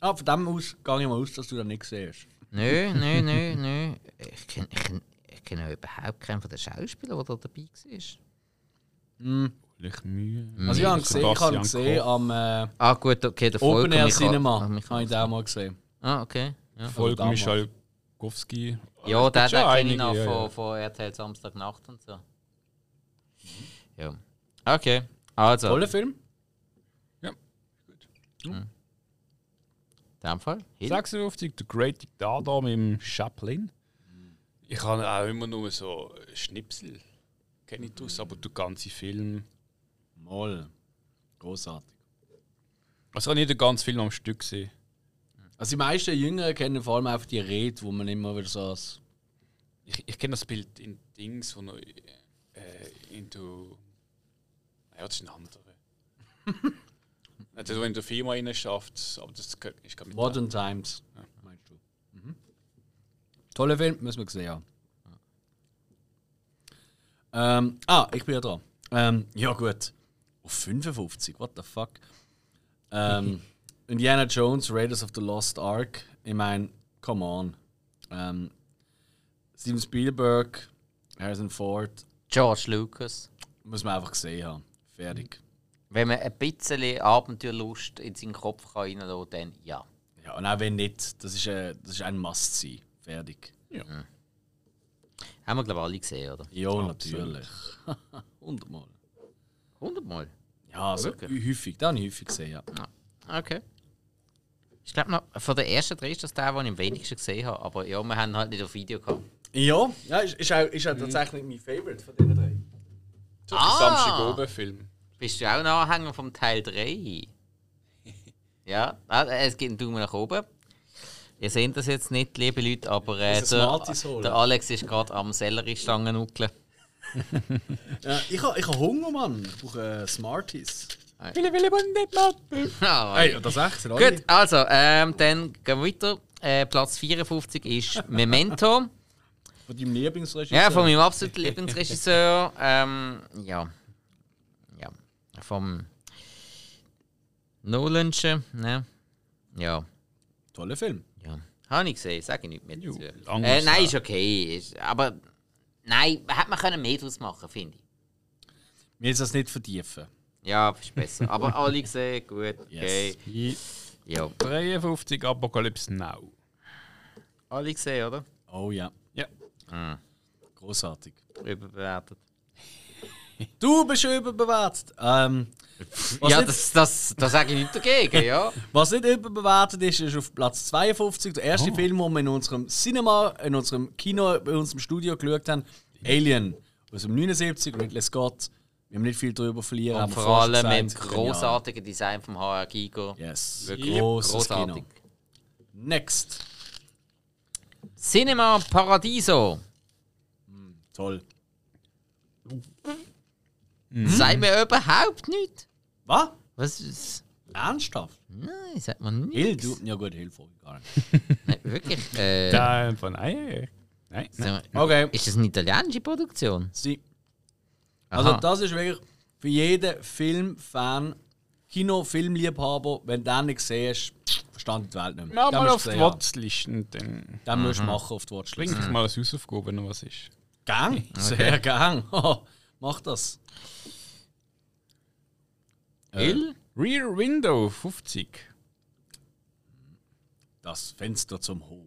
[SPEAKER 1] Ah, von dem aus gehe ich mal aus, dass du das nicht gesehen hast.
[SPEAKER 2] Nö, nö, nö, nö. Ich kenne ich kenn, ich kenn ja nou überhaupt keinen von den Schauspielern, der da dabei war.
[SPEAKER 4] Vielleicht Mühe. Mhm.
[SPEAKER 1] Also, ich habe ihn gesehen, ich habe ihn
[SPEAKER 4] Sebastian
[SPEAKER 1] gesehen am äh,
[SPEAKER 2] Ah, gut, okay, der
[SPEAKER 1] Open
[SPEAKER 2] Volker
[SPEAKER 1] Air
[SPEAKER 2] Michal-
[SPEAKER 1] Cinema.
[SPEAKER 2] Ah, Michal-
[SPEAKER 1] Habe ich den auch mal gesehen.
[SPEAKER 2] Ah, okay. Ja,
[SPEAKER 1] Also
[SPEAKER 4] Volker
[SPEAKER 1] damals.
[SPEAKER 4] Michalkowski.
[SPEAKER 2] ja
[SPEAKER 4] gibt
[SPEAKER 2] der,
[SPEAKER 4] schon
[SPEAKER 2] der kenne ich
[SPEAKER 4] einige,
[SPEAKER 2] noch
[SPEAKER 4] ja,
[SPEAKER 2] von,
[SPEAKER 4] ja.
[SPEAKER 2] von RTL Samstagnacht und so. Ja. Okay, also.
[SPEAKER 1] Toller Film.
[SPEAKER 2] In dem Fall. Hill.
[SPEAKER 4] 56, der Great Dictator mit dem Chaplin.
[SPEAKER 3] Ich habe auch immer nur so Schnipsel. Kenne ich das, aber der ganze Film.
[SPEAKER 1] Moll. Großartig.
[SPEAKER 3] Also habe ich den ganzen Film am Stück gesehen.
[SPEAKER 1] Also die meisten Jüngeren kennen vor allem einfach die Rede, wo man immer wieder so als
[SPEAKER 3] ich, ich kenne das Bild in Dings, wo noch äh, in du. Ja, das ist ein anderer. Also, wenn du Firma rein schafft, aber das gehört- ist gar nicht.
[SPEAKER 1] Modern Times, meinst du. Mhm. Toller Film, müssen wir gesehen haben. Ähm, ah, ich bin ja dran. Ähm, ja gut. Auf 55, what the fuck. Ähm, Indiana Jones, Raiders of the Lost Ark. Ich meine, come on. Ähm, Steven Spielberg, Harrison Ford,
[SPEAKER 2] George Lucas.
[SPEAKER 1] muss man einfach gesehen haben. Fertig.
[SPEAKER 2] Wenn man ein bisschen Abenteuerlust in seinen Kopf kann reinlassen kann, dann ja.
[SPEAKER 1] Ja, und auch wenn nicht, das ist, äh, das ist ein Must-See. Fertig.
[SPEAKER 2] Haben wir, glaube ich, alle gesehen, oder?
[SPEAKER 1] Ja, natürlich. Hundertmal.
[SPEAKER 2] Hundertmal.
[SPEAKER 1] Ja, also
[SPEAKER 2] Wirklich?
[SPEAKER 1] häufig. Das habe ich häufig gesehen, ja.
[SPEAKER 2] Okay. Ich glaube noch, von den ersten drei ist das der, den ich am wenigsten gesehen habe. Aber ja, wir haben ihn halt nicht auf Video gehabt.
[SPEAKER 1] Ja, ja ist, ist, auch, ist auch tatsächlich mein Favorite von diesen drei.
[SPEAKER 3] Der
[SPEAKER 2] Ah!
[SPEAKER 3] Samstag oben Film.
[SPEAKER 2] Bist du auch ein Anhänger vom Teil 3? ja, ah, äh, es gibt einen Daumen nach oben. Ihr seht das jetzt nicht, liebe Leute, aber äh,
[SPEAKER 1] Muss ein Smarties
[SPEAKER 2] der,
[SPEAKER 1] holen.
[SPEAKER 2] der Alex ist gerade am Selleriestangen nuckeln.
[SPEAKER 1] Ja, ich habe ich hab Hunger, Mann. Ich brauche äh, Smarties.
[SPEAKER 2] Ah,
[SPEAKER 1] Hey, das echt? Sind alle?
[SPEAKER 2] Gut, also, ähm, dann gehen wir weiter. Äh, Platz 54 ist Memento.
[SPEAKER 1] Von deinem Lieblingsregisseur?
[SPEAKER 2] Ja, von meinem absoluten Lieblingsregisseur. Ähm, ja. Ja. Vom Nolan'schen, ne? Ja.
[SPEAKER 1] Toller Film.
[SPEAKER 2] Ja. Habe ich gesehen, sage ich nicht mehr dazu.
[SPEAKER 4] anders,
[SPEAKER 2] Äh, nein, ist okay. Ist, aber nein, hätte man können mehr draus machen, finde ich.
[SPEAKER 1] Wir jetzt das nicht vertiefen.
[SPEAKER 2] Ja, ist besser. Aber alle gesehen, gut, okay. Ja.
[SPEAKER 4] 53 Apocalypse Now.
[SPEAKER 2] Alle gesehen, oder?
[SPEAKER 1] Oh ja, Ah.
[SPEAKER 4] Ja.
[SPEAKER 1] großartig.
[SPEAKER 2] Überbewertet.
[SPEAKER 1] Du bist überbewertet. Ähm, was,
[SPEAKER 2] ja,
[SPEAKER 1] nicht,
[SPEAKER 2] das, das, das sage ich nicht dagegen, ja.
[SPEAKER 1] was nicht überbewertet ist, ist auf Platz 52 der
[SPEAKER 2] Oh.
[SPEAKER 1] erste Film, den wir in unserem Cinema, in unserem Kino, bei uns im Studio geschaut haben. Alien. Aus dem 79, Ridley Scott. Wir haben nicht viel darüber verlieren.
[SPEAKER 2] Und
[SPEAKER 1] haben wir
[SPEAKER 2] vor
[SPEAKER 1] fast
[SPEAKER 2] allem
[SPEAKER 1] gesagt.
[SPEAKER 2] mit dem grossartigen Design vom HR Gigo.
[SPEAKER 1] Genial. Yes.
[SPEAKER 2] Wirklich
[SPEAKER 1] Grosses
[SPEAKER 2] großartig.
[SPEAKER 1] Kino. Next.
[SPEAKER 2] Cinema Paradiso.
[SPEAKER 1] Toll. Mhm.
[SPEAKER 2] Sagt mir überhaupt nichts.
[SPEAKER 1] Was?
[SPEAKER 2] Was ist.
[SPEAKER 1] Ernsthaft?
[SPEAKER 2] Nein, sagt mir nichts.
[SPEAKER 1] Hill, du? Ja gut, Hill vorhin gar nicht.
[SPEAKER 2] Nein, wirklich. Äh,
[SPEAKER 4] Da von Nein, nein. nein.
[SPEAKER 2] sag mal,
[SPEAKER 1] Okay.
[SPEAKER 2] Ist das eine italienische Produktion?
[SPEAKER 1] Sie.
[SPEAKER 2] Aha.
[SPEAKER 1] Also das ist wirklich für jeden Filmfan, Kino, Filmliebhaber, wenn du den nicht siehst, verstand die Welt nicht mehr.
[SPEAKER 4] Mach
[SPEAKER 1] Den
[SPEAKER 4] mal
[SPEAKER 1] musst
[SPEAKER 4] auf die
[SPEAKER 1] du sehen, ja.
[SPEAKER 4] Watchlist und dann
[SPEAKER 1] Den musst du machen auf die
[SPEAKER 4] bring
[SPEAKER 1] Watchlist.
[SPEAKER 3] Hm.
[SPEAKER 4] dich mal als Hausaufgabe noch was ist.
[SPEAKER 1] Gang, sehr gang. Oh, Mach das.
[SPEAKER 3] Äh.
[SPEAKER 2] Hill?
[SPEAKER 4] Rear Window 50.
[SPEAKER 1] Das Fenster zum Hof.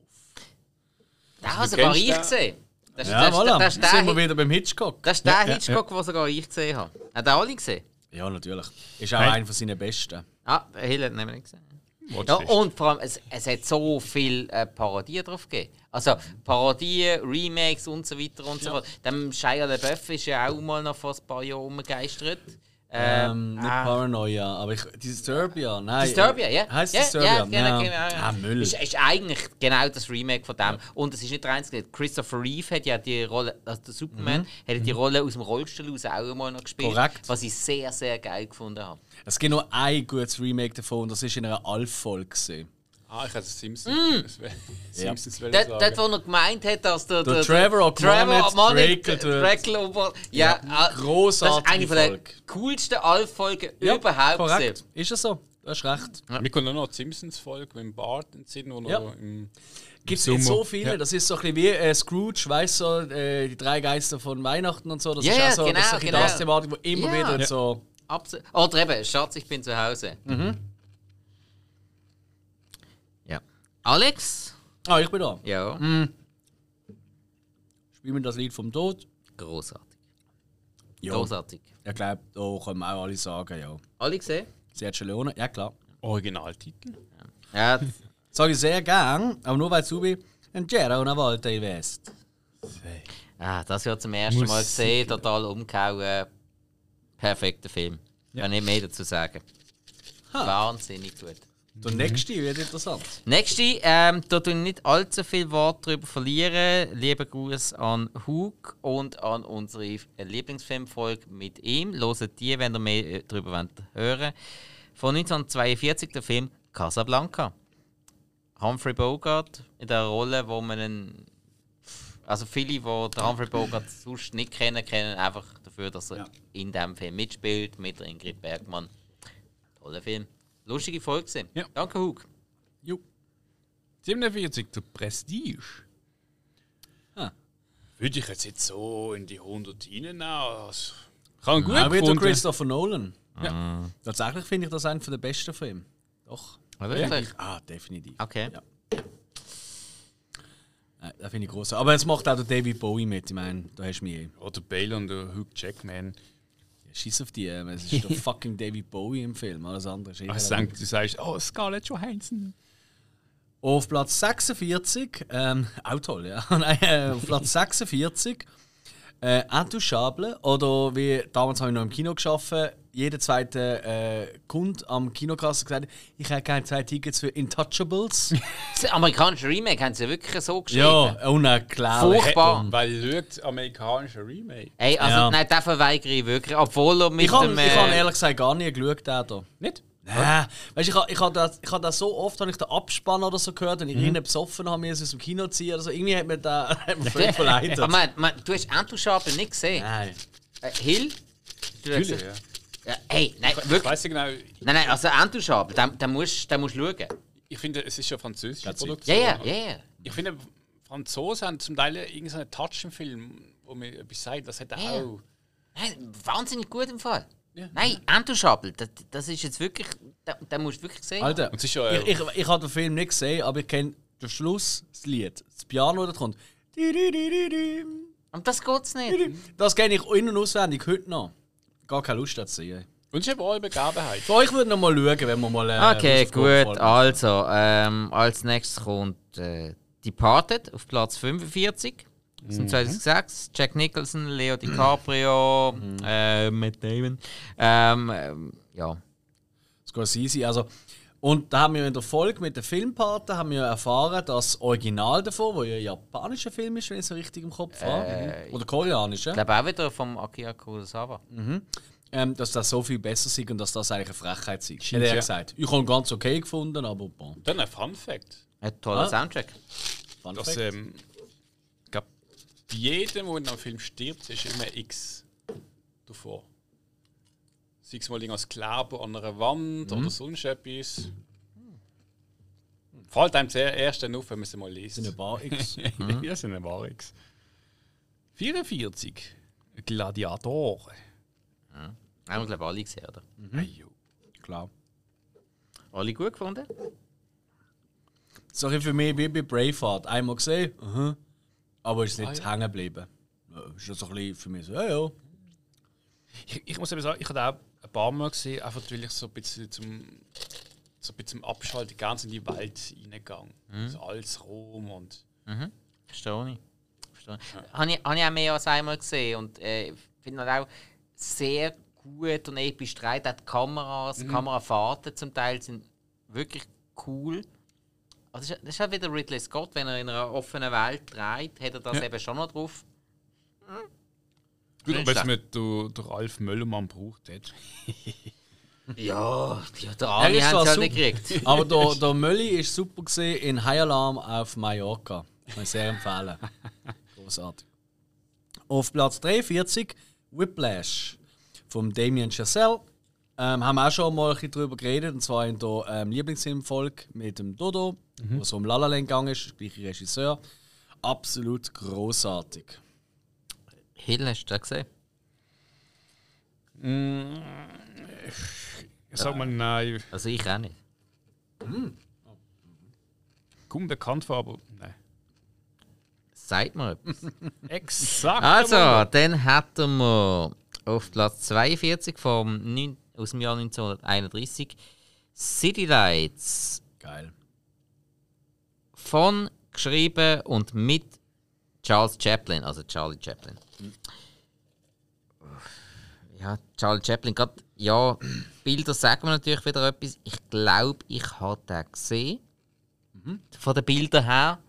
[SPEAKER 2] Da habe sogar
[SPEAKER 3] kennst
[SPEAKER 2] ich
[SPEAKER 3] den?
[SPEAKER 2] gesehen. Das ist,
[SPEAKER 1] Ja,
[SPEAKER 2] das, ist-
[SPEAKER 1] voilà.
[SPEAKER 2] das, ist
[SPEAKER 1] Jetzt sind wir
[SPEAKER 2] der,
[SPEAKER 1] wieder beim Hitchcock.
[SPEAKER 2] das ist der
[SPEAKER 4] Ja, ja,
[SPEAKER 2] Hitchcock, den sogar ich gesehen habe. Hat er alle gesehen?
[SPEAKER 1] Ja, natürlich. Ist auch
[SPEAKER 4] Hey.
[SPEAKER 1] einer von seinen besten.
[SPEAKER 2] Ah, Hill hat ihn eben nicht gesehen. Ja,
[SPEAKER 4] Watchlist.
[SPEAKER 2] und vor allem, es, es hat so viele äh, Parodien drauf gegeben. Also Parodien, Remakes und so weiter und so fort. Dem Shia LaBeouf ist ja auch mal noch vor ein paar Jahren umgegeistert.
[SPEAKER 1] Ähm,
[SPEAKER 2] Ähm,
[SPEAKER 1] nicht
[SPEAKER 2] ah,
[SPEAKER 1] Paranoia, aber ich, Disturbia, nein.
[SPEAKER 2] Disturbia, ja.
[SPEAKER 1] Heißt
[SPEAKER 2] ja,
[SPEAKER 1] Disturbia?
[SPEAKER 2] Ja, genau, genau, ja.
[SPEAKER 1] Ah, Müll.
[SPEAKER 2] Ist, ist eigentlich genau das Remake von dem. Und es ist nicht der einzige. Christopher Reeve hat ja die Rolle, also der Superman, hat ja die Rolle aus dem Rollstuhl aus auch mal noch gespielt.
[SPEAKER 1] Korrekt.
[SPEAKER 2] Was ich sehr, sehr geil gefunden habe.
[SPEAKER 1] Es gibt nur ein gutes Remake davon und das war in einer Alf-Folge. gewesen.
[SPEAKER 3] Ah, ich hätte Simpsons. Simpsons wollen
[SPEAKER 2] Dort,
[SPEAKER 3] sagen.
[SPEAKER 2] dort, wo er gemeint hat, dass der,
[SPEAKER 1] Der Trevor O'Connor
[SPEAKER 2] O'Connor
[SPEAKER 1] Drake tut.
[SPEAKER 2] Drake O'Connor- Ja, ah,
[SPEAKER 1] grossartige
[SPEAKER 2] Das ist eine von der
[SPEAKER 1] Folge.
[SPEAKER 2] coolsten Alf-Folgen überhaupt.
[SPEAKER 1] Korrekt.
[SPEAKER 2] gewesen.
[SPEAKER 1] Ist es so? Du hast recht.
[SPEAKER 3] Mir kommt auch noch die Simpsons-Folge mit dem Bart in den Sinn, wo
[SPEAKER 1] Ja.
[SPEAKER 3] er im
[SPEAKER 1] Gibt es
[SPEAKER 4] Im
[SPEAKER 1] jetzt
[SPEAKER 4] Sommer.
[SPEAKER 1] so viele? Das ist so ein bisschen wie äh, Scrooge, weißt so, äh, die drei Geister von Weihnachten und so. Das
[SPEAKER 2] Ja,
[SPEAKER 1] ist
[SPEAKER 2] ja,
[SPEAKER 1] auch so das,
[SPEAKER 2] genau,
[SPEAKER 1] ist ein bisschen
[SPEAKER 2] genau.
[SPEAKER 1] das Thematik, wo immer
[SPEAKER 2] Ja.
[SPEAKER 1] wieder
[SPEAKER 2] Ja.
[SPEAKER 1] so.
[SPEAKER 2] Absolut. Oder eben, Schatz, ich bin zu Hause.
[SPEAKER 1] Mhm.
[SPEAKER 2] Ja. Alex?
[SPEAKER 1] Ah, ich bin da.
[SPEAKER 2] Ja.
[SPEAKER 1] Spielen wir das Lied vom Tod?
[SPEAKER 2] Großartig.
[SPEAKER 1] Ja.
[SPEAKER 2] Großartig. eh?
[SPEAKER 1] Ich glaube, da können wir auch alle sagen, ja.
[SPEAKER 2] Alle gesehen?
[SPEAKER 1] Sergio Leone, ja klar.
[SPEAKER 4] Originaltitel?
[SPEAKER 2] Ja. d-
[SPEAKER 1] Sage ich sehr gern, aber nur weil es so wie ein Gera und eine Volta in West.
[SPEAKER 2] ah, das ja zum ersten Mal gesehen, total umgehauen. Perfekter Film. Kann nicht mehr dazu sagen.
[SPEAKER 1] Ha.
[SPEAKER 2] Wahnsinnig gut.
[SPEAKER 1] Der nächste wird interessant.
[SPEAKER 2] Nächste, ähm, da tun nicht allzu viel Wort darüber verlieren. Lieber Gruß an Hug und an unsere Lieblingsfilmfolge mit ihm. Loset die, wenn ihr mehr äh, darüber wollt hören Von 1942 der Film Casablanca. Humphrey Bogart in der Rolle, wo man einen. Also viele, die den Humphrey Bogart sonst nicht kennen, kennen einfach dafür, dass er
[SPEAKER 1] Ja.
[SPEAKER 2] in diesem Film mitspielt mit der Ingrid Bergmann. Toller Film. Lustige Folge. gewesen.
[SPEAKER 4] Ja.
[SPEAKER 2] Danke, Hug.
[SPEAKER 1] Jo.
[SPEAKER 4] 47, der Prestige.
[SPEAKER 3] Würde ich jetzt, jetzt so in die 100 reinnehmen? Also,
[SPEAKER 4] Kann gut
[SPEAKER 1] Auch wieder
[SPEAKER 4] gefunden.
[SPEAKER 1] Christopher Nolan. Tatsächlich finde ich das einen der besten Filme. Doch.
[SPEAKER 2] Wirklich?
[SPEAKER 1] Ah, definitiv.
[SPEAKER 2] Okay.
[SPEAKER 1] Ja. Nein, das finde ich groß. Aber es macht auch der David Bowie mit. Ich meine, da hast du mich eh.
[SPEAKER 4] Oder Bale und der Hugh Jackman.
[SPEAKER 1] Schiss auf die. ähm, Es ist der fucking David Bowie im Film. Alles andere ist eh
[SPEAKER 4] Ich
[SPEAKER 1] relevant.
[SPEAKER 4] denke, du sagst, oh, Scarlett Johansson.
[SPEAKER 1] Auf Platz 46, ähm, auch toll, ja. Nein, äh, auf Platz 46, äh, Intouchable, oder wie damals habe ich noch im Kino geschafft, jeder zweite äh, Kunde am Kinokasse gesagt, ich habe keine zwei Tickets für Intouchables.
[SPEAKER 2] Das amerikanische Remake haben sie wirklich so geschrieben.
[SPEAKER 1] ja, unerklärlich.
[SPEAKER 2] Furchtbar.
[SPEAKER 3] weil schaut amerikanische Remake.
[SPEAKER 2] Ey, also,
[SPEAKER 1] Ja.
[SPEAKER 2] nein, den verweigere ich wirklich. Obwohl er mit
[SPEAKER 1] Ich habe
[SPEAKER 2] dem.
[SPEAKER 1] ich hab
[SPEAKER 2] äh,
[SPEAKER 1] ehrlich gesagt gar nie geschaut, den da.
[SPEAKER 4] Nicht?
[SPEAKER 1] Nein. Weißt du, ich habe ich hab das, ich hab das so oft, habe ich den Abspann oder so gehört, und ich mhm. besoffen habe, mir aus dem Kino ziehen oder so. Irgendwie hat mir da hat mir völlig verleitet.
[SPEAKER 2] Aber man, man, Ah, du hast Andrew Sharpe nicht gesehen.
[SPEAKER 1] Nein.
[SPEAKER 2] Äh, Hill? Du hast
[SPEAKER 3] Natürlich, ja.
[SPEAKER 2] gesagt- ja. Hey, nein,
[SPEAKER 3] Ich
[SPEAKER 2] wirklich.
[SPEAKER 3] weiss nicht genau,
[SPEAKER 2] Nein, nein, also Andrew Sharpe, den, den musst du musst schauen.
[SPEAKER 3] ich finde, es ist ja französisch.
[SPEAKER 4] Ganz
[SPEAKER 2] Ja, ja, ja, ja.
[SPEAKER 3] Ich finde, Franzosen haben zum Teil irgendeinen Touch im Film, wo mir etwas sagt, das hat er
[SPEAKER 2] Ja.
[SPEAKER 3] auch.
[SPEAKER 2] Nein, wahnsinnig gut im Fall. Nein, Andrew Sharpe, das, das ist jetzt wirklich, den, den musst du wirklich sehen.
[SPEAKER 1] Alter,
[SPEAKER 3] Und es ist ja, äh,
[SPEAKER 1] ich, ich, ich habe den Film nicht gesehen, aber ich kenne den Schluss, das Lied, das Piano, das kommt.
[SPEAKER 2] Und Um das geht's nicht.
[SPEAKER 1] Das kenne ich in- und auswendig heute noch. Gar keine Lust dazu. Ey.
[SPEAKER 3] Und es ist eben auch eine Begabenheit.
[SPEAKER 1] Für euch würde noch mal schauen, wenn wir mal. äh,
[SPEAKER 2] Okay,
[SPEAKER 1] einen Hausaufgaben
[SPEAKER 2] gut.
[SPEAKER 1] folgen.
[SPEAKER 2] Also, ähm, als nächstes kommt äh, Departed auf Platz 45. Das
[SPEAKER 1] Mhm.
[SPEAKER 2] ist 2006. Jack Nicholson, Leo DiCaprio,
[SPEAKER 1] Mhm.
[SPEAKER 2] äh, Matt Damon. Ähm, ähm, ja.
[SPEAKER 1] Scorsese. Also, und da haben wir in der Folge mit den Filmpaten haben wir erfahren, dass das Original davon, wo ja ein japanischer Film ist, wenn ich es richtig im Kopf habe, Mhm. oder koreanischer,
[SPEAKER 2] Ich glaube auch wieder vom Akira Kurosawa.
[SPEAKER 1] ähm, dass das so viel besser ist und dass das eigentlich eine Frechheit ist. Hat er
[SPEAKER 3] ja.
[SPEAKER 1] gesagt. Ich habe ihn ganz okay gefunden, aber bon.
[SPEAKER 3] Dann ein Fun Fact.
[SPEAKER 2] Ein toller
[SPEAKER 1] Ah.
[SPEAKER 2] Soundtrack.
[SPEAKER 1] Fun
[SPEAKER 3] Dass,
[SPEAKER 1] Fact.
[SPEAKER 3] ähm, ich glaube, bei jedem, der in einem Film stirbt, ist immer X davor. Sei es mal irgendwas Kleben an einer Wand
[SPEAKER 2] Mhm.
[SPEAKER 3] oder sonst etwas. Fällt einem sehr erst dann auf, wenn man es mal liest.
[SPEAKER 1] sind ein paar X.
[SPEAKER 3] Mhm.
[SPEAKER 4] Ja, sind ein Warix. 44. Gladiatoren.
[SPEAKER 2] Haben wir, glaube ich, alle gesehen, oder?
[SPEAKER 1] Klar.
[SPEAKER 2] Alle gut gefunden?
[SPEAKER 1] So ein bisschen für mich wie bei Braveheart. Einmal gesehen, mhm. aber ist nicht hängen geblieben. Ja, Ist das so ein bisschen für mich so, ja, ja.
[SPEAKER 4] Ich, ich muss eben sagen, ich habe auch
[SPEAKER 3] ein paar Mal gesehen, einfach weil ich so ein bisschen zum, so ein bisschen zum Abschalten ganz in die Welt reingegangen.
[SPEAKER 4] Mhm.
[SPEAKER 3] So alles Rom und.
[SPEAKER 2] Verstehe ich. Verstehe ich. Habe ich, habe ich auch mehr als einmal gesehen und äh, finde halt auch sehr gut und episch dreht. Auch die Kameras, die Kamerafahrten zum Teil sind wirklich cool. Also das ist- das ist halt wieder Ridley Scott, wenn er in einer offenen Welt dreht, hat er das eben schon noch drauf.
[SPEAKER 4] Gut,
[SPEAKER 2] Nicht
[SPEAKER 4] aber jetzt
[SPEAKER 2] schlecht.
[SPEAKER 4] mit der, der Alf Möllmann braucht hat.
[SPEAKER 2] Ja, die der Ani
[SPEAKER 1] ist
[SPEAKER 2] haben
[SPEAKER 1] zwar
[SPEAKER 2] es halt nicht
[SPEAKER 1] super.
[SPEAKER 2] gekriegt.
[SPEAKER 1] Aber der, der Mölli ist super gesehen in High Alarm auf Mallorca. Kann ich sehr empfehlen. Großartig. Auf Platz 43 Whiplash von Damien Chazelle. Ähm, haben wir auch schon mal ein bisschen drüber geredet, und zwar in der ähm, Lieblingsfilmfolge mit dem Dodo, wo es um La La Land gegangen ist, gleicher Regisseur. Absolut großartig.
[SPEAKER 2] Hill, hast du das gesehen?
[SPEAKER 4] Ich
[SPEAKER 3] Äh.
[SPEAKER 4] sag mal, nein,
[SPEAKER 2] Also ich auch nicht.
[SPEAKER 4] kaum bekannt war, aber nein.
[SPEAKER 2] Sagt mir etwas.
[SPEAKER 4] Exakt.
[SPEAKER 2] Also,
[SPEAKER 4] aber-
[SPEAKER 2] dann hätten wir auf Platz 42 vom, neun- aus dem Jahr 1931 City Lights
[SPEAKER 1] Geil.
[SPEAKER 2] von, geschrieben und mit Charles Chaplin, also Charlie Chaplin. Ja, Charlie Chaplin, gerade, ja, Bilder sagen mir natürlich wieder etwas. Ich glaube, ich habe den gesehen. Von den Bildern her.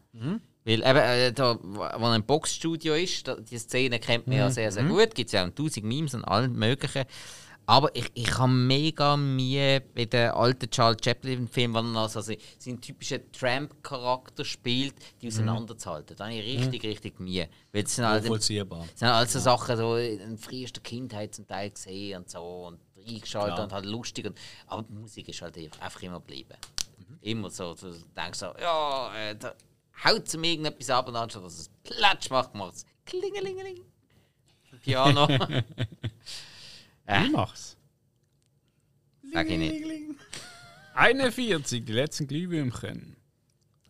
[SPEAKER 2] Weil eben, äh, da, wo wo ein Boxstudio ist, da, die Szene kennt man ja sehr, sehr gut. Gibt es ja auch tausend Memes und allen möglichen. Aber ich, ich habe mega Mühe bei den alten Charles Chaplin-Filmen, wenn er also se- seinen typischen Tramp-Charakter spielt, die auseinanderzuhalten. Da habe ich richtig, richtig Mühe. Weil es sind halt im
[SPEAKER 1] Vollziehbar.
[SPEAKER 2] das sind alles so Sachen, so in frühester Kindheit zum Teil gesehen und so und eingeschaltet
[SPEAKER 1] Klar.
[SPEAKER 2] und halt lustig. Und, aber die Musik ist halt einfach immer geblieben. Immer so, du denkst so, ja, äh, da haut es mir irgendetwas ab und anstatt dass es Platsch macht, macht es Klingelingeling. Piano.
[SPEAKER 3] äh.
[SPEAKER 4] Ich mach's.
[SPEAKER 2] Sag ich nicht.
[SPEAKER 4] 41, die letzten Glühwürmchen.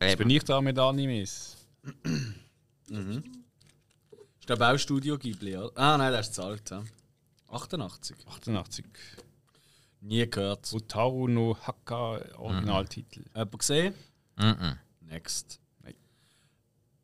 [SPEAKER 4] Jetzt bin
[SPEAKER 2] Eben.
[SPEAKER 4] ich da mit Animes.
[SPEAKER 1] Ist glaube auch Studio Ghibli, oder? Ah nein, das ist zu alt. Ja. 88.
[SPEAKER 4] 88.
[SPEAKER 1] Nie gehört.
[SPEAKER 4] Utaru no Haka, Originaltitel.
[SPEAKER 1] Jemand gesehen?
[SPEAKER 2] Mhm.
[SPEAKER 1] Next.
[SPEAKER 4] Nein.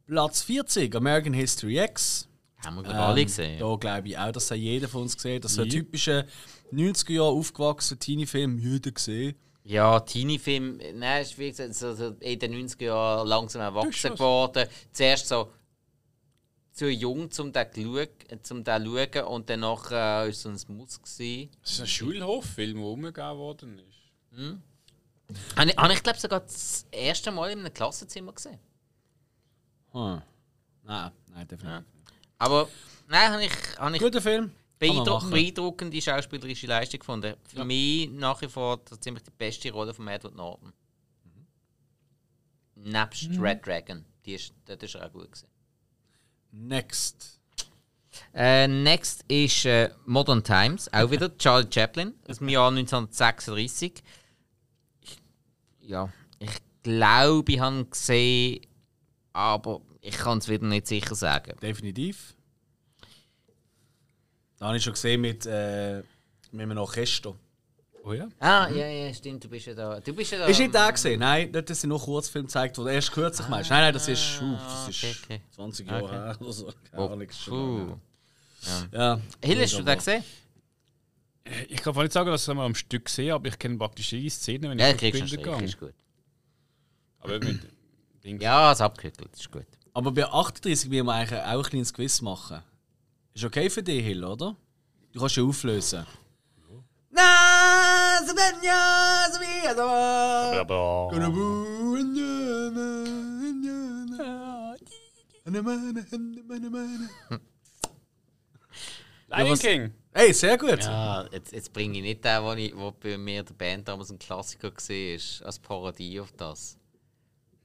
[SPEAKER 1] Platz 40, American History X.
[SPEAKER 2] Haben wir gerade alle
[SPEAKER 1] Ähm,
[SPEAKER 2] gesehen.
[SPEAKER 1] Da glaube ich auch, dass hat jeder von uns gesehen. Das ist so ein
[SPEAKER 4] Ja.
[SPEAKER 1] typischer 90er Jahre aufgewachsener Teenie-Film, jeder gesehen.
[SPEAKER 2] Ja, Teenie-Film, äh, nein, ist wie gesagt, so, so in den 90er Jahren langsam erwachsen
[SPEAKER 4] was.
[SPEAKER 2] geworden. Zuerst so zu jung, um den zu zum den schauen und danach äh, war es so ein Muss. Gewesen.
[SPEAKER 3] Das ist ein Schulhoffilm, der umgegeben worden ist.
[SPEAKER 2] Habe ich, habe ich glaube sogar das erste Mal in einem Klassenzimmer gesehen.
[SPEAKER 1] Hm. Nein, nein, definitiv.
[SPEAKER 2] Aber nein, habe ich, habe ich
[SPEAKER 1] Guter Film. Kann man
[SPEAKER 2] beeindruckend,
[SPEAKER 1] machen.
[SPEAKER 2] beeindruckende schauspielerische Leistung gefunden. Für mich nach wie vor so ziemlich die beste Rolle von Edward Norton.
[SPEAKER 1] Mhm.
[SPEAKER 2] Nebst Red Dragon. Die ist, das ist er auch gut gewesen.
[SPEAKER 1] Next.
[SPEAKER 2] Äh, next ist äh, Modern Times, auch wieder Charlie Chaplin, aus dem Jahr 1936. Ich, ja, ich glaube, ich habe ihn gesehen, aber ich kann es wieder nicht sicher sagen.
[SPEAKER 1] Definitiv. Da habe ich schon gesehen mit, äh, mit einem Orchester.
[SPEAKER 4] Oh ja?
[SPEAKER 2] Ah, ja, ja, stimmt, du bist ja da. Du bist ja da.
[SPEAKER 1] Ist nicht der gesehen? Nein, nicht, dass sie noch Kurzfilm gezeigt wurde. Erst kürzlich meinst du? Nein, nein, das ist, uh, das ist
[SPEAKER 2] Ah, okay, okay. Oh,
[SPEAKER 1] 20 Jahre her oder so. Keine Ahnung. ist schon lange
[SPEAKER 2] Puh.
[SPEAKER 1] her. Ja.
[SPEAKER 2] Hill, hast du
[SPEAKER 1] Wunderbar.
[SPEAKER 2] den gesehen?
[SPEAKER 4] Äh, Ich kann nicht sagen, dass wir am Stück gesehen aber ich kenne praktisch jede Szene, wenn
[SPEAKER 2] Ja,
[SPEAKER 4] ich
[SPEAKER 2] kriegst du einen Strich, ist gut.
[SPEAKER 4] Aber mit Ding.
[SPEAKER 2] Ja, es abgekühlt, ist gut.
[SPEAKER 1] Aber bei 38 will man eigentlich auch ein kleines Quiz machen. Ist okay für dich, Hill, oder? Du kannst ja auflösen. Na, so bin ja, so wie, also.
[SPEAKER 4] Aber
[SPEAKER 3] Lion
[SPEAKER 1] was-
[SPEAKER 3] King!
[SPEAKER 1] Hey, sehr gut.
[SPEAKER 2] Ja, jetzt, jetzt bringe ich nicht den, wo, ich, wo bei mir der Band damals ein Klassiker war, als Parodie auf das.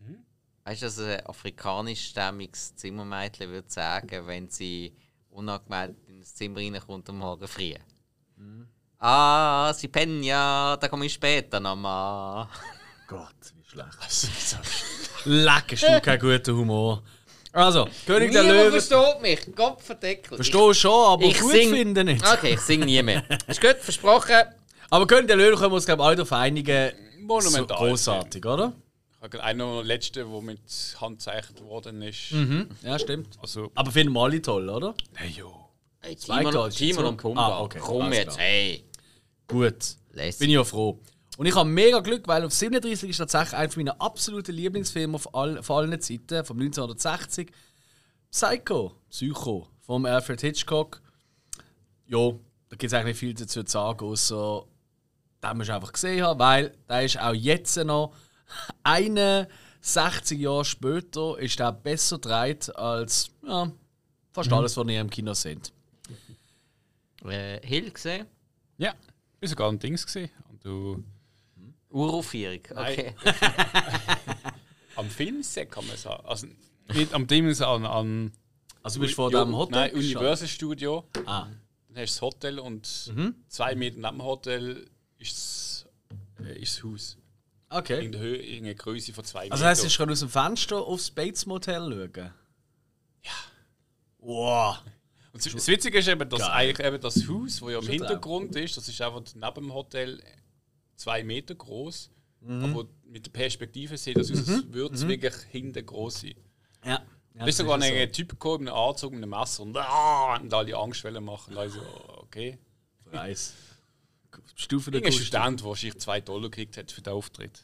[SPEAKER 2] Hm? Weißt du, dass ein afrikanischstämmiges Zimmermädchen würde sagen, wenn sie unangemeldet ins Zimmer reinkommt am Morgen früh? Hm. Ah, sie pennen ja, da komme ich später nochmal.
[SPEAKER 1] Gott, wie schlecht. Leck, ist du kein guter Humor. Also, König der
[SPEAKER 2] Niemand
[SPEAKER 1] Löwen.
[SPEAKER 2] versteht mich, Gott verdeckt.
[SPEAKER 1] Verstehe schon, aber
[SPEAKER 2] Ich
[SPEAKER 1] gut
[SPEAKER 2] sing- Ah.
[SPEAKER 1] finden nicht.
[SPEAKER 2] Okay, ich singe nie mehr. Ist gut, versprochen.
[SPEAKER 1] Aber König der Löwen können wir uns, glaube ich, alle darauf einigen.
[SPEAKER 3] Monumental.
[SPEAKER 1] So großartig, oder?
[SPEAKER 3] Ich habe einer der letzten, der mit Hand gezeichnet worden ist.
[SPEAKER 4] Mhm.
[SPEAKER 1] Ja, stimmt.
[SPEAKER 4] also,
[SPEAKER 1] Aber finden wir alle toll, oder?
[SPEAKER 4] hey jo.
[SPEAKER 2] Hey,
[SPEAKER 1] Zwei
[SPEAKER 2] Timon,
[SPEAKER 1] Deutsche
[SPEAKER 2] Timon
[SPEAKER 1] zurück.
[SPEAKER 2] und Pumba.
[SPEAKER 1] Ah, okay.
[SPEAKER 2] Komm
[SPEAKER 1] Alles
[SPEAKER 2] jetzt,
[SPEAKER 1] klar.
[SPEAKER 2] hey.
[SPEAKER 1] Gut.
[SPEAKER 2] Lässig.
[SPEAKER 1] Bin ich ja froh. Und ich habe mega Glück, weil auf 37 ist tatsächlich einer meiner absoluten Lieblingsfilme auf all, von allen Zeiten, von 1960. Psycho, Psycho, von Alfred Hitchcock. Ja, da gibt es eigentlich nicht viel dazu zu sagen, außer den musst du einfach gesehen haben, weil der ist auch jetzt noch 61 Jahre später ist der besser dreht als ja, fast alles, was ihr im Kino seht.
[SPEAKER 2] Äh, Hill gesehen?
[SPEAKER 4] Ja. Ich war sogar am Dings gesehen. Und du.
[SPEAKER 2] Uraufführung, okay.
[SPEAKER 3] Am Filmset kann man sagen. Also,
[SPEAKER 4] Nicht am Dings, an. an
[SPEAKER 1] Also du bist vor dem Hotel.
[SPEAKER 3] Nein,
[SPEAKER 1] gestanden?
[SPEAKER 3] Universal Studio.
[SPEAKER 1] Ah. Mhm.
[SPEAKER 3] Dann hast du das Hotel und zwei Meter neben dem Hotel ist das, äh, ist das Haus.
[SPEAKER 1] Okay.
[SPEAKER 3] In der Höhe, in der Größe von zwei Metern.
[SPEAKER 1] Also heißt, ich kann aus dem Fenster aufs Bates Motel schauen? Ja. Wow.
[SPEAKER 3] Und das das Witzige ist eben, dass
[SPEAKER 1] Geil.
[SPEAKER 3] eigentlich eben das Haus, das ja im
[SPEAKER 1] Schon drauf.
[SPEAKER 3] Hintergrund ist, das ist einfach neben dem Hotel zwei Meter groß.
[SPEAKER 1] Mhm.
[SPEAKER 3] Aber mit der Perspektive sieht das aus, als würde es wirklich hinten groß sein.
[SPEAKER 1] Ja. Mhm. ja
[SPEAKER 3] Da ist sogar ein Typ gekommen, mit einem Anzug, mit einem Messer und, ah, und alle Angstwellen machen. Also, okay.
[SPEAKER 1] Preis. Stufe der
[SPEAKER 3] Irgendein
[SPEAKER 1] Kunst.
[SPEAKER 3] Student, der wahrscheinlich 2 Dollar gekriegt hat für den Auftritt.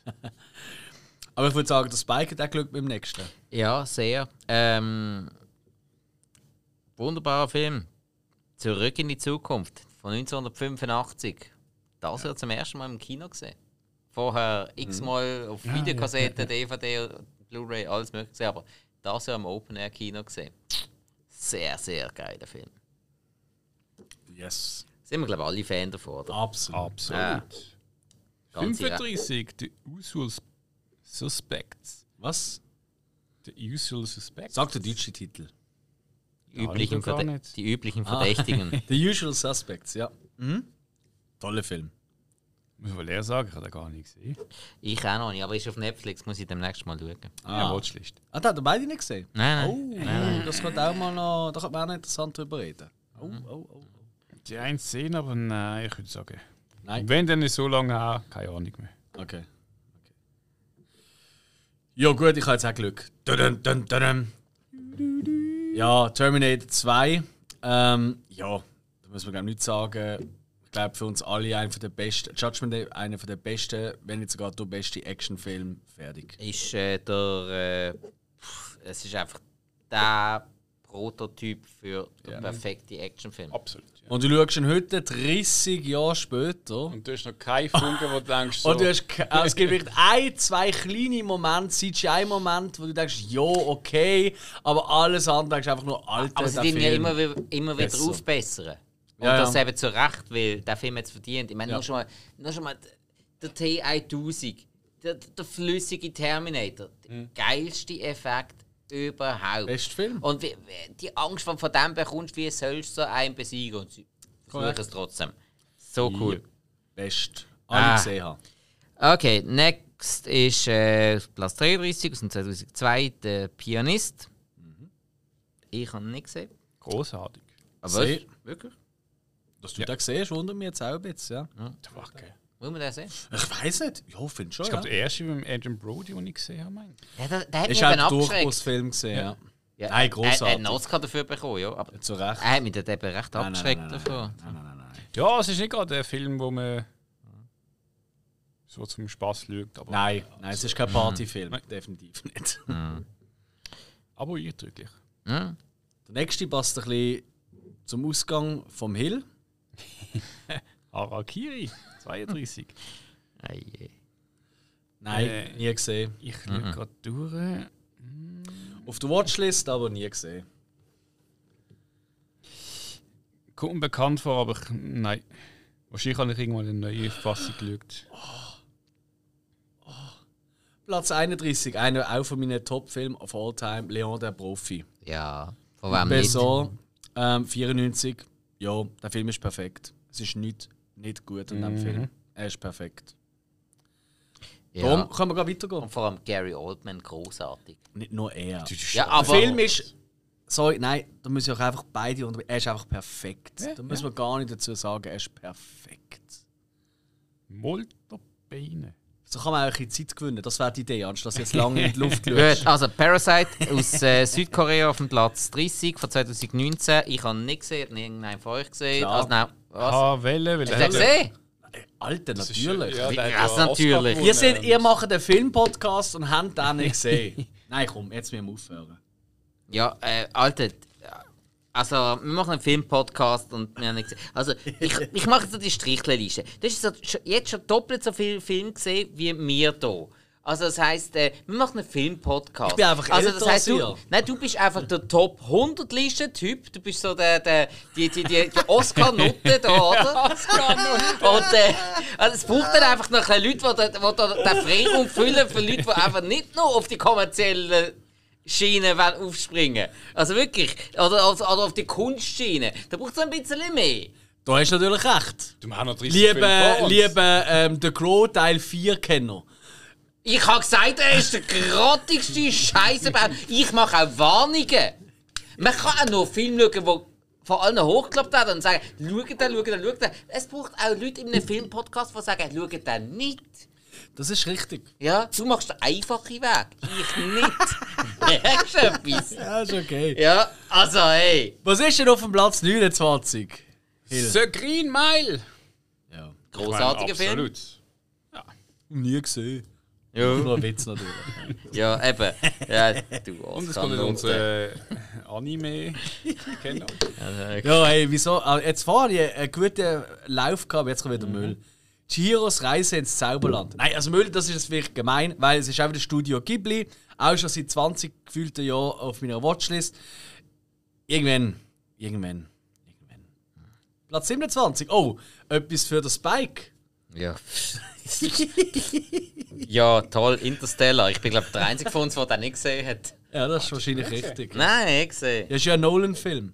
[SPEAKER 1] Aber ich würde sagen, der Spike hat auch Glück mit dem nächsten.
[SPEAKER 2] Ja, sehr. Ähm, wunderbarer Film. Zurück in die Zukunft von 1985. Das ja Mhm. zum ersten Mal im Kino gesehen. Vorher x-mal auf Videokassette, DVD, Blu-ray, alles mögliche, gesehen, aber das ja im Open-Air-Kino gesehen. Sehr, sehr geiler Film.
[SPEAKER 1] Yes.
[SPEAKER 2] Sind wir, glaube ich, alle Fan davon, oder?
[SPEAKER 1] Absolut.
[SPEAKER 2] Ah,
[SPEAKER 4] Absolut.
[SPEAKER 2] ganz ja.
[SPEAKER 4] 35, The Usual Sus- Suspects.
[SPEAKER 1] Was?
[SPEAKER 4] The Usual Suspects?
[SPEAKER 1] Sag den deutschen Titel.
[SPEAKER 2] Die üblichen,
[SPEAKER 4] ich doch gar
[SPEAKER 2] Verde
[SPEAKER 4] nicht.
[SPEAKER 2] die üblichen Verdächtigen.
[SPEAKER 1] The Usual Suspects, ja. Mhm. Toller Film.
[SPEAKER 4] Muss ich wohl eher sagen, ich habe den gar nicht gesehen.
[SPEAKER 2] ich auch noch nicht, aber ist auf Netflix, muss ich demnächst mal schauen.
[SPEAKER 4] Ah. Ja, Watchlist.
[SPEAKER 1] Ah, da hat er beide nicht gesehen.
[SPEAKER 2] Nein, nein.
[SPEAKER 1] Oh, das könnte auch mal noch, da könnte man auch noch interessant drüber reden. Oh, oh, oh.
[SPEAKER 4] Die einen sehen, aber nein, ich würde sagen.
[SPEAKER 1] Nein.
[SPEAKER 4] Wenn dann ist so lange her, keine Ahnung mehr.
[SPEAKER 1] Okay. okay. Ja, gut, ich habe jetzt auch Glück. Dun, dun, dun, dun. Ja, Terminator 2. Ähm, ja, da muss man glaube ich nichts sagen. Ich glaube, für uns alle einer der besten, Judgment Day, einer der besten, wenn nicht sogar der beste Actionfilm fertig.
[SPEAKER 2] ist äh, der. Äh, pff, es ist einfach der Prototyp für den perfekten Actionfilm.
[SPEAKER 3] Absolut. Ja.
[SPEAKER 1] Und du schaust ihn heute, 30 Jahre später.
[SPEAKER 3] Und du hast noch keine Funken, wo du denkst,
[SPEAKER 4] Oh,
[SPEAKER 3] so,
[SPEAKER 1] Und du hast, ke- also es gibt vielleicht ein, zwei kleine Momente, CGI-Momente, wo du denkst, ja, okay, aber alles andere denkst du einfach nur, alter,
[SPEAKER 2] Aber sie
[SPEAKER 1] der
[SPEAKER 2] tun ja
[SPEAKER 1] Film.
[SPEAKER 2] immer, wi- immer wieder
[SPEAKER 1] Besser.
[SPEAKER 2] aufbessern. Und
[SPEAKER 1] Ja, ja.
[SPEAKER 2] das eben zu Recht, weil der Film hat es verdient. Ich meine, nur schon mal, nur schon mal d- der T1000, der, der flüssige Terminator, der geilste Effekt überhaupt.
[SPEAKER 1] Best Mhm. Film.
[SPEAKER 2] Und wie, wie, die Angst, die du von dem bekommst, wie sollst du so einen besiegen? Und sie versuchen
[SPEAKER 1] Korrekt.
[SPEAKER 2] es trotzdem. So cool.
[SPEAKER 1] Best. Alle
[SPEAKER 2] Ah.
[SPEAKER 1] gesehen haben.
[SPEAKER 2] Okay, next ist äh, Platz 33 aus dem 2002, der Pianist. Mhm. Ich habe ihn nicht gesehen.
[SPEAKER 4] Großartig.
[SPEAKER 2] Aber
[SPEAKER 1] Sehr.
[SPEAKER 2] wirklich?
[SPEAKER 1] Dass du den siehst, wundert mich jetzt auch ein bisschen. Ja.
[SPEAKER 4] Oh,
[SPEAKER 2] Muss man das sehen?
[SPEAKER 1] Ich weiß nicht. Ja, finde schon.
[SPEAKER 4] Ich glaube,
[SPEAKER 1] ja.
[SPEAKER 4] der erste mit dem Adrian Brody, den ich gesehen habe, mein.
[SPEAKER 2] Ja, der, der hat mich
[SPEAKER 1] Ist
[SPEAKER 2] eben
[SPEAKER 1] halt
[SPEAKER 2] abgeschreckt.
[SPEAKER 1] durchaus Film gesehen. Ja. Nein,
[SPEAKER 2] Ja, Er, er hat einen
[SPEAKER 1] großartig.
[SPEAKER 2] Oscar dafür bekommen, ja. Aber
[SPEAKER 1] Zu Recht.
[SPEAKER 2] er hat mich dort eben recht
[SPEAKER 1] Nein, nein,
[SPEAKER 2] abgeschreckt
[SPEAKER 1] nein, nein,
[SPEAKER 2] davon.
[SPEAKER 1] Nein, nein, nein, nein.
[SPEAKER 4] Ja, es ist nicht gerade der Film, wo man so zum Spaß schaut. Aber,
[SPEAKER 1] Nein, nein, es ist kein Partyfilm. Definitiv nicht.
[SPEAKER 4] aber eindrücklich.
[SPEAKER 1] Der nächste passt ein bisschen zum Ausgang vom Hill.
[SPEAKER 4] Arakiri, 32.
[SPEAKER 2] Ei, je.
[SPEAKER 1] Nein,
[SPEAKER 4] Äh.
[SPEAKER 1] nie gesehen.
[SPEAKER 4] ich schaue gerade durch.
[SPEAKER 1] Auf der Watchlist, aber nie gesehen.
[SPEAKER 4] Kommt mir bekannt vor, aber ich, nein. Wahrscheinlich habe ich irgendwann eine neue Fassung geschaut.
[SPEAKER 1] Platz 31, einer auch von meinen Top-Filmen of all time, Leon der Profi.
[SPEAKER 2] Ja, von wem nicht?
[SPEAKER 1] Besson, ähm, 94. Ja, der Film ist perfekt. Es ist nicht, nicht gut an
[SPEAKER 2] Mhm.
[SPEAKER 1] dem Film. Er ist perfekt.
[SPEAKER 2] Ja.
[SPEAKER 1] Darum können wir gerade weitergehen.
[SPEAKER 2] Und vor allem Gary Oldman, großartig.
[SPEAKER 1] Nicht nur er.
[SPEAKER 2] Ja,
[SPEAKER 1] Der
[SPEAKER 2] aber
[SPEAKER 1] Film ist. Sorry, nein, da müssen wir auch einfach beide unter. Er ist einfach perfekt. da müssen wir gar nicht dazu sagen, er ist perfekt.
[SPEAKER 4] Molterbeine.
[SPEAKER 1] So kann man auch ein bisschen Zeit gewinnen. Das wäre die Idee, anstatt dass du jetzt lange in die Luft löst.
[SPEAKER 2] Gut, also Parasite aus äh, Südkorea auf dem Platz 30 von 2019. Ich habe ihn nicht gesehen, hat irgendeinen von euch gesehen.
[SPEAKER 1] Klar.
[SPEAKER 2] Also, nein, was?
[SPEAKER 4] Ah, Welle, weil
[SPEAKER 2] Hast du den gesehen?
[SPEAKER 1] Alter,
[SPEAKER 3] ist-
[SPEAKER 1] natürlich.
[SPEAKER 3] ja, der hat
[SPEAKER 2] krass,
[SPEAKER 3] ja einen Oscar äh,
[SPEAKER 2] natürlich.
[SPEAKER 3] gewonnen.
[SPEAKER 1] Ihr, seht, ihr macht einen Filmpodcast und habt den nicht gesehen. Nein, komm, jetzt müssen wir aufhören.
[SPEAKER 2] Ja, äh, Alter. Also, wir machen einen Film-Podcast und wir haben nicht gesehen. Also, ich, ich mache jetzt so die Strichliste. Du hast so, schon- jetzt schon doppelt so viele Filme gesehen wie wir hier. Also, das heisst, äh, wir machen einen Film-Podcast.
[SPEAKER 1] Ich bin einfach
[SPEAKER 2] also,
[SPEAKER 1] älter
[SPEAKER 2] das heisst,
[SPEAKER 1] als
[SPEAKER 2] du,
[SPEAKER 1] ihr.
[SPEAKER 2] nein, du bist einfach der Top 100 Listen-Typ. Du bist so der, der die, die, die, die Oscar-Nutte da, oder? und äh, also es braucht dann einfach noch ein bisschen Leute, die, da- die da den Freiraum füllen für Leute, die einfach nicht nur auf die kommerziellen Schienen wollen aufspringen Also wirklich. Oder, oder, oder auf die Kunstschiene. Da braucht es ein bisschen mehr.
[SPEAKER 1] Du hast natürlich recht.
[SPEAKER 3] Du hast auch noch 30 Filme
[SPEAKER 1] Liebe,
[SPEAKER 3] vor uns.
[SPEAKER 1] liebe ähm, The Crow Teil 4 Kenner.
[SPEAKER 2] Ich habe gesagt, er ist der grottigste Scheißebaum. Ich mache auch Warnungen. Man kann auch nur Filme schauen, wo von allen hochgeklappt werden und sagen, schaut den, schaut den, schaut den. Es braucht auch Leute in einem Filmpodcast, die sagen, schaut den nicht.
[SPEAKER 1] Das ist richtig.
[SPEAKER 2] Ja, du machst den einfachen Weg. Ich nicht. Merkst du etwas?
[SPEAKER 1] Ja, ist okay.
[SPEAKER 2] Ja, also hey.
[SPEAKER 1] Was ist denn auf dem Platz 29?
[SPEAKER 3] The Green Mile!
[SPEAKER 1] Ja.
[SPEAKER 2] Großartiger Film.
[SPEAKER 3] Absolut.
[SPEAKER 1] Nie gesehen.
[SPEAKER 2] Ja.
[SPEAKER 1] Nur ein Witz natürlich.
[SPEAKER 2] ja, eben. Ja, du
[SPEAKER 4] Und es kommt
[SPEAKER 2] Oscar-Note.
[SPEAKER 4] unser
[SPEAKER 3] äh,
[SPEAKER 4] Anime. Kennt ihr?
[SPEAKER 1] ja, hey, wieso? Ah, Jetzt vorher hatte ich einen guten Lauf, gehabt, aber jetzt kommt wieder Müll. Chihiros Reise ins Zauberland. Nein, also Müll, das ist jetzt wirklich gemein, weil es ist auch wieder Studio Ghibli, auch schon seit 20 gefühlten Jahren auf meiner Watchlist. Irgendwann, irgendwann, irgendwann. Platz 27, oh, etwas für den Spike.
[SPEAKER 2] Ja. ja, toll, Interstellar. Ich bin, glaube der einzige von uns, der den nicht gesehen hat.
[SPEAKER 1] Ja, das ist wahrscheinlich richtig. Ja,
[SPEAKER 2] Nein, nicht gesehen.
[SPEAKER 1] ist ja ein Nolan-Film.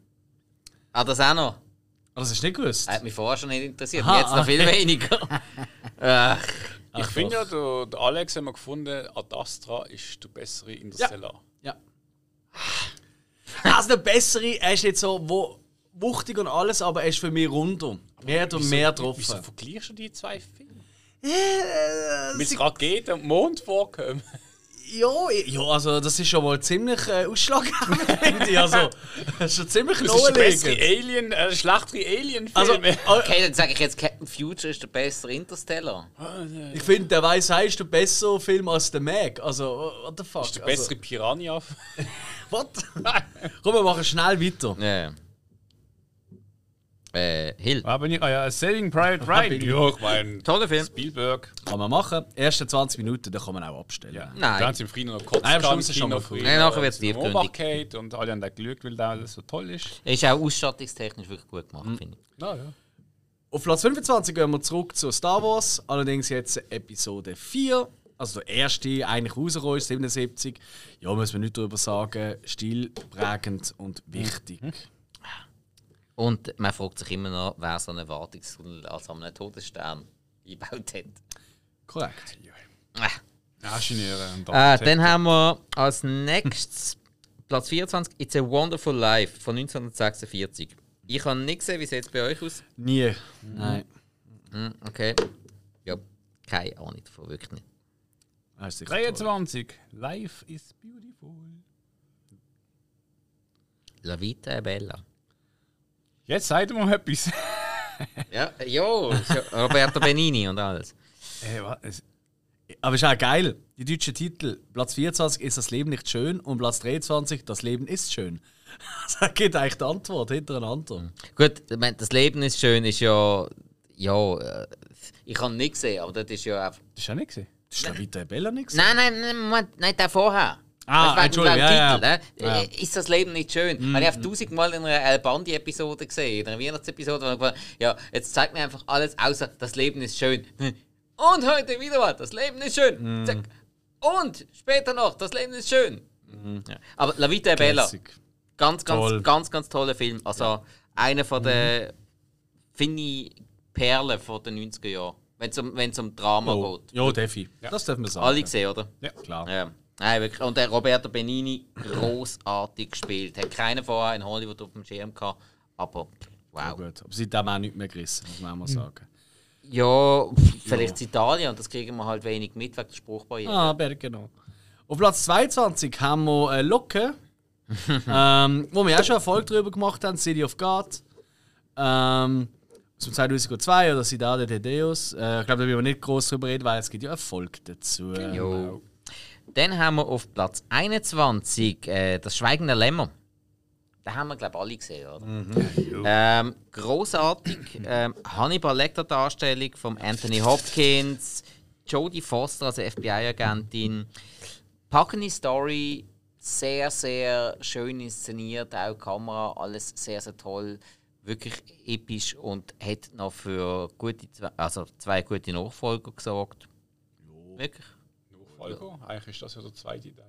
[SPEAKER 2] Ah, das auch noch.
[SPEAKER 1] Aber das ist nicht gewusst.
[SPEAKER 2] Hat mich vorher schon nicht interessiert. Jetzt noch viel weniger. Ach,
[SPEAKER 3] Ich finde ja, der, der Alex haben wir gefunden, Ad Astra ist der bessere Interstellar.
[SPEAKER 1] Ja. Also der bessere, er ist jetzt so wo, wuchtig und alles, aber er ist für mich runder. Mehr und mehr
[SPEAKER 3] Wieso
[SPEAKER 1] getroffen.
[SPEAKER 3] vergleichst du die zwei Filme?
[SPEAKER 1] Äh,
[SPEAKER 3] Weil es Raketen und Mond vorkommen.
[SPEAKER 1] Ja, ja, also das ist schon mal ziemlich äh, ausschlaggebend, finde ich. Also, das ist schon ziemlich
[SPEAKER 3] Das ist der bessere
[SPEAKER 1] naheliegend.
[SPEAKER 3] Alien, äh, schlachtere Alien-Film.
[SPEAKER 1] Also, äh,
[SPEAKER 2] Okay, dann sage ich jetzt, Captain Future ist der bessere Interstellar.
[SPEAKER 1] ich finde, der weiß, ist der bessere Film als der Meg. Also, what the fuck?
[SPEAKER 3] ist der bessere Piranha.
[SPEAKER 1] Also, what? Komm, wir machen schnell weiter.
[SPEAKER 2] Ja. Äh, Hill.
[SPEAKER 4] Aber nicht, ah ja, Saving Private Ryan. ja, ich meine,
[SPEAKER 2] Toller Film.
[SPEAKER 4] Spielberg.
[SPEAKER 1] Kann man machen. Erste 20 Minuten, dann kann man auch abstellen.
[SPEAKER 4] Ja.
[SPEAKER 2] Nein.
[SPEAKER 4] Ganz im Frieden noch Kopf.
[SPEAKER 1] Nein, am Schluss ist schon mal cool.
[SPEAKER 2] Nein, nachher wird's tiefgründig.
[SPEAKER 4] tiefgründig. Und alle haben da geschaut, weil das alles so toll ist.
[SPEAKER 2] Ist auch ausstattungstechnisch wirklich gut gemacht, finde ich.
[SPEAKER 4] Ja, ja.
[SPEAKER 1] Auf Platz 25 gehen wir zurück zu Star Wars. Allerdings jetzt Episode 4. Also der erste, eigentlich rausgekommen ist, 77. Ja, müssen wir nicht darüber sagen. Stilprägend und wichtig.
[SPEAKER 4] Mhm.
[SPEAKER 2] Und man fragt sich immer noch, wer so einen Wartungstunnel als an einem Todesstern eingebaut hat.
[SPEAKER 1] Korrekt.
[SPEAKER 2] Ah.
[SPEAKER 4] Ja, Ingenieure und
[SPEAKER 2] Äh,
[SPEAKER 4] Architekten.
[SPEAKER 2] dann haben wir als nächstes Platz 24, It's a Wonderful Life von 1946. Ich habe nicht gesehen, wie sieht es bei euch aus?
[SPEAKER 1] Nie. Nein.
[SPEAKER 2] Hm, okay. Ja, keine Ahnung davon, wirklich nicht.
[SPEAKER 1] Das ist sicher toll.
[SPEAKER 4] 23. Life is beautiful.
[SPEAKER 2] La Vita è Bella.
[SPEAKER 4] Jetzt seid ihr mal etwas.
[SPEAKER 2] Ja, jo, ist ja Roberto Benini und alles.
[SPEAKER 4] Ey, was?
[SPEAKER 1] Aber ist auch geil. Die deutschen Titel. Platz 24 ist das Leben nicht schön und Platz 23 das Leben ist schön. Das gibt eigentlich die Antwort hintereinander.
[SPEAKER 4] Mhm.
[SPEAKER 2] Gut, ich meine, das Leben ist schön, ist ja. Ja, äh, ich habe nicht gesehen, aber das ist ja einfach.
[SPEAKER 4] Das ist ja nicht gesehen.
[SPEAKER 1] Das ist doch weiter Bella nichts.
[SPEAKER 2] Nein, nein, nein, Moment, nein, der vorher.
[SPEAKER 1] Ah,
[SPEAKER 2] Weißt du, wegen
[SPEAKER 1] Entschuldigung,
[SPEAKER 2] dem
[SPEAKER 1] ja,
[SPEAKER 2] Titel,
[SPEAKER 1] ja. Mhm,
[SPEAKER 2] äh, äh, Ist das Leben nicht schön? Habe ich habe tausendmal in einer El Bandi-Episode gesehen, in einer Weihnachtsepisode, wo ich gedacht habe, ja, jetzt zeigt mir einfach alles, außer das Leben ist schön. Und heute wieder was, das Leben ist
[SPEAKER 1] Mhm.
[SPEAKER 2] schön. Zack. Und später noch, das Leben ist schön. Ja. Aber La Vita e Bella,
[SPEAKER 1] Mhm, Classic.
[SPEAKER 2] ganz, ganz,
[SPEAKER 1] Toll. Mhm.
[SPEAKER 2] ganz, ganz toller Film. Also einer von der, finde ich, Perlen von den 90er Jahren, wenn es um, wenn's um Drama
[SPEAKER 1] Oh.
[SPEAKER 2] geht.
[SPEAKER 1] Ja, Defi. Das dürfen wir sagen.
[SPEAKER 2] Alle gesehen, oder?
[SPEAKER 1] Klar.
[SPEAKER 2] Ja. Nein, wirklich. Und der Roberto Benini großartig gespielt. Hat keiner vorher in Hollywood auf dem Schirm gehabt. Aber
[SPEAKER 1] Ja,
[SPEAKER 2] wow.
[SPEAKER 1] gut. Aber seitdem auch Hm. nicht mehr gerissen, muss man auch mal sagen.
[SPEAKER 2] Ja, pff, vielleicht in Italien, und das kriegen wir halt wenig mit wegen der Spruchbarriere.
[SPEAKER 1] Ah, Bergeno. Auf Platz 22 haben wir äh, Locke, ähm, wo wir auch schon Erfolg drüber gemacht haben, City of God. Ähm, aus dem 2002 oder Cidade de Deus. Äh, ich glaube, da will man nicht groß drüber reden, weil es gibt ja Erfolg dazu.
[SPEAKER 2] Jo. Dann haben wir auf Platz 21 äh, das Schweigen der Lämmer. Da haben wir, glaube ich, alle gesehen, oder? ähm, großartig. Ähm, Hannibal Lecter Darstellung von Anthony Hopkins, Jodie Foster als FBI-Agentin. Packende Story, sehr, sehr schön inszeniert, auch Kamera, alles sehr, sehr toll. Wirklich episch und hat noch für gute, zwei- also zwei gute Nachfolger gesorgt. Wirklich.
[SPEAKER 3] Falco? Eigentlich ist das ja der zweite Teil.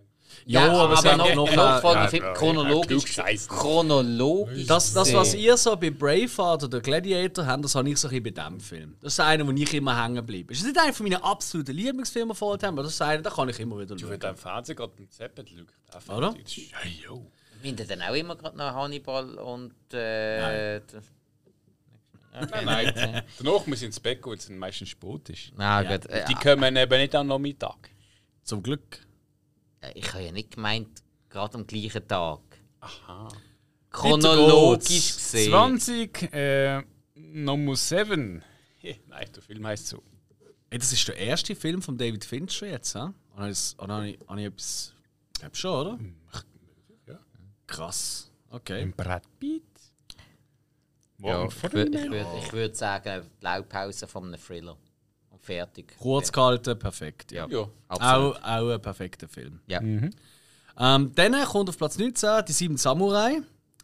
[SPEAKER 1] Jo, aber, es
[SPEAKER 2] noch,
[SPEAKER 1] aber noch,
[SPEAKER 2] noch,
[SPEAKER 1] noch, noch
[SPEAKER 2] Nachfolger Film, chronologisch. Chronologisch. eh,
[SPEAKER 1] das, das, was
[SPEAKER 2] gesehen.
[SPEAKER 1] ihr so bei Braveheart oder Gladiator habt, das habe ich so ein bisschen bei diesem Film. Das ist einer, wo ich immer hängen geblieben bin. Es ist nicht einer von meinen absoluten Lieblingsfilmen vor aber das ist einer, da kann ich immer wieder
[SPEAKER 3] Du,
[SPEAKER 1] schauen.
[SPEAKER 3] wenn du am Fernsehen gerade mit Zeppet schaust,
[SPEAKER 1] Oder?
[SPEAKER 3] Ja, jo.
[SPEAKER 2] Sind ihr dann auch immer gerade nach nou, Hannibal und. Äh, d-
[SPEAKER 3] Nein, nein. Danach muss ich ins Bett gehen, wenn es meistens Sport ist.
[SPEAKER 2] Na gut. Äh,
[SPEAKER 3] Die kommen eben nicht am Nachmittag.
[SPEAKER 1] Zum Glück.
[SPEAKER 2] ich habe ja nicht gemeint, gerade am gleichen Tag.
[SPEAKER 3] Aha.
[SPEAKER 2] Chronologisch
[SPEAKER 1] geht's.
[SPEAKER 2] gesehen.
[SPEAKER 4] 20. Äh, Nummer 7.
[SPEAKER 3] Nein, der Film heisst so.
[SPEAKER 1] Hey, das ist der erste Film von David Fincher jetzt, hä? Oder ist, oder habe ich, habe ich etwas. Ich glaube schon, oder? Krass. Okay.
[SPEAKER 3] Hm.
[SPEAKER 4] Brad Pitt.
[SPEAKER 2] Ja,
[SPEAKER 4] Morgen
[SPEAKER 2] ich würde ich würd, ich würd sagen, eine Blaupause von einem Thriller. Und fertig.
[SPEAKER 1] Kurz gehalten, perfekt. Ja.
[SPEAKER 3] Ja.
[SPEAKER 1] Auch,
[SPEAKER 2] Absolut.
[SPEAKER 1] auch ein perfekter Film.
[SPEAKER 2] Ja.
[SPEAKER 1] Ähm, dann kommt auf Platz 19 die sieben Samurai.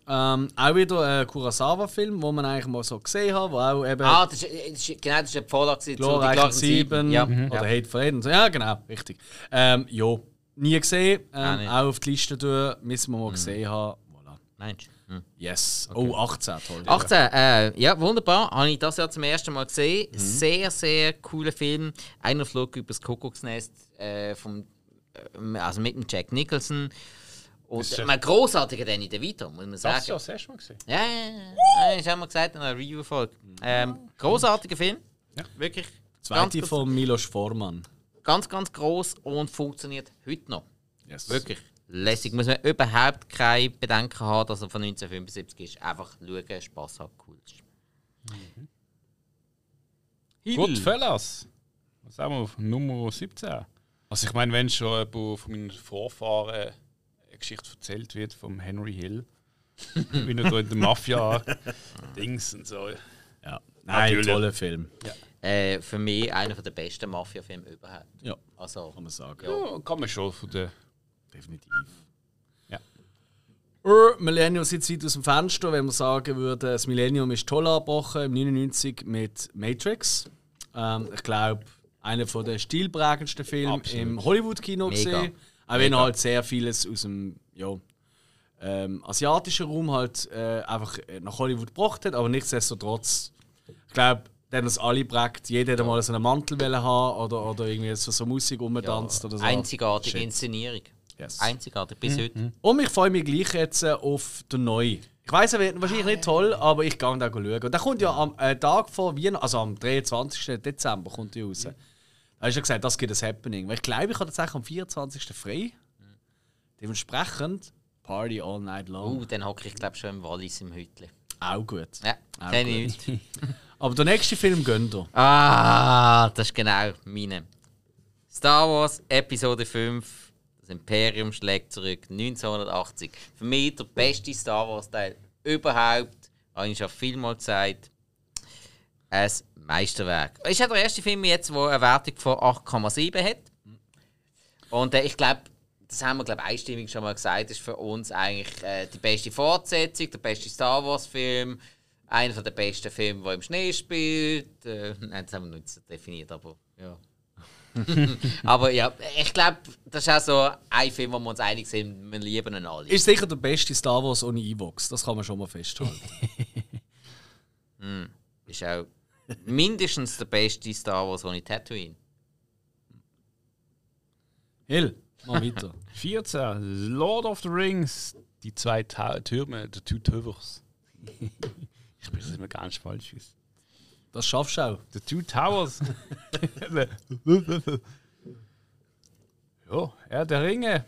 [SPEAKER 1] Ähm, auch wieder ein Kurosawa-Film, wo man eigentlich mal so gesehen hat, wo auch eben
[SPEAKER 2] Ah, das ist, das ist, genau, das war die Vorlage zu die
[SPEAKER 1] Glorreichen
[SPEAKER 2] Glorreichen
[SPEAKER 1] 7
[SPEAKER 2] Ja.
[SPEAKER 3] Mhm.
[SPEAKER 1] oder Hate for Hate und so. Ja, genau, richtig. Ähm, ja, nie gesehen.
[SPEAKER 2] Auch
[SPEAKER 1] Ähm,
[SPEAKER 2] nicht. Mhm.
[SPEAKER 1] auch auf die Liste tun, müssen wir mal gesehen haben. Voilà.
[SPEAKER 2] Meinst du? Hm.
[SPEAKER 1] Yes. Oh, 18, toll.
[SPEAKER 2] 18, äh, ja, wunderbar. Habe ich das ja zum ersten Mal gesehen. Sehr, sehr cooler Film. Einer flog übers Kuckucksnest äh, vom, äh, also mit dem Jack Nicholson. Und äh, ein großartiger Danny DeVito, muss man
[SPEAKER 3] Das hast
[SPEAKER 2] sagen.
[SPEAKER 3] du ja mal gesehen.
[SPEAKER 2] Ja, ja, ja, ja. Ich habe mal gesagt in einer Review-Folge. Ähm, großartiger Film. Wirklich.
[SPEAKER 1] Zweite
[SPEAKER 2] Ganz-
[SPEAKER 1] von Milos Forman.
[SPEAKER 2] Ganz, ganz groß und funktioniert heute noch.
[SPEAKER 4] Yes.
[SPEAKER 2] Wirklich lässig. Muss man überhaupt keine Bedenken haben, dass er von 1975 ist. Einfach schauen, Spass haben, cool ist.
[SPEAKER 4] Gut, Fellas. Was haben wir auf Nummer 17? Also ich meine, wenn schon jemand von meinen Vorfahren eine Geschichte erzählt wird, vom Henry Hill, wie er da in der Mafia Dings und so.
[SPEAKER 1] Ja. Nein,
[SPEAKER 4] Natürlich.
[SPEAKER 1] toller Film. Ja.
[SPEAKER 2] Äh, für mich einer der besten Mafia-Filme überhaupt. Also,
[SPEAKER 1] kann man sagen.
[SPEAKER 4] Ja, kann man schon von der...
[SPEAKER 1] Definitiv.
[SPEAKER 4] Ja.
[SPEAKER 1] Äh, Millennium sitzt weit aus dem Fenster, wenn wir sagen würden, das Millennium ist toll angebrochen, im 99 mit Matrix. Ähm, ich glaube, einer von der stilprägendsten Filme im Hollywood-Kino
[SPEAKER 2] Mega.
[SPEAKER 1] gesehen. Auch wenn halt sehr vieles aus dem ja, ähm, asiatischen Raum halt äh, einfach nach Hollywood gebracht hat, aber nichtsdestotrotz, ich glaube, dann das alle prägt. Jeder hätte mal so einen Mantel wollen haben oder, oder irgendwie so, so Musik rumtanzt oder so.
[SPEAKER 2] einzigartige
[SPEAKER 1] Shit.
[SPEAKER 2] Inszenierung.
[SPEAKER 1] Yes. Hm,
[SPEAKER 2] Einzigartig bis heute.
[SPEAKER 1] Und ich freue mich gleich jetzt äh, auf den neuen. Ich weiß, er wird wahrscheinlich nicht toll, aber ich gehe da schauen. Und der kommt ja am äh, Tag vor Weihnachten, also am 23. Dezember kommt er raus. Da hast du ja gesagt, das gibt ein Happening. Weil ich glaube, ich habe tatsächlich am 24. frei. Dementsprechend Party all night long.
[SPEAKER 2] Uh, dann hocke ich glaube schon im Wallis im Hütli.
[SPEAKER 1] Auch gut.
[SPEAKER 2] Ja,
[SPEAKER 1] Auch
[SPEAKER 2] kenne ich heute.
[SPEAKER 1] Aber der nächste Film gönnt ihr.
[SPEAKER 2] Ah, das ist genau meine. Star Wars Episode 5, das Imperium schlägt zurück, 1980. Für mich der beste Star Wars-Teil überhaupt. Habe ich schon vielmal gesagt. Ein Meisterwerk. Ist ja der erste Film jetzt, der eine Wertung von 8,7 hat. Und äh, ich glaube, das haben wir glaub, einstimmig schon mal gesagt, ist für uns eigentlich äh, die beste Fortsetzung, der beste Star Wars-Film, einer von der besten Filme, der im Schnee spielt. Äh, nein, das haben wir noch nicht so definiert, aber ja. aber ja, ich glaube, das ist auch so ein Film, wo wir uns einig sind, wir lieben ihn alle.
[SPEAKER 1] Ist sicher der beste Star Wars ohne Evox. Das kann man schon mal festhalten.
[SPEAKER 2] Ist auch mindestens der beste Star Wars ohne Tatooine.
[SPEAKER 1] Hill, mal weiter.
[SPEAKER 4] 14. Lord of the Rings. Die zwei Ta Türme, die Two Towers. ich bin das immer ganz falsch. aus.
[SPEAKER 1] Das schaffst du auch.
[SPEAKER 4] The Two Towers. ja, Herr der Ringe.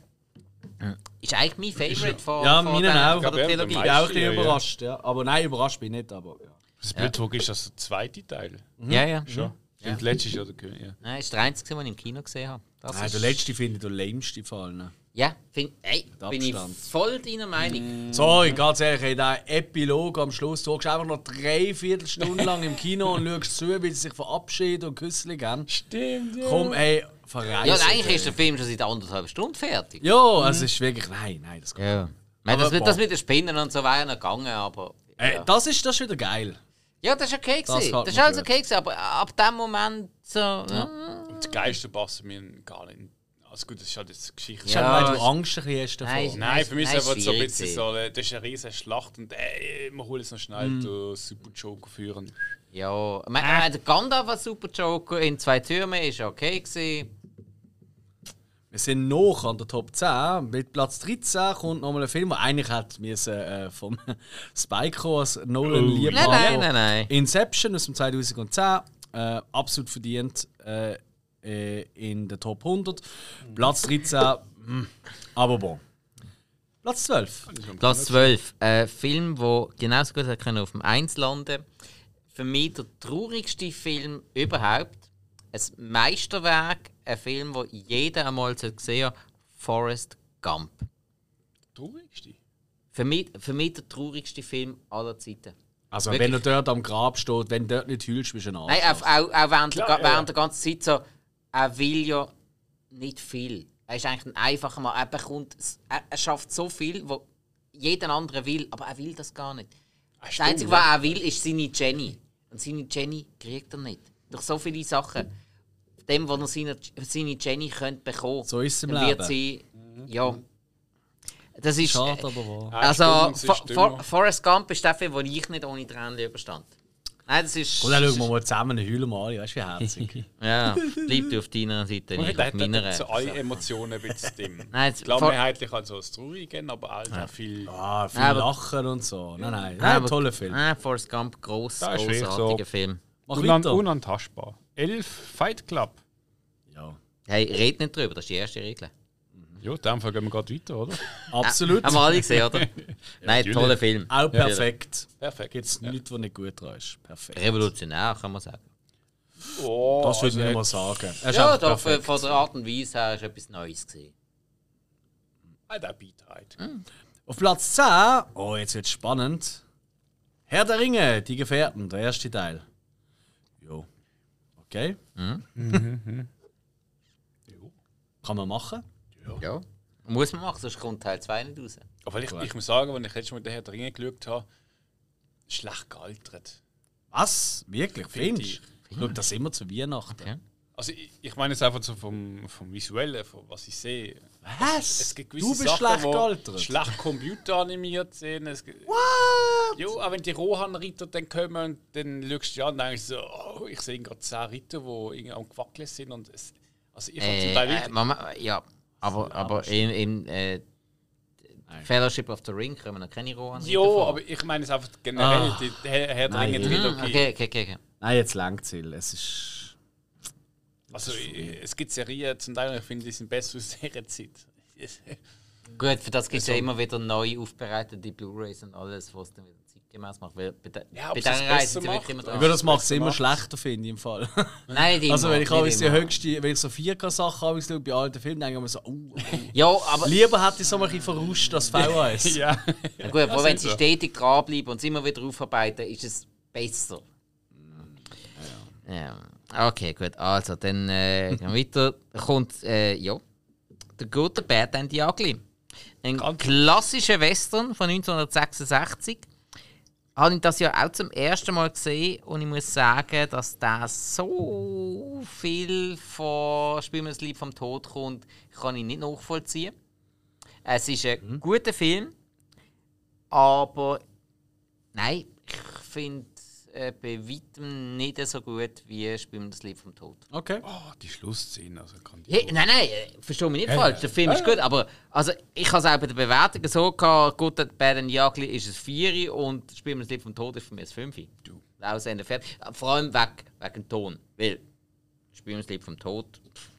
[SPEAKER 2] Ist eigentlich mein Favorite von,
[SPEAKER 1] Ja,
[SPEAKER 2] von,
[SPEAKER 1] meinen
[SPEAKER 2] der,
[SPEAKER 1] auch.
[SPEAKER 2] von der
[SPEAKER 4] Ich glaub, eben,
[SPEAKER 2] Trilogie.
[SPEAKER 1] Ich bin auch ein bisschen
[SPEAKER 4] Ja, ja.
[SPEAKER 1] überrascht. Ja. Aber nein, überrascht bin ich nicht. Aber, ja.
[SPEAKER 4] Das Blödfug ist das zweite Teil.
[SPEAKER 2] Ja, ja.
[SPEAKER 4] Schon. Stimmt, letztes Jahr der König. Ja.
[SPEAKER 2] Nein, ist der einzige, den ich im Kino gesehen habe. Das
[SPEAKER 1] Nein,
[SPEAKER 2] ist-
[SPEAKER 1] der letzte finde ich der lämste Fall.
[SPEAKER 2] Ja, find, ey,
[SPEAKER 1] Mit
[SPEAKER 2] bin ich
[SPEAKER 1] Abstand.
[SPEAKER 2] voll deiner Meinung.
[SPEAKER 1] Sorry, ganz ehrlich, ey, der Epilog am Schluss, du hockst einfach noch drei Viertelstunden lang im Kino und schaust zu, wie sie sich verabschieden und Küssli geben.
[SPEAKER 4] Stimmt, ja.
[SPEAKER 1] Komm, ey, verreisen.
[SPEAKER 2] Ja, und eigentlich ist der Mhm. Film schon seit anderthalb Stunden fertig.
[SPEAKER 1] Ja, es ist wirklich. Nein, nein, das geht
[SPEAKER 2] Ja. Meine, das,
[SPEAKER 1] Aber
[SPEAKER 2] mit, das mit den Spinnen und so war ja noch gegangen, aber. Ja,
[SPEAKER 1] nicht. Ey, Äh, das, ist, das ist wieder geil.
[SPEAKER 2] ja das ist okay.
[SPEAKER 1] Das
[SPEAKER 2] Das,
[SPEAKER 1] hat
[SPEAKER 2] das ist
[SPEAKER 1] man
[SPEAKER 2] alles
[SPEAKER 1] gehört.
[SPEAKER 2] okay, gewesen, aber ab dem Moment so. hm.
[SPEAKER 3] Und die Geister passen mir gar nicht. Also gut, das ist halt jetzt eine Geschichte.
[SPEAKER 1] Ja,
[SPEAKER 2] Ja,
[SPEAKER 1] weil du
[SPEAKER 2] es-
[SPEAKER 1] Angst ein bisschen hast davor.
[SPEAKER 2] Nein,
[SPEAKER 3] Nein, für mich ist
[SPEAKER 2] Nein,
[SPEAKER 3] es einfach so ein
[SPEAKER 2] schwierig
[SPEAKER 3] bisschen
[SPEAKER 2] gewesen. Mhm.
[SPEAKER 3] so, eine- das ist eine riesige Schlacht und ey, wir holen es noch schnell den Super Joker führen.
[SPEAKER 2] Ja. Ich meine, äh. der Gandalf als Super Joker in zwei Türmen ist okay. Gewesen.
[SPEAKER 1] Wir sind noch an der Top 10. Mit Platz 13 kommt nochmal ein Film, der eigentlich hat müssen, äh, vom Spike kommen, als Nolan
[SPEAKER 4] Oh.
[SPEAKER 1] Liebhaber.
[SPEAKER 2] Nein, nein, nein, nein.
[SPEAKER 1] Inception aus dem 2010, äh, absolut verdient äh, äh, in der Top 100. Platz 13, mh, aber bon. Platz 12.
[SPEAKER 2] Platz 12. Ein Film, der genauso gut hätte können auf dem 1 landen Für mich der traurigste Film überhaupt. Ein Meisterwerk, ein Film, den jeder einmal gesehen sollte. Forrest Gump.
[SPEAKER 4] Traurigste.
[SPEAKER 2] Für mich, für mich der traurigste Film aller Zeiten.
[SPEAKER 1] Also,
[SPEAKER 2] Wirklich?
[SPEAKER 1] wenn er dort am Grab steht, wenn du dort nicht heulst, bist du ein Arsch.
[SPEAKER 2] Nein, auch, auch, auch während, der,
[SPEAKER 3] Klar,
[SPEAKER 2] ga-
[SPEAKER 3] ja, ja.
[SPEAKER 2] während der ganzen Zeit so, er will ja nicht viel. Er ist eigentlich ein einfacher Mann. Er, bekommt, s- er, er schafft so viel, was jeder andere will, aber er will das gar nicht.
[SPEAKER 3] Ah,
[SPEAKER 2] Das Einzige, was er will, ist seine Jenny. Und seine Jenny kriegt er nicht. Durch so viele Sachen. Von dem, was er seine, seine Jenny könnte bekommen
[SPEAKER 1] So ist es im
[SPEAKER 2] dann wird
[SPEAKER 1] Leben.
[SPEAKER 2] sie. Ja. Das ist. äh,
[SPEAKER 1] Schade, aber wahr.
[SPEAKER 2] Also,
[SPEAKER 3] Ah, Stimmt,
[SPEAKER 2] For,
[SPEAKER 3] es ist
[SPEAKER 2] For,
[SPEAKER 3] dümmer.
[SPEAKER 2] Forrest Gump ist der Film, den ich nicht ohne Tränen überstand. Nein, das ist.
[SPEAKER 1] Und dann schauen wir mal zusammen eine Heulen mal an, weißt du, wie herzig.
[SPEAKER 2] Ja, bleib du auf deiner Seite,
[SPEAKER 3] Ich
[SPEAKER 2] nicht auf
[SPEAKER 3] dachte,
[SPEAKER 2] meiner.
[SPEAKER 3] da zu alle Emotionen ein bisschen stimmen.
[SPEAKER 2] Nein, jetzt-
[SPEAKER 3] ich glaube,
[SPEAKER 2] vor-
[SPEAKER 3] mehrheitlich kann so es traurig gehen, aber all ja. viel.
[SPEAKER 1] ah, viel
[SPEAKER 2] Aber-
[SPEAKER 1] Lachen und so. Nein, nein,
[SPEAKER 2] Nein,
[SPEAKER 1] nein,
[SPEAKER 2] aber-
[SPEAKER 1] toller Film.
[SPEAKER 2] Ah, Forrest Gump, gross,
[SPEAKER 4] Da ist wirklich
[SPEAKER 2] großartiger Film.
[SPEAKER 1] Mach
[SPEAKER 4] Unan
[SPEAKER 1] weiter.
[SPEAKER 4] unantastbar. 11. Fight Club.
[SPEAKER 1] Ja.
[SPEAKER 2] Hey, red nicht drüber, das ist die erste Regel.
[SPEAKER 4] Ja, in dem Fall gehen wir gerade weiter, oder?
[SPEAKER 3] Ah,
[SPEAKER 1] Absolut.
[SPEAKER 2] Haben wir alle gesehen, oder? Nein,
[SPEAKER 4] natürlich.
[SPEAKER 2] toller Film.
[SPEAKER 1] Auch perfekt.
[SPEAKER 3] Perfekt.
[SPEAKER 1] Gibt es nichts, was nicht gut dran ist. Perfekt.
[SPEAKER 2] Revolutionär, kann man sagen.
[SPEAKER 3] Oh,
[SPEAKER 1] Das würde ich
[SPEAKER 3] also-
[SPEAKER 1] nicht mal sagen. Er ist
[SPEAKER 2] Ja,
[SPEAKER 1] einfach
[SPEAKER 2] doch, äh,
[SPEAKER 1] perfekt.
[SPEAKER 2] von der Art und Weise her ist etwas Neues gesehen.
[SPEAKER 3] hat auch beiträgt.
[SPEAKER 1] Auf Platz 10, oh, jetzt wird's spannend. Herr der Ringe, die Gefährten, der erste Teil. Jo. Okay.
[SPEAKER 3] Mhm.
[SPEAKER 1] Mhm. Kann man machen.
[SPEAKER 2] Ja. Äh, Muss man machen, sonst kommt Teil 2 nicht raus.
[SPEAKER 3] Aber ich, ich muss sagen, wenn ich letztes Mal den Herr der Ringe geschaut habe, schlecht gealtert.
[SPEAKER 1] Was? Wirklich? Findest
[SPEAKER 3] ich.
[SPEAKER 1] du? Schau das immer zu Weihnachten.
[SPEAKER 2] Okay.
[SPEAKER 3] Also ich, ich meine jetzt einfach so vom, vom Visuellen, von was ich sehe.
[SPEAKER 1] Was?
[SPEAKER 3] Es gibt gewisse
[SPEAKER 1] du bist
[SPEAKER 3] Sachen,
[SPEAKER 1] schlecht
[SPEAKER 3] wo
[SPEAKER 1] gealtert.
[SPEAKER 3] schlecht computeranimiert sind. Es gibt-
[SPEAKER 1] What?
[SPEAKER 3] Ja, auch wenn die Rohan-Ritter dann kommen und dann schaust du dich an und denkst so, oh, ich sehe gerade zehn Ritter, die irgendwie am Quackeln sind. Und es, also ich habe zum Teil
[SPEAKER 2] Äh, äh,
[SPEAKER 3] wirklich...
[SPEAKER 2] Mama, ja, aber, aber in, in äh, Fellowship of the Ring kommen noch keine Rohan.
[SPEAKER 3] Ja, aber ich meine es einfach generell,
[SPEAKER 1] Ah.
[SPEAKER 3] die Herr, Herr der
[SPEAKER 1] Nein.
[SPEAKER 3] Ringe-Trilogie.
[SPEAKER 2] Hm, Okay, okay, okay. okay.
[SPEAKER 1] Nein, jetzt langt es. ist.
[SPEAKER 3] Also äh, es gibt Serien zum Teil, ich finde, die sind besser aus dieser Zeit.
[SPEAKER 2] Gut, für das gibt es ja immer wieder neu aufbereitete Blu-Rays und alles, was dann wieder zeitgemäß macht. Weil bei der,
[SPEAKER 3] Ja,
[SPEAKER 2] bei
[SPEAKER 3] ob es
[SPEAKER 2] dieser
[SPEAKER 3] es
[SPEAKER 2] Reise
[SPEAKER 3] besser
[SPEAKER 2] sind wir
[SPEAKER 3] macht,
[SPEAKER 2] immer
[SPEAKER 3] oder?
[SPEAKER 2] dran.
[SPEAKER 1] Aber das macht es
[SPEAKER 3] besser
[SPEAKER 1] immer
[SPEAKER 3] macht's.
[SPEAKER 1] schlechter, finde ich im Fall.
[SPEAKER 2] Nein, nicht
[SPEAKER 1] Also,
[SPEAKER 2] immer,
[SPEAKER 1] wenn ich auch
[SPEAKER 2] nicht
[SPEAKER 1] die
[SPEAKER 2] immer.
[SPEAKER 1] höchste, wenn ich so 4K-Sachen habe, schaue, bei alten Filmen, denke ich mir so, oh, oh.
[SPEAKER 2] Ja, aber
[SPEAKER 1] Lieber hätte ich so ein bisschen verrauscht als VHS.
[SPEAKER 4] Ja.
[SPEAKER 2] Na gut, aber wenn
[SPEAKER 4] sind
[SPEAKER 2] sie
[SPEAKER 4] so.
[SPEAKER 2] stetig dranbleiben und es immer wieder aufarbeiten, ist es besser. Ja. Okay, gut. Also, dann äh, gehen wir weiter. Da Kommt, äh, ja, der gute Bad and the Ugly. Ein klassischer Western von 1966. Habe ich das ja auch zum ersten Mal gesehen und ich muss sagen, dass da so viel von Spielen das Lied vom Tod kommt, kann ich nicht nachvollziehen. Es ist ein guter Film, aber nein, ich finde äh, bei weitem nicht so gut wie Spielen das Lied vom Tod.
[SPEAKER 1] Okay.
[SPEAKER 4] Oh, die Schlussszene, also kann die...
[SPEAKER 2] Hey, nein, nein, äh, versteh mich nicht
[SPEAKER 4] Ja,
[SPEAKER 2] falsch.
[SPEAKER 4] ja.
[SPEAKER 2] Der Film ist gut, aber also, ich habe es auch bei der Bewertung so gehabt, gut, bei den Jagli ist es 4 und Spielen das Lied vom Tod ist für mich ein 5. Du. Aus Ende fertig. Äh, Vor allem weg, wegen dem Ton. Weil Spielen das Lied vom Tod. pff,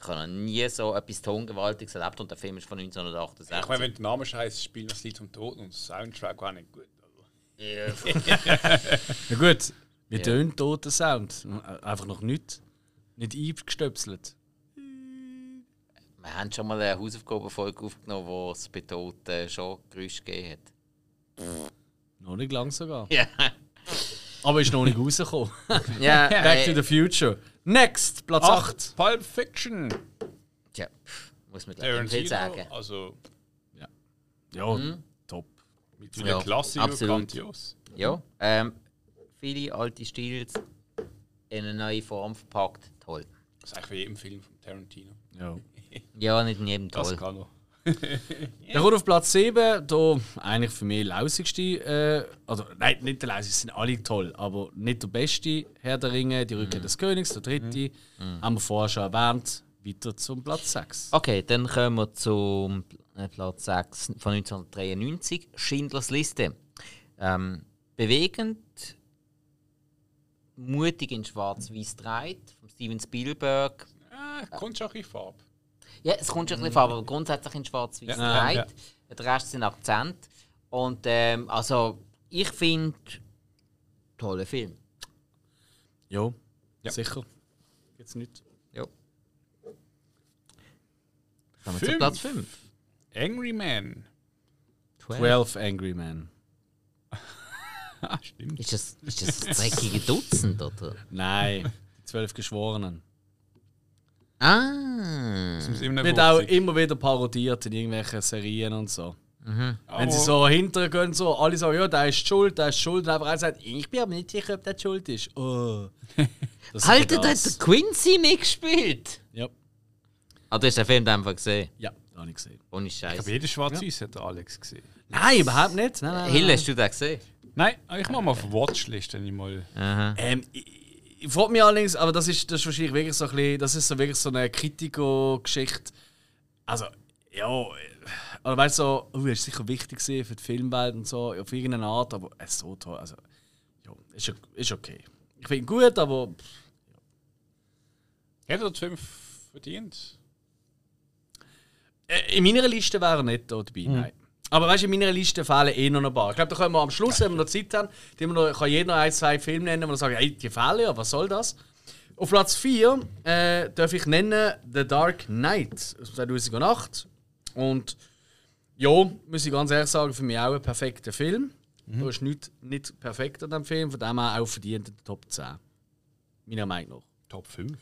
[SPEAKER 2] Ich habe noch nie so etwas Tongewaltiges erlebt und der Film ist von 1968.
[SPEAKER 3] Ich meine, wenn der Name scheiße, spielen das Lied vom Toten und der Soundtrack war nicht gut. Also,
[SPEAKER 2] Ja,
[SPEAKER 1] Na gut, wir tönen toten Sound. Äh, Einfach noch nicht. Nicht eingestöpselt.
[SPEAKER 2] Wir haben schon mal eine Hausaufgabenfolge aufgenommen, wo es bei Toten schon Geräusche gegeben hat.
[SPEAKER 1] Noch nicht lang sogar.
[SPEAKER 2] Ja.
[SPEAKER 1] Aber ist noch nicht rausgekommen.
[SPEAKER 2] ja
[SPEAKER 1] Back to the
[SPEAKER 2] äh,
[SPEAKER 1] Future. Next, Platz 8.
[SPEAKER 4] Pulp Fiction.
[SPEAKER 2] tja, pff, muss man gleich nicht
[SPEAKER 4] Tarantino,
[SPEAKER 2] viel sagen.
[SPEAKER 4] also
[SPEAKER 1] Ja,
[SPEAKER 2] Mhm.
[SPEAKER 1] top.
[SPEAKER 4] mit vielen
[SPEAKER 2] Ja,
[SPEAKER 4] Klassikern
[SPEAKER 2] absolut.
[SPEAKER 4] grandios.
[SPEAKER 2] Ja, ähm, viele alte Stils in eine neue Form verpackt. Toll.
[SPEAKER 3] das ist eigentlich wie jedem Film von Tarantino.
[SPEAKER 1] Ja.
[SPEAKER 2] Ja, nicht in jedem
[SPEAKER 4] Das
[SPEAKER 2] toll.
[SPEAKER 4] kann er.
[SPEAKER 1] Dann kommt auf Platz 7, da eigentlich für mich lausigste, äh, also nein, nicht der lausigste, sind alle toll, aber nicht der beste Herr der Ringe, die Rückkehr des Königs, der dritte, haben wir vorher schon erwähnt, weiter zum Platz 6.
[SPEAKER 2] Okay, dann kommen wir zum äh, Platz 6 von 1993, Schindlers Liste. Ähm, bewegend, mutig in Schwarz-Weiß dreht, von Steven Spielberg.
[SPEAKER 3] Ah, kommt schon ein bisschen Farbe.
[SPEAKER 2] Ja, es kommt schon ein bisschen vor, aber grundsätzlich in Schwarz-Weiß
[SPEAKER 1] Ja,
[SPEAKER 2] ja, Der Rest sind Akzente. Und ähm, also, ich finde, toller Film.
[SPEAKER 1] Ja, sicher. Jetzt nicht.
[SPEAKER 2] Ja. Kommen wir zu
[SPEAKER 4] Fünf.
[SPEAKER 2] Platz 5.
[SPEAKER 4] Angry Man.
[SPEAKER 1] 12 Angry Men.
[SPEAKER 4] Ah, stimmt.
[SPEAKER 2] Ist das, ist das ein dreckige Dutzend, oder?
[SPEAKER 1] Nein, die 12 Geschworenen.
[SPEAKER 2] Ah!
[SPEAKER 4] Zum
[SPEAKER 1] Wird auch
[SPEAKER 4] 57.
[SPEAKER 1] immer wieder parodiert in irgendwelchen Serien und so. Wenn sie
[SPEAKER 3] Oh.
[SPEAKER 4] Aber-
[SPEAKER 1] so hintergehen, so, alle sagen, ja, der ist schuld, der ist schuld, und einfach einer sagt, ich bin aber nicht sicher, ob der schuld ist. Oh. Das ist
[SPEAKER 2] Alter, da hat
[SPEAKER 1] das.
[SPEAKER 2] der Quincy mitgespielt!
[SPEAKER 1] Ja,
[SPEAKER 2] Ah, du hast den Film einfach gesehen.
[SPEAKER 1] ja, habe ich gesehen.
[SPEAKER 2] Ohne
[SPEAKER 4] Ich habe
[SPEAKER 2] Scheiße.
[SPEAKER 4] jeden Schwarz-Weiß hat der Alex gesehen.
[SPEAKER 1] Nein, überhaupt nicht. Nein, nein,
[SPEAKER 2] Hill,
[SPEAKER 1] nein.
[SPEAKER 2] hast du den gesehen?
[SPEAKER 4] Nein, ich mache mal auf Watchlist, wenn ich mal...
[SPEAKER 1] Ähm, ich, ich frage mich allerdings, aber das ist, das ist wahrscheinlich wirklich so ein bisschen, das ist so wirklich so eine Kritiko-Geschichte. Also, ja, oder weißt du, so, uh, ist sicher wichtig gewesen für die Filmwelt und so, auf irgendeine Art, aber es ist so toll. Also, ja, ist, o- ist okay. Ich finde ihn gut, aber pff,
[SPEAKER 4] Hat er den Film f-
[SPEAKER 3] verdient.
[SPEAKER 1] Äh, In meiner Liste wäre er nicht da dabei, nein. Aber weißt du, in meiner Liste fehlen eh noch ein paar. Ich glaube, da können wir am Schluss, wenn wir noch Zeit haben, die wir noch, kann jeder ein, zwei Filme nennen, wo wir sagen, hey, die fehlen ja, was soll das? Auf Platz 4 äh, darf ich nennen The Dark Knight aus 2008. Und ja, muss ich ganz ehrlich sagen, für mich auch ein perfekter Film. Da ist nichts nicht perfekt an dem Film, von dem her auch verdient in der Top 10. Meiner Meinung nach.
[SPEAKER 4] Top 5.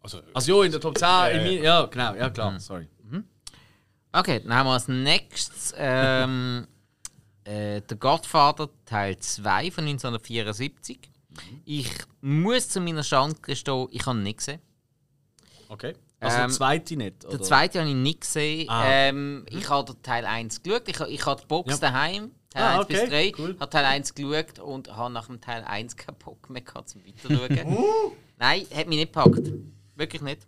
[SPEAKER 4] Also,
[SPEAKER 1] Also ja, in der Top 10, ja, in mein, ja genau, ja klar, sorry.
[SPEAKER 2] Okay, dann haben wir als nächstes ähm, äh, «The Godfather» Teil 2 von 1974. Ich muss zu meiner Schande gestehen, ich habe ihn nicht gesehen.
[SPEAKER 1] Okay. Also
[SPEAKER 2] Ähm,
[SPEAKER 1] der zweite nicht, oder?
[SPEAKER 2] Den zweiten habe ich nicht gesehen.
[SPEAKER 1] Ah.
[SPEAKER 2] Ähm, ich habe den Teil 1 geschaut. Ich, ich habe die Box
[SPEAKER 1] Ja.
[SPEAKER 2] daheim. Teil
[SPEAKER 1] Ah,
[SPEAKER 2] 1 bis
[SPEAKER 1] okay,
[SPEAKER 2] 3.
[SPEAKER 1] cool.
[SPEAKER 2] habe Teil 1 geschaut und habe nach dem Teil 1 keinen Bock mehr gehabt, zum Weiterschauen.
[SPEAKER 1] Uh.
[SPEAKER 2] Nein, hat mich nicht gepackt. Wirklich nicht.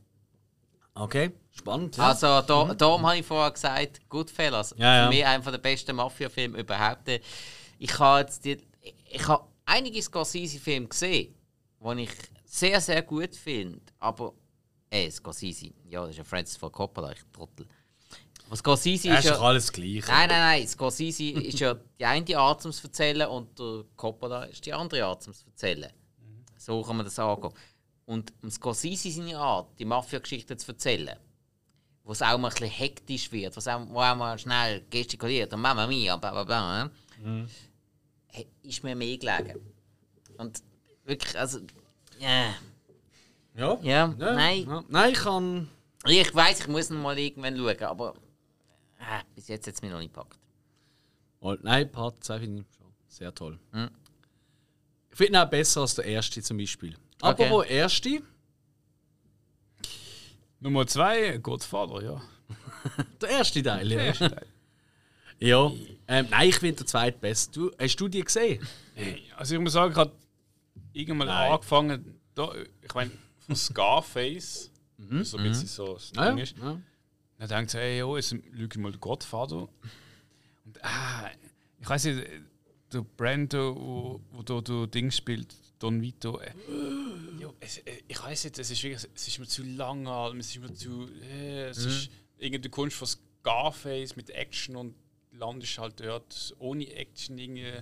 [SPEAKER 1] Okay, spannend. Ja.
[SPEAKER 2] Also, da, darum habe ich vorher gesagt, Goodfellas.
[SPEAKER 1] Mhm. Ja, ja.
[SPEAKER 2] Für mich einer der besten Mafia-Filme überhaupt. Ich habe jetzt die, ich habe einige Scorsese-Filme gesehen, die ich sehr, sehr gut finde. Aber, äh, Scorsese. Ja, das ist ja Francis Ford Coppola, ich trottel. Aber Scorsese
[SPEAKER 1] Ja,
[SPEAKER 2] ist ja...
[SPEAKER 1] alles gleich.
[SPEAKER 2] Nein, nein, nein, Scorsese ist ja die eine Art, um es zu erzählen und der Coppola ist die andere Art, um es zu erzählen. So kann man das angehen. Und um im Scorsese seine Art, die Mafia-Geschichte zu erzählen, wo es auch mal ein bisschen hektisch wird, was auch, wo auch mal schnell gestikuliert und Mama mia, bla bla bla, ne? Hey, ist mir mehr gelegen. Und wirklich, also, ja,
[SPEAKER 1] Ja?
[SPEAKER 2] ja, nein.
[SPEAKER 1] ja. Nein, ich kann.
[SPEAKER 2] Ich weiß, ich muss ihn mal irgendwann schauen, aber äh, bis jetzt hat es mich noch nicht gepackt.
[SPEAKER 1] Oh, nein, Part 2 finde ich schon sehr toll. Ich finde ihn auch besser als der erste zum Beispiel.
[SPEAKER 2] Okay.
[SPEAKER 1] Apropos erste,
[SPEAKER 4] Nummer 2, Godfather, ja.
[SPEAKER 1] der erste Teil.
[SPEAKER 4] Der
[SPEAKER 1] Ja.
[SPEAKER 4] erste Teil.
[SPEAKER 1] ja. Ähm, nein, ich finde der zweite best. Du, hast du die gesehen?
[SPEAKER 4] Also ich muss sagen, ich habe irgendwann
[SPEAKER 1] Nein.
[SPEAKER 4] angefangen, da, ich meine, von Scarface, so ein bisschen so das Ding ist.
[SPEAKER 1] Mhm. ja.
[SPEAKER 4] Dann denkt sie, ey, oh, jetzt schaue ich mal den Godfather. Und ah, ich weiß nicht, der Brando, wo, wo da der Ding spielt, Don Vito. Äh,
[SPEAKER 3] Ja, es, äh, ich weiß nicht, es ist, wirklich, es ist mir zu lang, Alm, es ist mir zu. Äh, es ist
[SPEAKER 1] Mhm.
[SPEAKER 3] irgendwie die Kunst von Scarface mit Action und landest halt dort ohne Action irgendwie.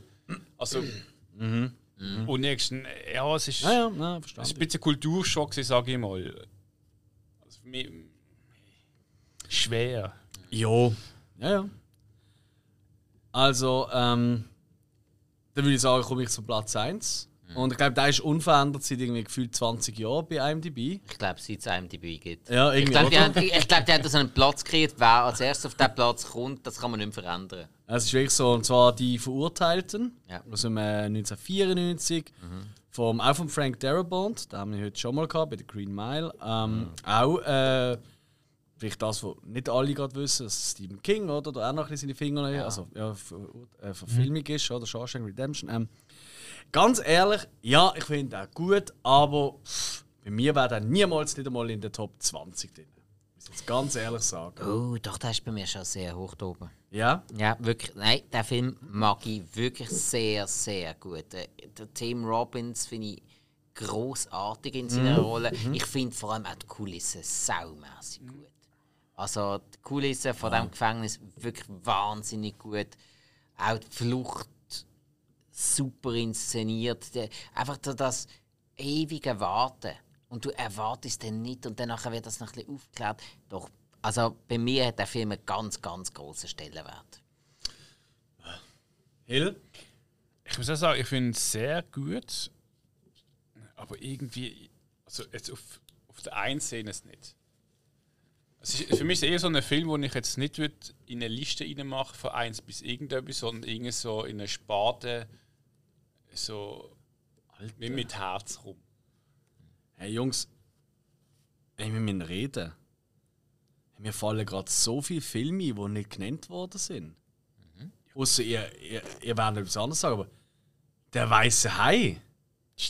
[SPEAKER 3] Also,
[SPEAKER 4] ohne Action. äh, Ja, es ist,
[SPEAKER 1] Mhm. Ja, ja, ja,
[SPEAKER 4] es ist ein
[SPEAKER 1] verstanden.
[SPEAKER 4] bisschen Kulturschock, sage ich mal.
[SPEAKER 3] also für mich,
[SPEAKER 4] Schwer.
[SPEAKER 1] Jo. Ja, ja. Also, ähm, dann würde ich sagen, komme ich zu Platz 1.
[SPEAKER 2] Mhm.
[SPEAKER 1] Und ich glaube, der ist unverändert seit irgendwie gefühlt 20 Jahren bei IMDb.
[SPEAKER 2] Ich glaube, seit es einem dabei gibt.
[SPEAKER 1] Ja,
[SPEAKER 2] Ich
[SPEAKER 1] irgendwie.
[SPEAKER 2] glaube, die,
[SPEAKER 1] oder?
[SPEAKER 2] haben- ich glaub, die haben so einen Platz gekriegt, wer als erstes auf diesen Platz kommt, das kann man nicht mehr verändern.
[SPEAKER 1] Es ist wirklich so, und zwar die Verurteilten
[SPEAKER 2] Ja.
[SPEAKER 1] aus dem äh, 1994, vom, auch von Frank Darabont, den haben wir heute schon mal gehabt, bei der Green Mile. Ähm, Auch, äh, vielleicht das, was nicht alle gerade wissen, dass Stephen King, oder, da auch noch ein bisschen seine Finger, also ja, Ver- äh, Verfilmung ist, oder, Shawshank Redemption. Ähm, ganz ehrlich, ja, ich finde ihn gut, aber pff, bei mir wäre er niemals nicht einmal in der Top 20 drin. Muss ich jetzt ganz ehrlich sagen.
[SPEAKER 2] Oh, doch, der ist bei mir schon sehr hoch da oben.
[SPEAKER 1] Ja?
[SPEAKER 2] Ja, wirklich. Nein, den Film mag ich wirklich sehr, sehr gut. Der, der Tim Robbins finde ich großartig in seiner Rolle. Ich finde vor allem auch die Kulissen saumässig gut. Also die Kulissen von dem Gefängnis wirklich wahnsinnig gut. Auch die Flucht super inszeniert. Der, einfach so das ewige Warten. Und du erwartest den nicht und danach wird das noch ein bisschen aufgeklärt. Doch, also bei mir hat der Film einen ganz, ganz großen Stellenwert.
[SPEAKER 1] Hill?
[SPEAKER 4] Ich muss auch sagen, ich finde ihn sehr gut, aber irgendwie,
[SPEAKER 3] also jetzt auf, auf der einen Szene es nicht. Es ist, für mich ist es eher so ein Film, den ich jetzt nicht würd in eine Liste reinmachen von 1 bis irgendetwas, sondern irgendwie so in eine Sparte so mit, mit Herz rum.
[SPEAKER 1] Hey Jungs, ey, wir müssen reden. Mir fallen gerade so viele Filme, ein, die nicht genannt worden sind.
[SPEAKER 2] Mhm.
[SPEAKER 1] Außer ihr, ihr, ihr werdet etwas anderes sagen, aber der weiße Hai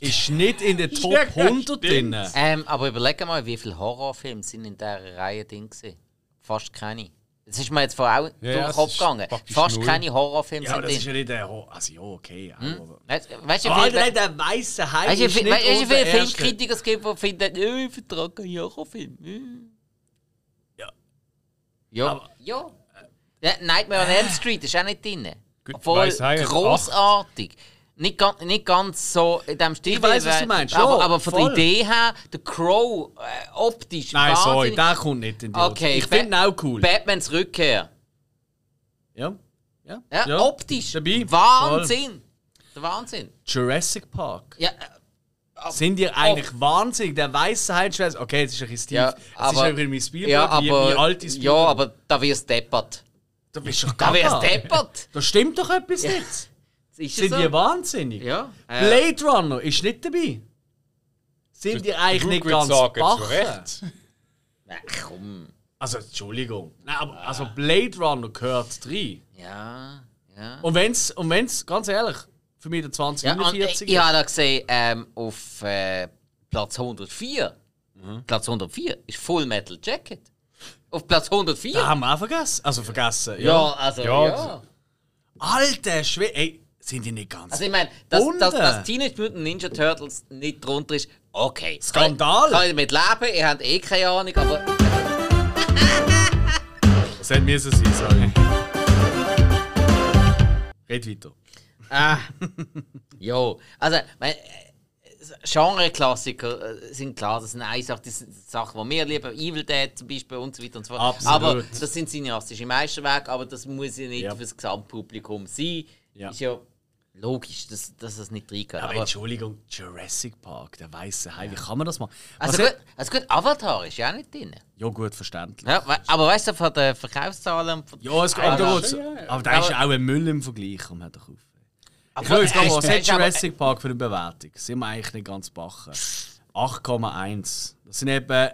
[SPEAKER 1] ist nicht in der Top 100 drin.
[SPEAKER 2] Ähm, aber überleg mal, wie viele Horrorfilme sind in dieser Reihe drin gewesen? Fast keine. Das ist mir jetzt vorher auch
[SPEAKER 4] Ja,
[SPEAKER 2] durch
[SPEAKER 4] ja,
[SPEAKER 2] den
[SPEAKER 4] es
[SPEAKER 2] Kopf
[SPEAKER 4] ist
[SPEAKER 2] gegangen.
[SPEAKER 4] praktisch
[SPEAKER 2] Fast
[SPEAKER 4] null.
[SPEAKER 2] keine Horrorfilme
[SPEAKER 1] Ja, aber
[SPEAKER 2] sind
[SPEAKER 1] das ist ja
[SPEAKER 2] drin.
[SPEAKER 1] nicht der Horror. Also ja, okay. Auch,
[SPEAKER 2] Hm?
[SPEAKER 1] aber.
[SPEAKER 2] Weißt weißt du,
[SPEAKER 1] Oh,
[SPEAKER 2] wie
[SPEAKER 1] Alter,
[SPEAKER 2] viel-
[SPEAKER 1] der weiße Hai.
[SPEAKER 2] weißt du,
[SPEAKER 1] ist
[SPEAKER 2] wie-
[SPEAKER 1] nicht
[SPEAKER 2] weißt du, wie
[SPEAKER 1] unser
[SPEAKER 2] viele
[SPEAKER 1] erster.
[SPEAKER 2] Filmkritiker es gibt, die finden, äh, ich vertrage keinen Horrorfilm. äh.
[SPEAKER 1] Ja.
[SPEAKER 2] Ja. ja. ja. Nightmare on Elm Street ist auch nicht drin.
[SPEAKER 4] Gut,
[SPEAKER 2] Obwohl,
[SPEAKER 4] weiss
[SPEAKER 1] also
[SPEAKER 4] auch, jetzt
[SPEAKER 2] grossartig. Nicht ganz, nicht ganz so in dem Stil.
[SPEAKER 1] Ich weiss, was
[SPEAKER 2] weil-
[SPEAKER 1] du meinst,
[SPEAKER 2] Aber,
[SPEAKER 1] ja,
[SPEAKER 2] aber von der
[SPEAKER 1] voll.
[SPEAKER 2] Idee her, der Crow äh, optisch.
[SPEAKER 1] Nein, sorry,
[SPEAKER 2] wahnsinnig-
[SPEAKER 1] der kommt nicht in die
[SPEAKER 2] Okay,
[SPEAKER 1] Ich finde ihn
[SPEAKER 2] Ba-
[SPEAKER 1] auch cool.
[SPEAKER 2] Batmans Rückkehr.
[SPEAKER 1] Ja. Ja.
[SPEAKER 2] Ja,
[SPEAKER 1] Ja.
[SPEAKER 2] optisch.
[SPEAKER 1] Dabei.
[SPEAKER 2] Wahnsinn. Der Wahnsinn.
[SPEAKER 1] Jurassic Park.
[SPEAKER 2] Ja, äh,
[SPEAKER 1] Sind ihr eigentlich wahnsinnig? Der weiße Hai ist Okay, jetzt ist ein bisschen tief.
[SPEAKER 2] Ja,
[SPEAKER 1] es ist
[SPEAKER 2] aber-
[SPEAKER 1] ein bisschen mein Spielberg,
[SPEAKER 2] ja
[SPEAKER 1] wie,
[SPEAKER 2] aber,
[SPEAKER 1] wie alt ist
[SPEAKER 2] ja, aber da wirst du deppert.
[SPEAKER 1] Da bist du doch
[SPEAKER 2] Da wirst du
[SPEAKER 1] gaga.
[SPEAKER 2] deppert.
[SPEAKER 1] Da stimmt doch etwas nicht.
[SPEAKER 2] Das Ist
[SPEAKER 1] Sind
[SPEAKER 2] so?
[SPEAKER 1] ihr wahnsinnig?
[SPEAKER 2] Ja. Äh,
[SPEAKER 1] Blade Runner ist nicht dabei. Sind ihr eigentlich nicht ganz
[SPEAKER 3] zu
[SPEAKER 1] bache?
[SPEAKER 3] Recht.
[SPEAKER 2] nein, komm.
[SPEAKER 1] Also, Entschuldigung. Nein, aber also Blade Runner gehört rein.
[SPEAKER 2] Ja, ja.
[SPEAKER 1] Und wenn's, und wenn's, ganz ehrlich, für mich der
[SPEAKER 2] ja und, äh,
[SPEAKER 1] 2049
[SPEAKER 2] ich habe da gesehen, ähm, auf äh, Platz 104.
[SPEAKER 1] Mhm.
[SPEAKER 2] Platz 104 ist Full Metal Jacket. Auf Platz 104?
[SPEAKER 1] Da haben wir auch vergessen. Also vergessen. Ja.
[SPEAKER 2] ja, also
[SPEAKER 4] Ja,
[SPEAKER 2] ja.
[SPEAKER 1] Alter Schwede. Ey, sind die nicht ganz.
[SPEAKER 2] Also ich meine, dass,
[SPEAKER 1] Unten.
[SPEAKER 2] dass, dass Teenage Mutant Ninja Turtles nicht drunter ist, okay.
[SPEAKER 1] Skandal.
[SPEAKER 2] Kann ich damit leben, ihr habt eh keine Ahnung, aber...
[SPEAKER 1] das hätte müssen sein, sorry. Red weiter.
[SPEAKER 2] Ah. jo. Also, mein, äh, Genre-Klassiker äh, sind klar, das sind eine Sache, das sind Sachen, die wir lieben, Evil Dead zum Beispiel und so weiter und so fort.
[SPEAKER 1] Absolut.
[SPEAKER 2] Aber das sind cineastische Meisterwerke, aber das muss ja nicht
[SPEAKER 1] Ja.
[SPEAKER 2] für das Gesamtpublikum sein.
[SPEAKER 1] Ja.
[SPEAKER 2] Ist ja logisch, dass, dass das nicht reingeht.
[SPEAKER 1] Aber,
[SPEAKER 2] Aber,
[SPEAKER 1] Entschuldigung, Jurassic Park, der weiße Hai, wie kann man das machen?
[SPEAKER 2] also,
[SPEAKER 1] Was
[SPEAKER 2] gut, also gut, Avatar ist ja auch nicht drin.
[SPEAKER 1] Ja, gut, verständlich.
[SPEAKER 2] Ja, we- aber weißt du, von den Verkaufszahlen... und von-
[SPEAKER 1] Ja, es geht
[SPEAKER 2] Ah,
[SPEAKER 1] darum.
[SPEAKER 2] ja.
[SPEAKER 1] Aber der ist auch ein Müll im Vergleich, um hat doch auf. Ich
[SPEAKER 2] Aber
[SPEAKER 1] schaue jetzt gerade mal, was
[SPEAKER 2] er
[SPEAKER 1] hat
[SPEAKER 2] ist aber-
[SPEAKER 1] Jurassic Park für eine Bewertung? Sind wir eigentlich nicht ganz bachen? 8,1. Das sind eben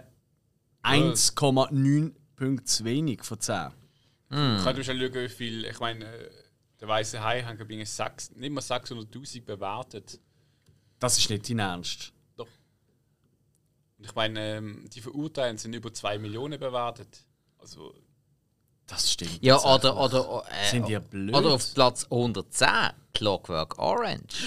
[SPEAKER 1] 1,9 Punkte zu wenig von 10.
[SPEAKER 3] Könnt ihr schon schauen, wie viel. Ich meine, äh, der Weiße Hai haben glaube ich sechs- nicht mal 600.000 bewertet.
[SPEAKER 1] Das ist nicht dein Ernst.
[SPEAKER 3] Doch. Und ich meine, ähm, die Verurteilten sind über 2 Millionen bewertet. Also,
[SPEAKER 1] Das stimmt.
[SPEAKER 2] äh, Ja,
[SPEAKER 1] tatsächlich.
[SPEAKER 2] oder, oder, äh,
[SPEAKER 1] Sind die blöd?
[SPEAKER 2] oder auf Platz 110, Clockwork Orange.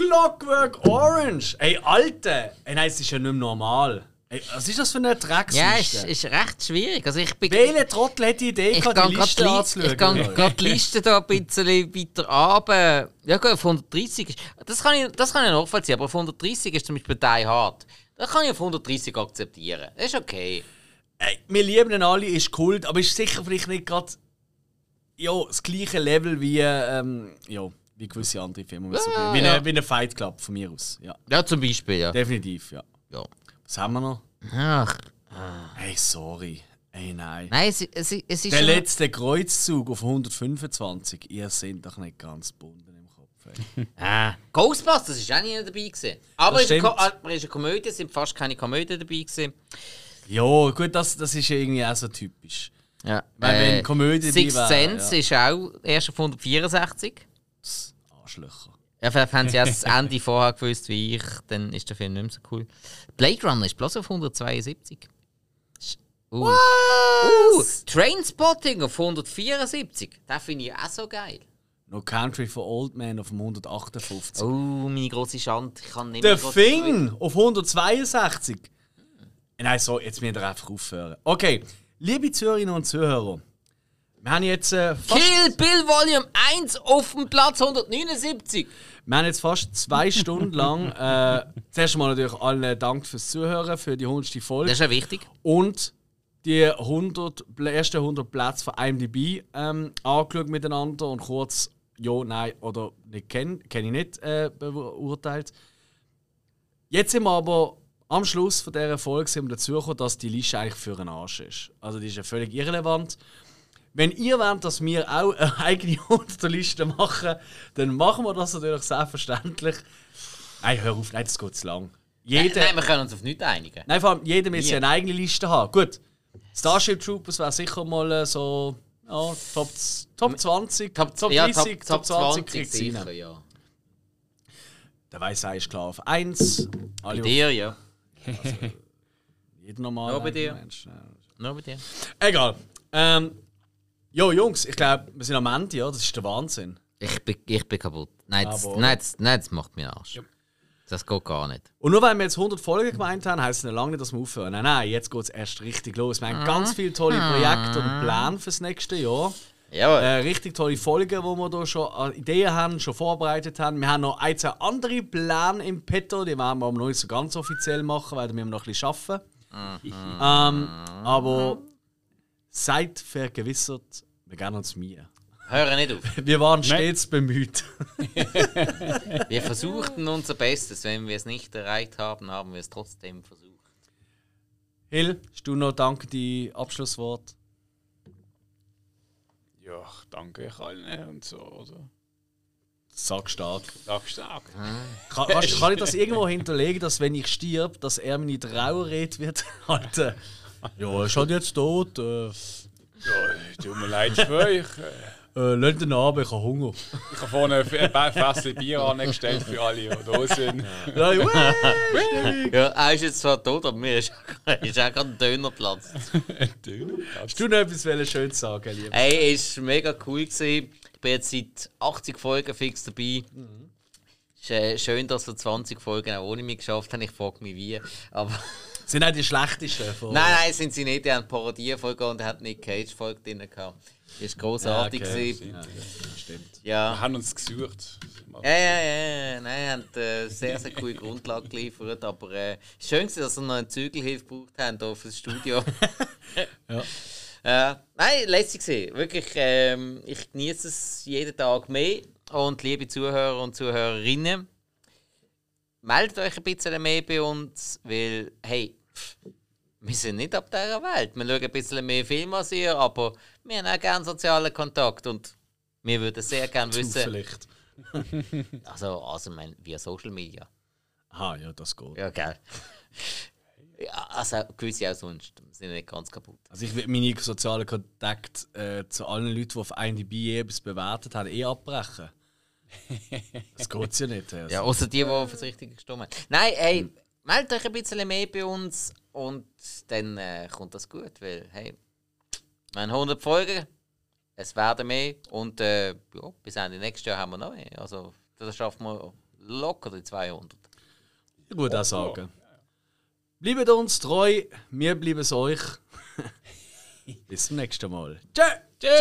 [SPEAKER 1] Clockwork Orange! Ey, Alter! Ey, nein, es ist ja nicht mehr normal. Ey, was ist das für eine
[SPEAKER 2] Ja, ist,
[SPEAKER 1] Drecksliste?
[SPEAKER 2] ist recht schwierig. Also ich bin...
[SPEAKER 1] Welcher Trottel hätte die Idee,
[SPEAKER 2] ich gehe
[SPEAKER 1] gehabt,
[SPEAKER 2] gerade
[SPEAKER 1] die
[SPEAKER 2] die,
[SPEAKER 1] Liste
[SPEAKER 2] Li- ich
[SPEAKER 1] anzuschauen?
[SPEAKER 2] gehe grad die Liste da ein bisschen weiter runter. Ja gut, auf 130 ist... Das kann, ich, das kann ich nachvollziehen, aber auf 130 ist zum Beispiel Die Hard. Das kann ich auf 130 akzeptieren. Das ist okay.
[SPEAKER 1] Ey, wir lieben ihn alle, ist Kult, aber ist sicher vielleicht nicht gerade ja, das gleiche Level wie, ähm, ja, wie gewisse andere Filme. Ja,
[SPEAKER 2] Ja,
[SPEAKER 1] wie,
[SPEAKER 2] Ah, ja.
[SPEAKER 1] Eine, wie eine Fight Club von mir aus. Ja,
[SPEAKER 2] Ja, zum Beispiel, ja.
[SPEAKER 1] definitiv, ja.
[SPEAKER 2] ja.
[SPEAKER 1] Was haben wir noch?
[SPEAKER 2] Ach,
[SPEAKER 1] Ey, sorry. Ey, nein.
[SPEAKER 2] nein, es, es, es ist...
[SPEAKER 1] Der
[SPEAKER 2] schon-
[SPEAKER 1] letzte Kreuzzug auf 125. Ihr seid doch nicht ganz bunden im Kopf. Ey.
[SPEAKER 2] Ah. Ghostbusters ist auch nie dabei gewesen. Aber
[SPEAKER 1] Das
[SPEAKER 2] in der Ko- ah,
[SPEAKER 1] stimmt.
[SPEAKER 2] aber in der Komödie sind fast keine Komödien dabei gewesen.
[SPEAKER 1] ja, gut, das, das ist ja irgendwie auch so typisch.
[SPEAKER 2] Ja.
[SPEAKER 1] Weil wenn Komödie
[SPEAKER 2] Six
[SPEAKER 1] dabei wäre,
[SPEAKER 2] Sense ist auch erst auf 164.
[SPEAKER 1] Psst, Arschlöcher.
[SPEAKER 2] Ja, vielleicht haben sie erst das Ende vorher gewusst wie ich, dann ist der Film nicht mehr so cool. Blade Runner ist bloß auf 172. Ist- Uh. Uh, Trainspotting auf 174. Das finde ich auch so geil.
[SPEAKER 1] No Country for Old Men auf dem 158.
[SPEAKER 2] Oh, meine große Schande. Ich kann nicht
[SPEAKER 1] Der
[SPEAKER 2] gross-
[SPEAKER 1] Fing auf 162. Nein, so, jetzt müssen wir einfach aufhören. Okay, liebe Zuhörerinnen und Zuhörer, wir haben jetzt, äh, fast,
[SPEAKER 2] Kill Bill Volume 1 auf dem Platz 179.
[SPEAKER 1] wir haben jetzt fast zwei Stunden lang. Äh, zuerst mal natürlich allen Dank fürs Zuhören, für die 100.
[SPEAKER 2] Das
[SPEAKER 1] Folge
[SPEAKER 2] ist ja wichtig.
[SPEAKER 1] und die 100, Pl- ersten 100 Plätze von IMDb ähm, angeschaut miteinander und kurz ja, nein oder nicht kenne kenn ich nicht äh, beurteilt. Jetzt sind wir aber am Schluss von dieser Folge sind wir dazu gekommen, dass die Liste eigentlich für einen Arsch ist. Also die ist ja völlig irrelevant. Wenn ihr wollt, dass wir auch eine eigene Unterliste machen, dann machen wir das natürlich selbstverständlich. Nein, hör auf, nein, das geht zu lang. Jeder,
[SPEAKER 2] Nein, wir können uns auf nichts einigen.
[SPEAKER 1] Nein, vor allem jeder muss
[SPEAKER 2] Nie.
[SPEAKER 1] seine eigene Liste haben. Gut, Starship Troopers wäre sicher mal äh, so ja, Top, Top 20, Top, 30, Top, 20 kriegt sie
[SPEAKER 2] sicher,
[SPEAKER 1] rein.
[SPEAKER 2] ja.
[SPEAKER 1] Der Weiße Hai ist klar auf 1. Alle
[SPEAKER 2] Bei
[SPEAKER 1] auf
[SPEAKER 2] dir, ja.
[SPEAKER 1] jeden normalen
[SPEAKER 2] Nur bei dir. Nou,
[SPEAKER 1] Menschen.
[SPEAKER 2] Nur bei dir.
[SPEAKER 1] Egal. Ähm, Jo, Jungs, ich glaube, wir sind am Ende, ja? Das ist der Wahnsinn.
[SPEAKER 2] Ich bin, ich bin kaputt. Nein, das,
[SPEAKER 1] Aber-
[SPEAKER 2] nein, das, nein, das macht mir Arsch. Das geht gar nicht.
[SPEAKER 1] Und nur weil wir jetzt 100 Folgen gemeint haben, heisst es noch lange nicht, dass wir aufhören. Nein, nein, jetzt geht es erst richtig los. Wir haben
[SPEAKER 2] Mhm.
[SPEAKER 1] ganz viele tolle Projekte und Pläne fürs nächste Jahr.
[SPEAKER 2] Jawohl.
[SPEAKER 1] Äh, richtig tolle Folgen, wo wir da schon an Ideen haben, schon vorbereitet haben. Wir haben noch ein, zwei andere Pläne im Petto, die werden wir aber noch nicht so ganz offiziell machen, weil da müssen wir noch ein bisschen arbeiten. ähm, aber seid vergewissert, wir geben uns Mühe.
[SPEAKER 2] Hören nicht auf.
[SPEAKER 1] Wir waren stets bemüht.
[SPEAKER 2] Wir versuchten unser Bestes. Wenn wir es nicht erreicht haben, haben wir es trotzdem versucht.
[SPEAKER 1] Hill, hast du noch dankende Abschlusswort?
[SPEAKER 3] Ja, ich danke ich allen äh, und so. Oder?
[SPEAKER 1] Sag stark.
[SPEAKER 3] Stark, stark.
[SPEAKER 1] Kann, kannst- kann ich das irgendwo hinterlegen, dass wenn ich stirb, dass er meine Trauerrede wird halten? Ja, er ist halt jetzt tot. Äh, äh,
[SPEAKER 3] Ja, tut mir leid für euch. Äh,
[SPEAKER 1] Lass ihn ab, ich habe Hunger.
[SPEAKER 3] Ich habe vorne ein paar Fässchen Bier angestellt für alle, die da sind.
[SPEAKER 1] Ja, ich- Wah!
[SPEAKER 2] Ja, er ist jetzt zwar tot, aber mir ist, ist auch gerade ein Dönerplatz.
[SPEAKER 1] Hast du noch etwas wollen Schönes sagen, lieber?
[SPEAKER 2] Hey, es war mega cool. Gewesen. Ich bin jetzt seit 80 Folgen fix dabei. Ist, äh, schön, dass wir 20 Folgen auch ohne mich geschafft haben. Ich frage mich wie. Aber
[SPEAKER 1] Sind auch die schlechtesten von.
[SPEAKER 2] nein, nein, sind sie nicht. Die haben Parodie-Folge und hat Nick Cage-Folge drin gehabt. Ist großartig.
[SPEAKER 1] Ja,
[SPEAKER 2] Ja,
[SPEAKER 1] okay.
[SPEAKER 3] Wir
[SPEAKER 2] ja.
[SPEAKER 3] haben uns gesucht.
[SPEAKER 2] Ja, ja, ja, ja. nein, haben äh, sehr, sehr coole Grundlage geliefert, aber äh, schön gewesen, dass wir noch eine Zügelhilfe gebraucht haben hier fürs Studio. ja. Äh, nein, lässig gewesen. Wirklich, ähm, ich genieße es jeden Tag mehr. Und liebe Zuhörer und Zuhörerinnen, meldet euch ein bisschen mehr bei uns, weil, hey, pff, wir sind nicht ab dieser Welt. Wir schauen ein bisschen mehr Filme als ihr, aber wir haben auch gerne sozialen Kontakt und wir würden sehr gerne wissen,
[SPEAKER 1] Vielleicht.
[SPEAKER 2] also, also mein, via Social Media.
[SPEAKER 1] Aha, Ah, ja, das geht.
[SPEAKER 2] Ja, gell. Ja, also gewisse auch sonst. Wir sind nicht ganz kaputt.
[SPEAKER 1] Also ich würde meine sozialen Kontakte äh, zu allen Leuten, die auf IMDb etwas bewertet haben, eh abbrechen. Das geht ja nicht. Also.
[SPEAKER 2] Ja, Hm. außer die, die auf das Richtige gestorben haben. Nein, hey, meldet euch ein bisschen mehr bei uns und dann äh, kommt das gut, weil, hey, wir haben 100 Folgen, es werden mehr und äh, ja, bis Ende nächstes Jahr haben wir noch mehr. Also, das schaffen wir locker die 200.
[SPEAKER 1] gut auch sagen. Bleibt uns treu, wir bleiben es euch. Bis zum nächsten Mal.
[SPEAKER 2] Tschö!